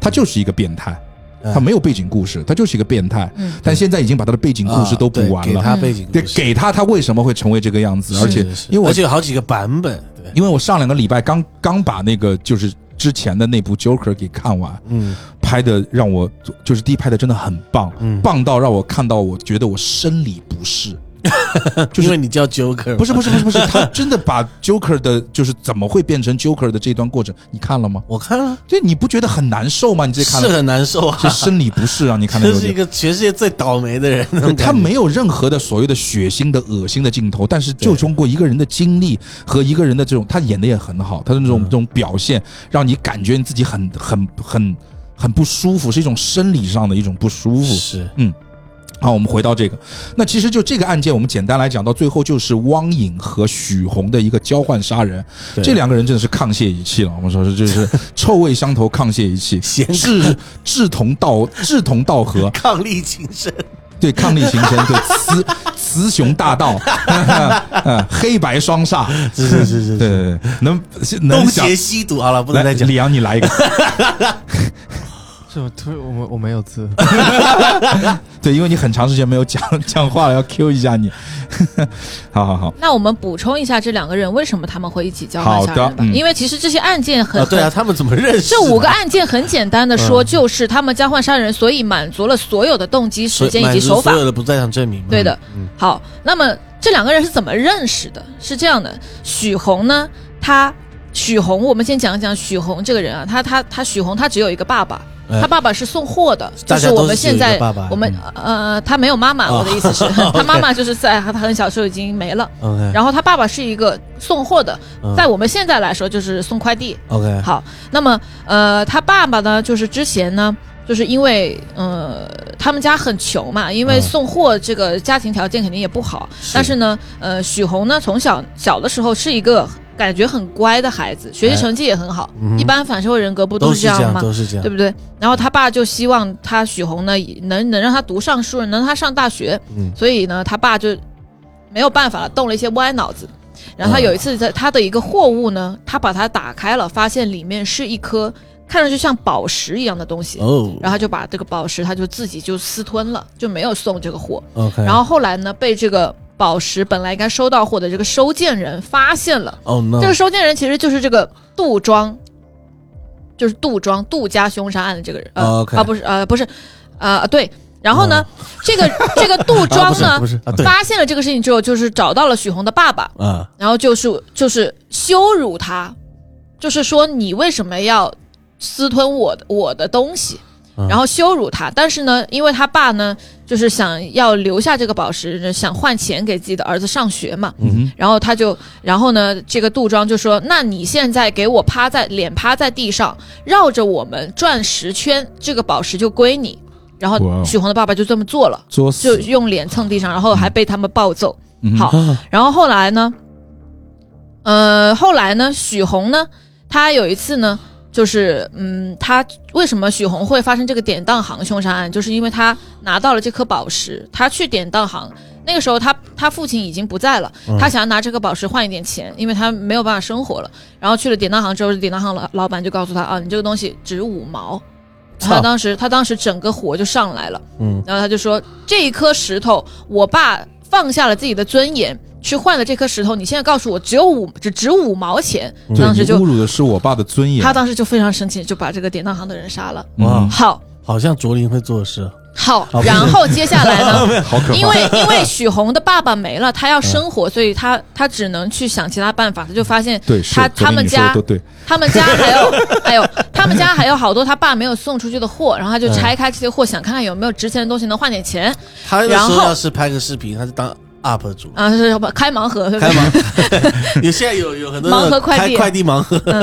Speaker 4: 他就是一个变态，
Speaker 5: 嗯
Speaker 4: 他没有背景故事，他就是一个变态，
Speaker 1: 嗯
Speaker 4: 但现在已经把他的背景故事都补完
Speaker 5: 啊对给
Speaker 4: 了，
Speaker 5: 他背景故
Speaker 4: 对，
Speaker 5: 事，
Speaker 4: 给他他为什么会成为这个样子，
Speaker 5: 是
Speaker 4: 而且
Speaker 5: 是是
Speaker 4: 因为我
Speaker 5: 而且有好几个版本，对，
Speaker 4: 因为我上两个礼拜刚刚把那个就是之前的那部 Joker 给看完，
Speaker 5: 嗯
Speaker 4: 拍的让我就是第一拍的真的很棒，
Speaker 5: 嗯，
Speaker 4: 棒到让我看到我觉得我生理不 适。就是
Speaker 5: 因为你叫 Joker，
Speaker 4: 不是不
Speaker 5: 是，
Speaker 4: 是不是不是，他真的把 Joker 的，就是怎么会变成 Joker 的这段过程，你看了吗？
Speaker 5: 我看了，
Speaker 4: 这你不觉得很难受吗？你这看
Speaker 5: 是
Speaker 4: 了，
Speaker 5: 很难受啊，
Speaker 4: 这生理不适啊！你看的
Speaker 5: 这
Speaker 4: 时
Speaker 5: 是一个全世界最倒霉的人，那
Speaker 4: 候，
Speaker 5: 种
Speaker 4: 嗯他
Speaker 5: 感觉
Speaker 4: 没有任何的所谓的血腥的、恶心的镜头，但是就通过一个人的经历和一个人的这种，他演的也很好，他的那种
Speaker 5: 嗯
Speaker 4: 这种表现，让你感觉你自己很很很很不舒服，是一种生理上的一种不舒服。
Speaker 5: 是
Speaker 4: 好，我们回到这个，那其实就这个案件，我们简单来讲，到最后就是汪颖和许红的一个交换杀人，
Speaker 5: 对
Speaker 4: 这两个人真的是沆瀣一气了。我们说是就是臭味相投，沆瀣一 气，
Speaker 5: 闲
Speaker 4: 志志同道志同道合，
Speaker 5: 抗力精神，
Speaker 4: 对伉俪情深，对雌 雌雄大盗， 嗯，黑白双煞，
Speaker 5: 是是是是
Speaker 4: 对对对，能
Speaker 5: 东
Speaker 4: 能想
Speaker 5: 邪西毒，好了，不能再
Speaker 4: 来
Speaker 5: 讲。
Speaker 4: 李阳，你来一个，
Speaker 3: 这我突然我我没有字，
Speaker 4: 对，因为你很长时间没有讲讲话了，要 Q 一下你， 好好好，
Speaker 1: 那我们补充一下这两个人为什么他们会一起交换杀
Speaker 4: 好
Speaker 1: 人
Speaker 4: 的
Speaker 1: 吧，
Speaker 4: 嗯
Speaker 1: 因为其实这些案件很、
Speaker 5: 啊，对啊，他们怎么认识的？嗯
Speaker 1: 这五个案件很简单的说，就是他们交换杀人，所以满足了所有的动机、时间以及手法
Speaker 5: 所。有的不在场证明嘛。
Speaker 1: 对的
Speaker 5: 嗯，
Speaker 1: 好，那么这两个人是怎么认识的？是这样的，许红呢，他许红，我们先讲一讲许红这个人啊，他他他许红他只有一个爸爸，
Speaker 5: 哎
Speaker 1: 他爸爸是送货的，就
Speaker 5: 大家
Speaker 1: 是我
Speaker 5: 都
Speaker 1: 们现
Speaker 5: 只有一
Speaker 1: 在
Speaker 5: 个爸爸嗯
Speaker 1: 我们呃他没有妈妈，
Speaker 5: 哦
Speaker 1: 我的意思是， 他妈妈就是在他很小时候已经没了，
Speaker 5: OK，
Speaker 1: 然后他爸爸是一个送货的，
Speaker 5: 嗯
Speaker 1: 在我们现在来说就是送快递，
Speaker 5: OK，
Speaker 1: 好，那么呃，他爸爸呢，就是之前呢，就是因为呃，他们家很穷嘛，因为
Speaker 5: 嗯
Speaker 1: 送货这个家庭条件肯定也不好，但是呢，呃，许红呢，从小小的时候是一个感觉很乖的孩子，学习
Speaker 5: 哎
Speaker 1: 成绩也很好，
Speaker 5: 嗯哼
Speaker 1: 一般反社会人格不
Speaker 5: 都
Speaker 1: 是
Speaker 5: 这样，
Speaker 1: 吗？
Speaker 5: 都是这样，
Speaker 1: 对不对？然后他爸就希望他许红呢，以能能让他读上书，能让他上大学，
Speaker 5: 嗯
Speaker 1: 所以呢，他爸就没有办法了，动了一些歪脑子。然后他有一次在他的一个货物呢，他把它打开了，发现里面是一颗看上去像宝石一样的东西，
Speaker 5: 哦，
Speaker 1: 然后他就把这个宝石他就自己就私吞了，就没有送这个货。
Speaker 5: 后 OK，
Speaker 1: 然后后来呢，被这个宝石本来应该收到货的这个收件人发现了。
Speaker 5: 哦 no，
Speaker 1: 这个收件人其实就是这个杜庄，就是杜庄杜家凶杀案的这个人，呃、
Speaker 5: 哦，OK
Speaker 1: 啊不是呃不是，呃对。然后呢，这个这个杜
Speaker 5: 啊不
Speaker 1: 庄
Speaker 5: 是
Speaker 1: 呢、
Speaker 5: 不是
Speaker 3: 哦
Speaker 5: 啊对
Speaker 1: 发现了这个事情之后，就是找到了许红的爸爸，
Speaker 5: 啊
Speaker 1: 然后就是就是羞辱他，就是说你为什么要私吞我的我的东西
Speaker 5: 嗯，
Speaker 1: 然后羞辱他。但是呢，因为他爸呢，就是想要留下这个宝石，想换钱给自己的儿子上学嘛。
Speaker 4: 嗯
Speaker 1: 然后他就，然后呢，这个杜庄就说：“那你现在给我趴在脸趴在地上，绕着我们转十圈，这个宝石就归你。”然
Speaker 4: 哇哦
Speaker 1: 后许红的爸爸就这么做了，
Speaker 4: 作
Speaker 1: 就
Speaker 4: 死，
Speaker 1: 用脸蹭地上，然后还被他们暴揍。
Speaker 4: 嗯哼
Speaker 1: 好然后后来呢，呃，后来呢，许红呢，她有一次呢，就是嗯，她为什么许红会发生这个典当行凶杀案，就是因为她拿到了这颗宝石，她去典当行。那个时候她，她父亲已经不在了，
Speaker 5: 嗯
Speaker 1: 她想要拿这个宝石换一点钱，因为她没有办法生活了。然后去了典当行之后，典当行老老板就告诉她啊，你这个东西值五毛。
Speaker 5: 操
Speaker 1: 她当时，她当时整个火就上来了，
Speaker 5: 嗯
Speaker 1: 然后她就说这一颗石头，我爸放下了自己的尊严去换了这颗石头，你现在告诉我只有五只值五毛钱，当时
Speaker 4: 对你
Speaker 1: 就
Speaker 4: 侮辱的是我爸的尊严。嗯
Speaker 1: 他当时就非常生气，就把这个典当行的人杀了。
Speaker 4: 哇，
Speaker 1: 好
Speaker 5: 好像卓林会做的事，
Speaker 1: 好
Speaker 5: 不，是
Speaker 1: 然后接下来 呢？
Speaker 4: 好可怕！
Speaker 1: 因为因为许红的爸爸没了，他要生活，所以他他只能去想其他办法。他就发现
Speaker 4: 对，是
Speaker 1: 他
Speaker 4: 昨天
Speaker 1: 他们
Speaker 4: 你说的
Speaker 1: 家
Speaker 4: 都对，
Speaker 1: 他们家还有还有他们家还有好多他爸没有送出去的货，然后他就拆开这些货，想看看有没有值钱的东西能换点钱。
Speaker 5: 他那
Speaker 1: 然
Speaker 5: 时
Speaker 1: 后
Speaker 5: 候要是拍个视频，他就当 UP 主，
Speaker 1: 啊，是不开盲盒，对不
Speaker 5: 开
Speaker 1: 对？
Speaker 5: 盲， 有现在有有很多
Speaker 1: 盲盒
Speaker 5: 那种
Speaker 1: 快递啊
Speaker 5: 开快递盲盒，
Speaker 1: 嗯，对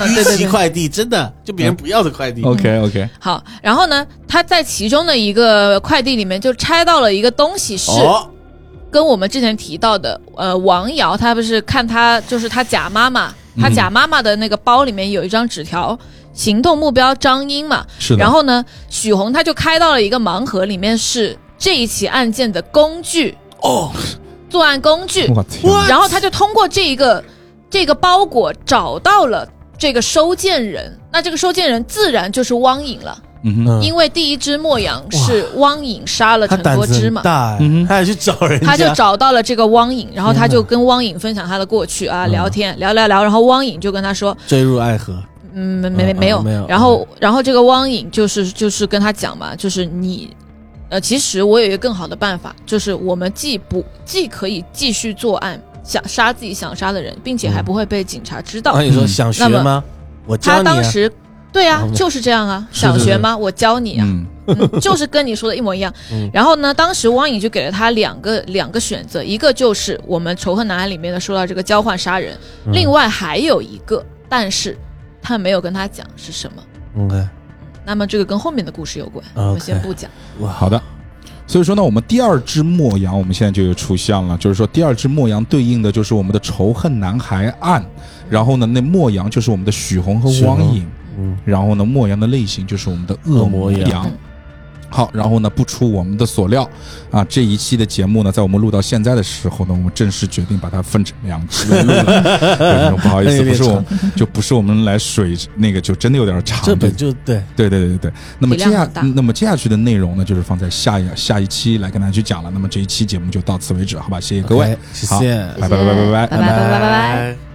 Speaker 1: 哦
Speaker 5: 一
Speaker 1: 对
Speaker 5: 级
Speaker 1: 对。
Speaker 5: 快递，真的就别人不要的快递，
Speaker 4: OK OK，
Speaker 1: 好，然后呢，他在其中的一个快递里面就拆到了一个东西，是
Speaker 5: 哦，
Speaker 1: 跟我们之前提到的，呃，王瑶她不是看她就是她假妈妈，
Speaker 5: 嗯
Speaker 1: 她假妈妈的那个包里面有一张纸条，行动目标张英嘛。
Speaker 4: 是的。
Speaker 1: 然后呢，许红她就开到了一个盲盒，里面是这一起案件的工具
Speaker 5: 哦，
Speaker 1: 作案工具，
Speaker 4: 我天啊，
Speaker 1: 然后她就通过这一个这个包裹找到了这个收件人，那这个收件人自然就是汪颖了，
Speaker 4: 嗯哼，
Speaker 1: 因为第一只莫阳是汪颖杀了
Speaker 5: 他
Speaker 1: 陈
Speaker 5: 胆
Speaker 1: 多
Speaker 5: 子
Speaker 1: 之
Speaker 5: 很
Speaker 1: 嘛。
Speaker 5: 大
Speaker 4: 嗯
Speaker 5: 哎，
Speaker 4: 哼
Speaker 5: 他还去找人家，
Speaker 1: 他就找到了这个汪颖，然后他
Speaker 5: 天哪
Speaker 1: 就跟汪颖分享他的过去
Speaker 5: 嗯
Speaker 1: 啊，聊天聊聊聊，然后汪颖就跟他说，
Speaker 5: 坠入爱河，
Speaker 1: 嗯，没没
Speaker 5: 嗯嗯
Speaker 1: 没有，
Speaker 5: 没有
Speaker 1: 然后然后这个汪颖就是就是跟他讲嘛，就是你，呃，其实我有一个更好的办法，就是我们既不既可以继续作案，想杀自己想杀的人，并且还不会被警察知道。
Speaker 5: 然后你说想学
Speaker 1: 嗯那
Speaker 5: 吗？我嗯哎教
Speaker 1: 他
Speaker 5: 你啊
Speaker 1: 当，时。对啊
Speaker 5: 哦，
Speaker 1: 就是这样啊，
Speaker 5: 是
Speaker 1: 想
Speaker 5: 是
Speaker 1: 学
Speaker 5: 是
Speaker 1: 吗？我教你啊。
Speaker 4: 嗯，
Speaker 1: 嗯就是跟你说的一模一样。
Speaker 5: 嗯
Speaker 1: 然后呢，当时汪颖就给了他两个两个选择，一个就是我们《仇恨男孩》里面的说到这个交换杀人，
Speaker 5: 嗯
Speaker 1: 另外还有一个，但是他没有跟他讲是什么。嗯
Speaker 5: OK，
Speaker 1: 那么这个跟后面的故事有关
Speaker 5: OK
Speaker 1: 我们先不讲。
Speaker 4: 好的。所以说呢，我们第二只墨羊，我们现在就有出现了，就是说第二只墨羊对应的就是我们的仇恨男孩案，然后呢，那墨羊就是我们的许红和汪颖，
Speaker 5: 嗯，
Speaker 4: 然后呢，墨羊的类型就是我们的恶
Speaker 5: 恶魔
Speaker 4: 魔
Speaker 5: 羊
Speaker 4: 羊。好，然后呢，不出我们的所料啊，这一期的节目呢，在我们录到现在的时候呢，我们正式决定把它分成两 期来录了。对不好意思，
Speaker 5: 有点
Speaker 4: 不是我们，就不是我们来水那个，就真的有点长。
Speaker 5: 这
Speaker 4: 对
Speaker 5: 本就对，
Speaker 4: 对对对对对，那么
Speaker 1: 体
Speaker 4: 接
Speaker 1: 量
Speaker 4: 下
Speaker 1: 很大
Speaker 4: 那么接下去的内容呢，就是放在下一下一期来跟大家去讲了。那么这一期节目就到此为止，好吧？谢谢各位
Speaker 5: OK，谢谢，
Speaker 4: 拜拜拜拜拜拜
Speaker 1: 拜拜拜拜拜拜。
Speaker 5: 拜。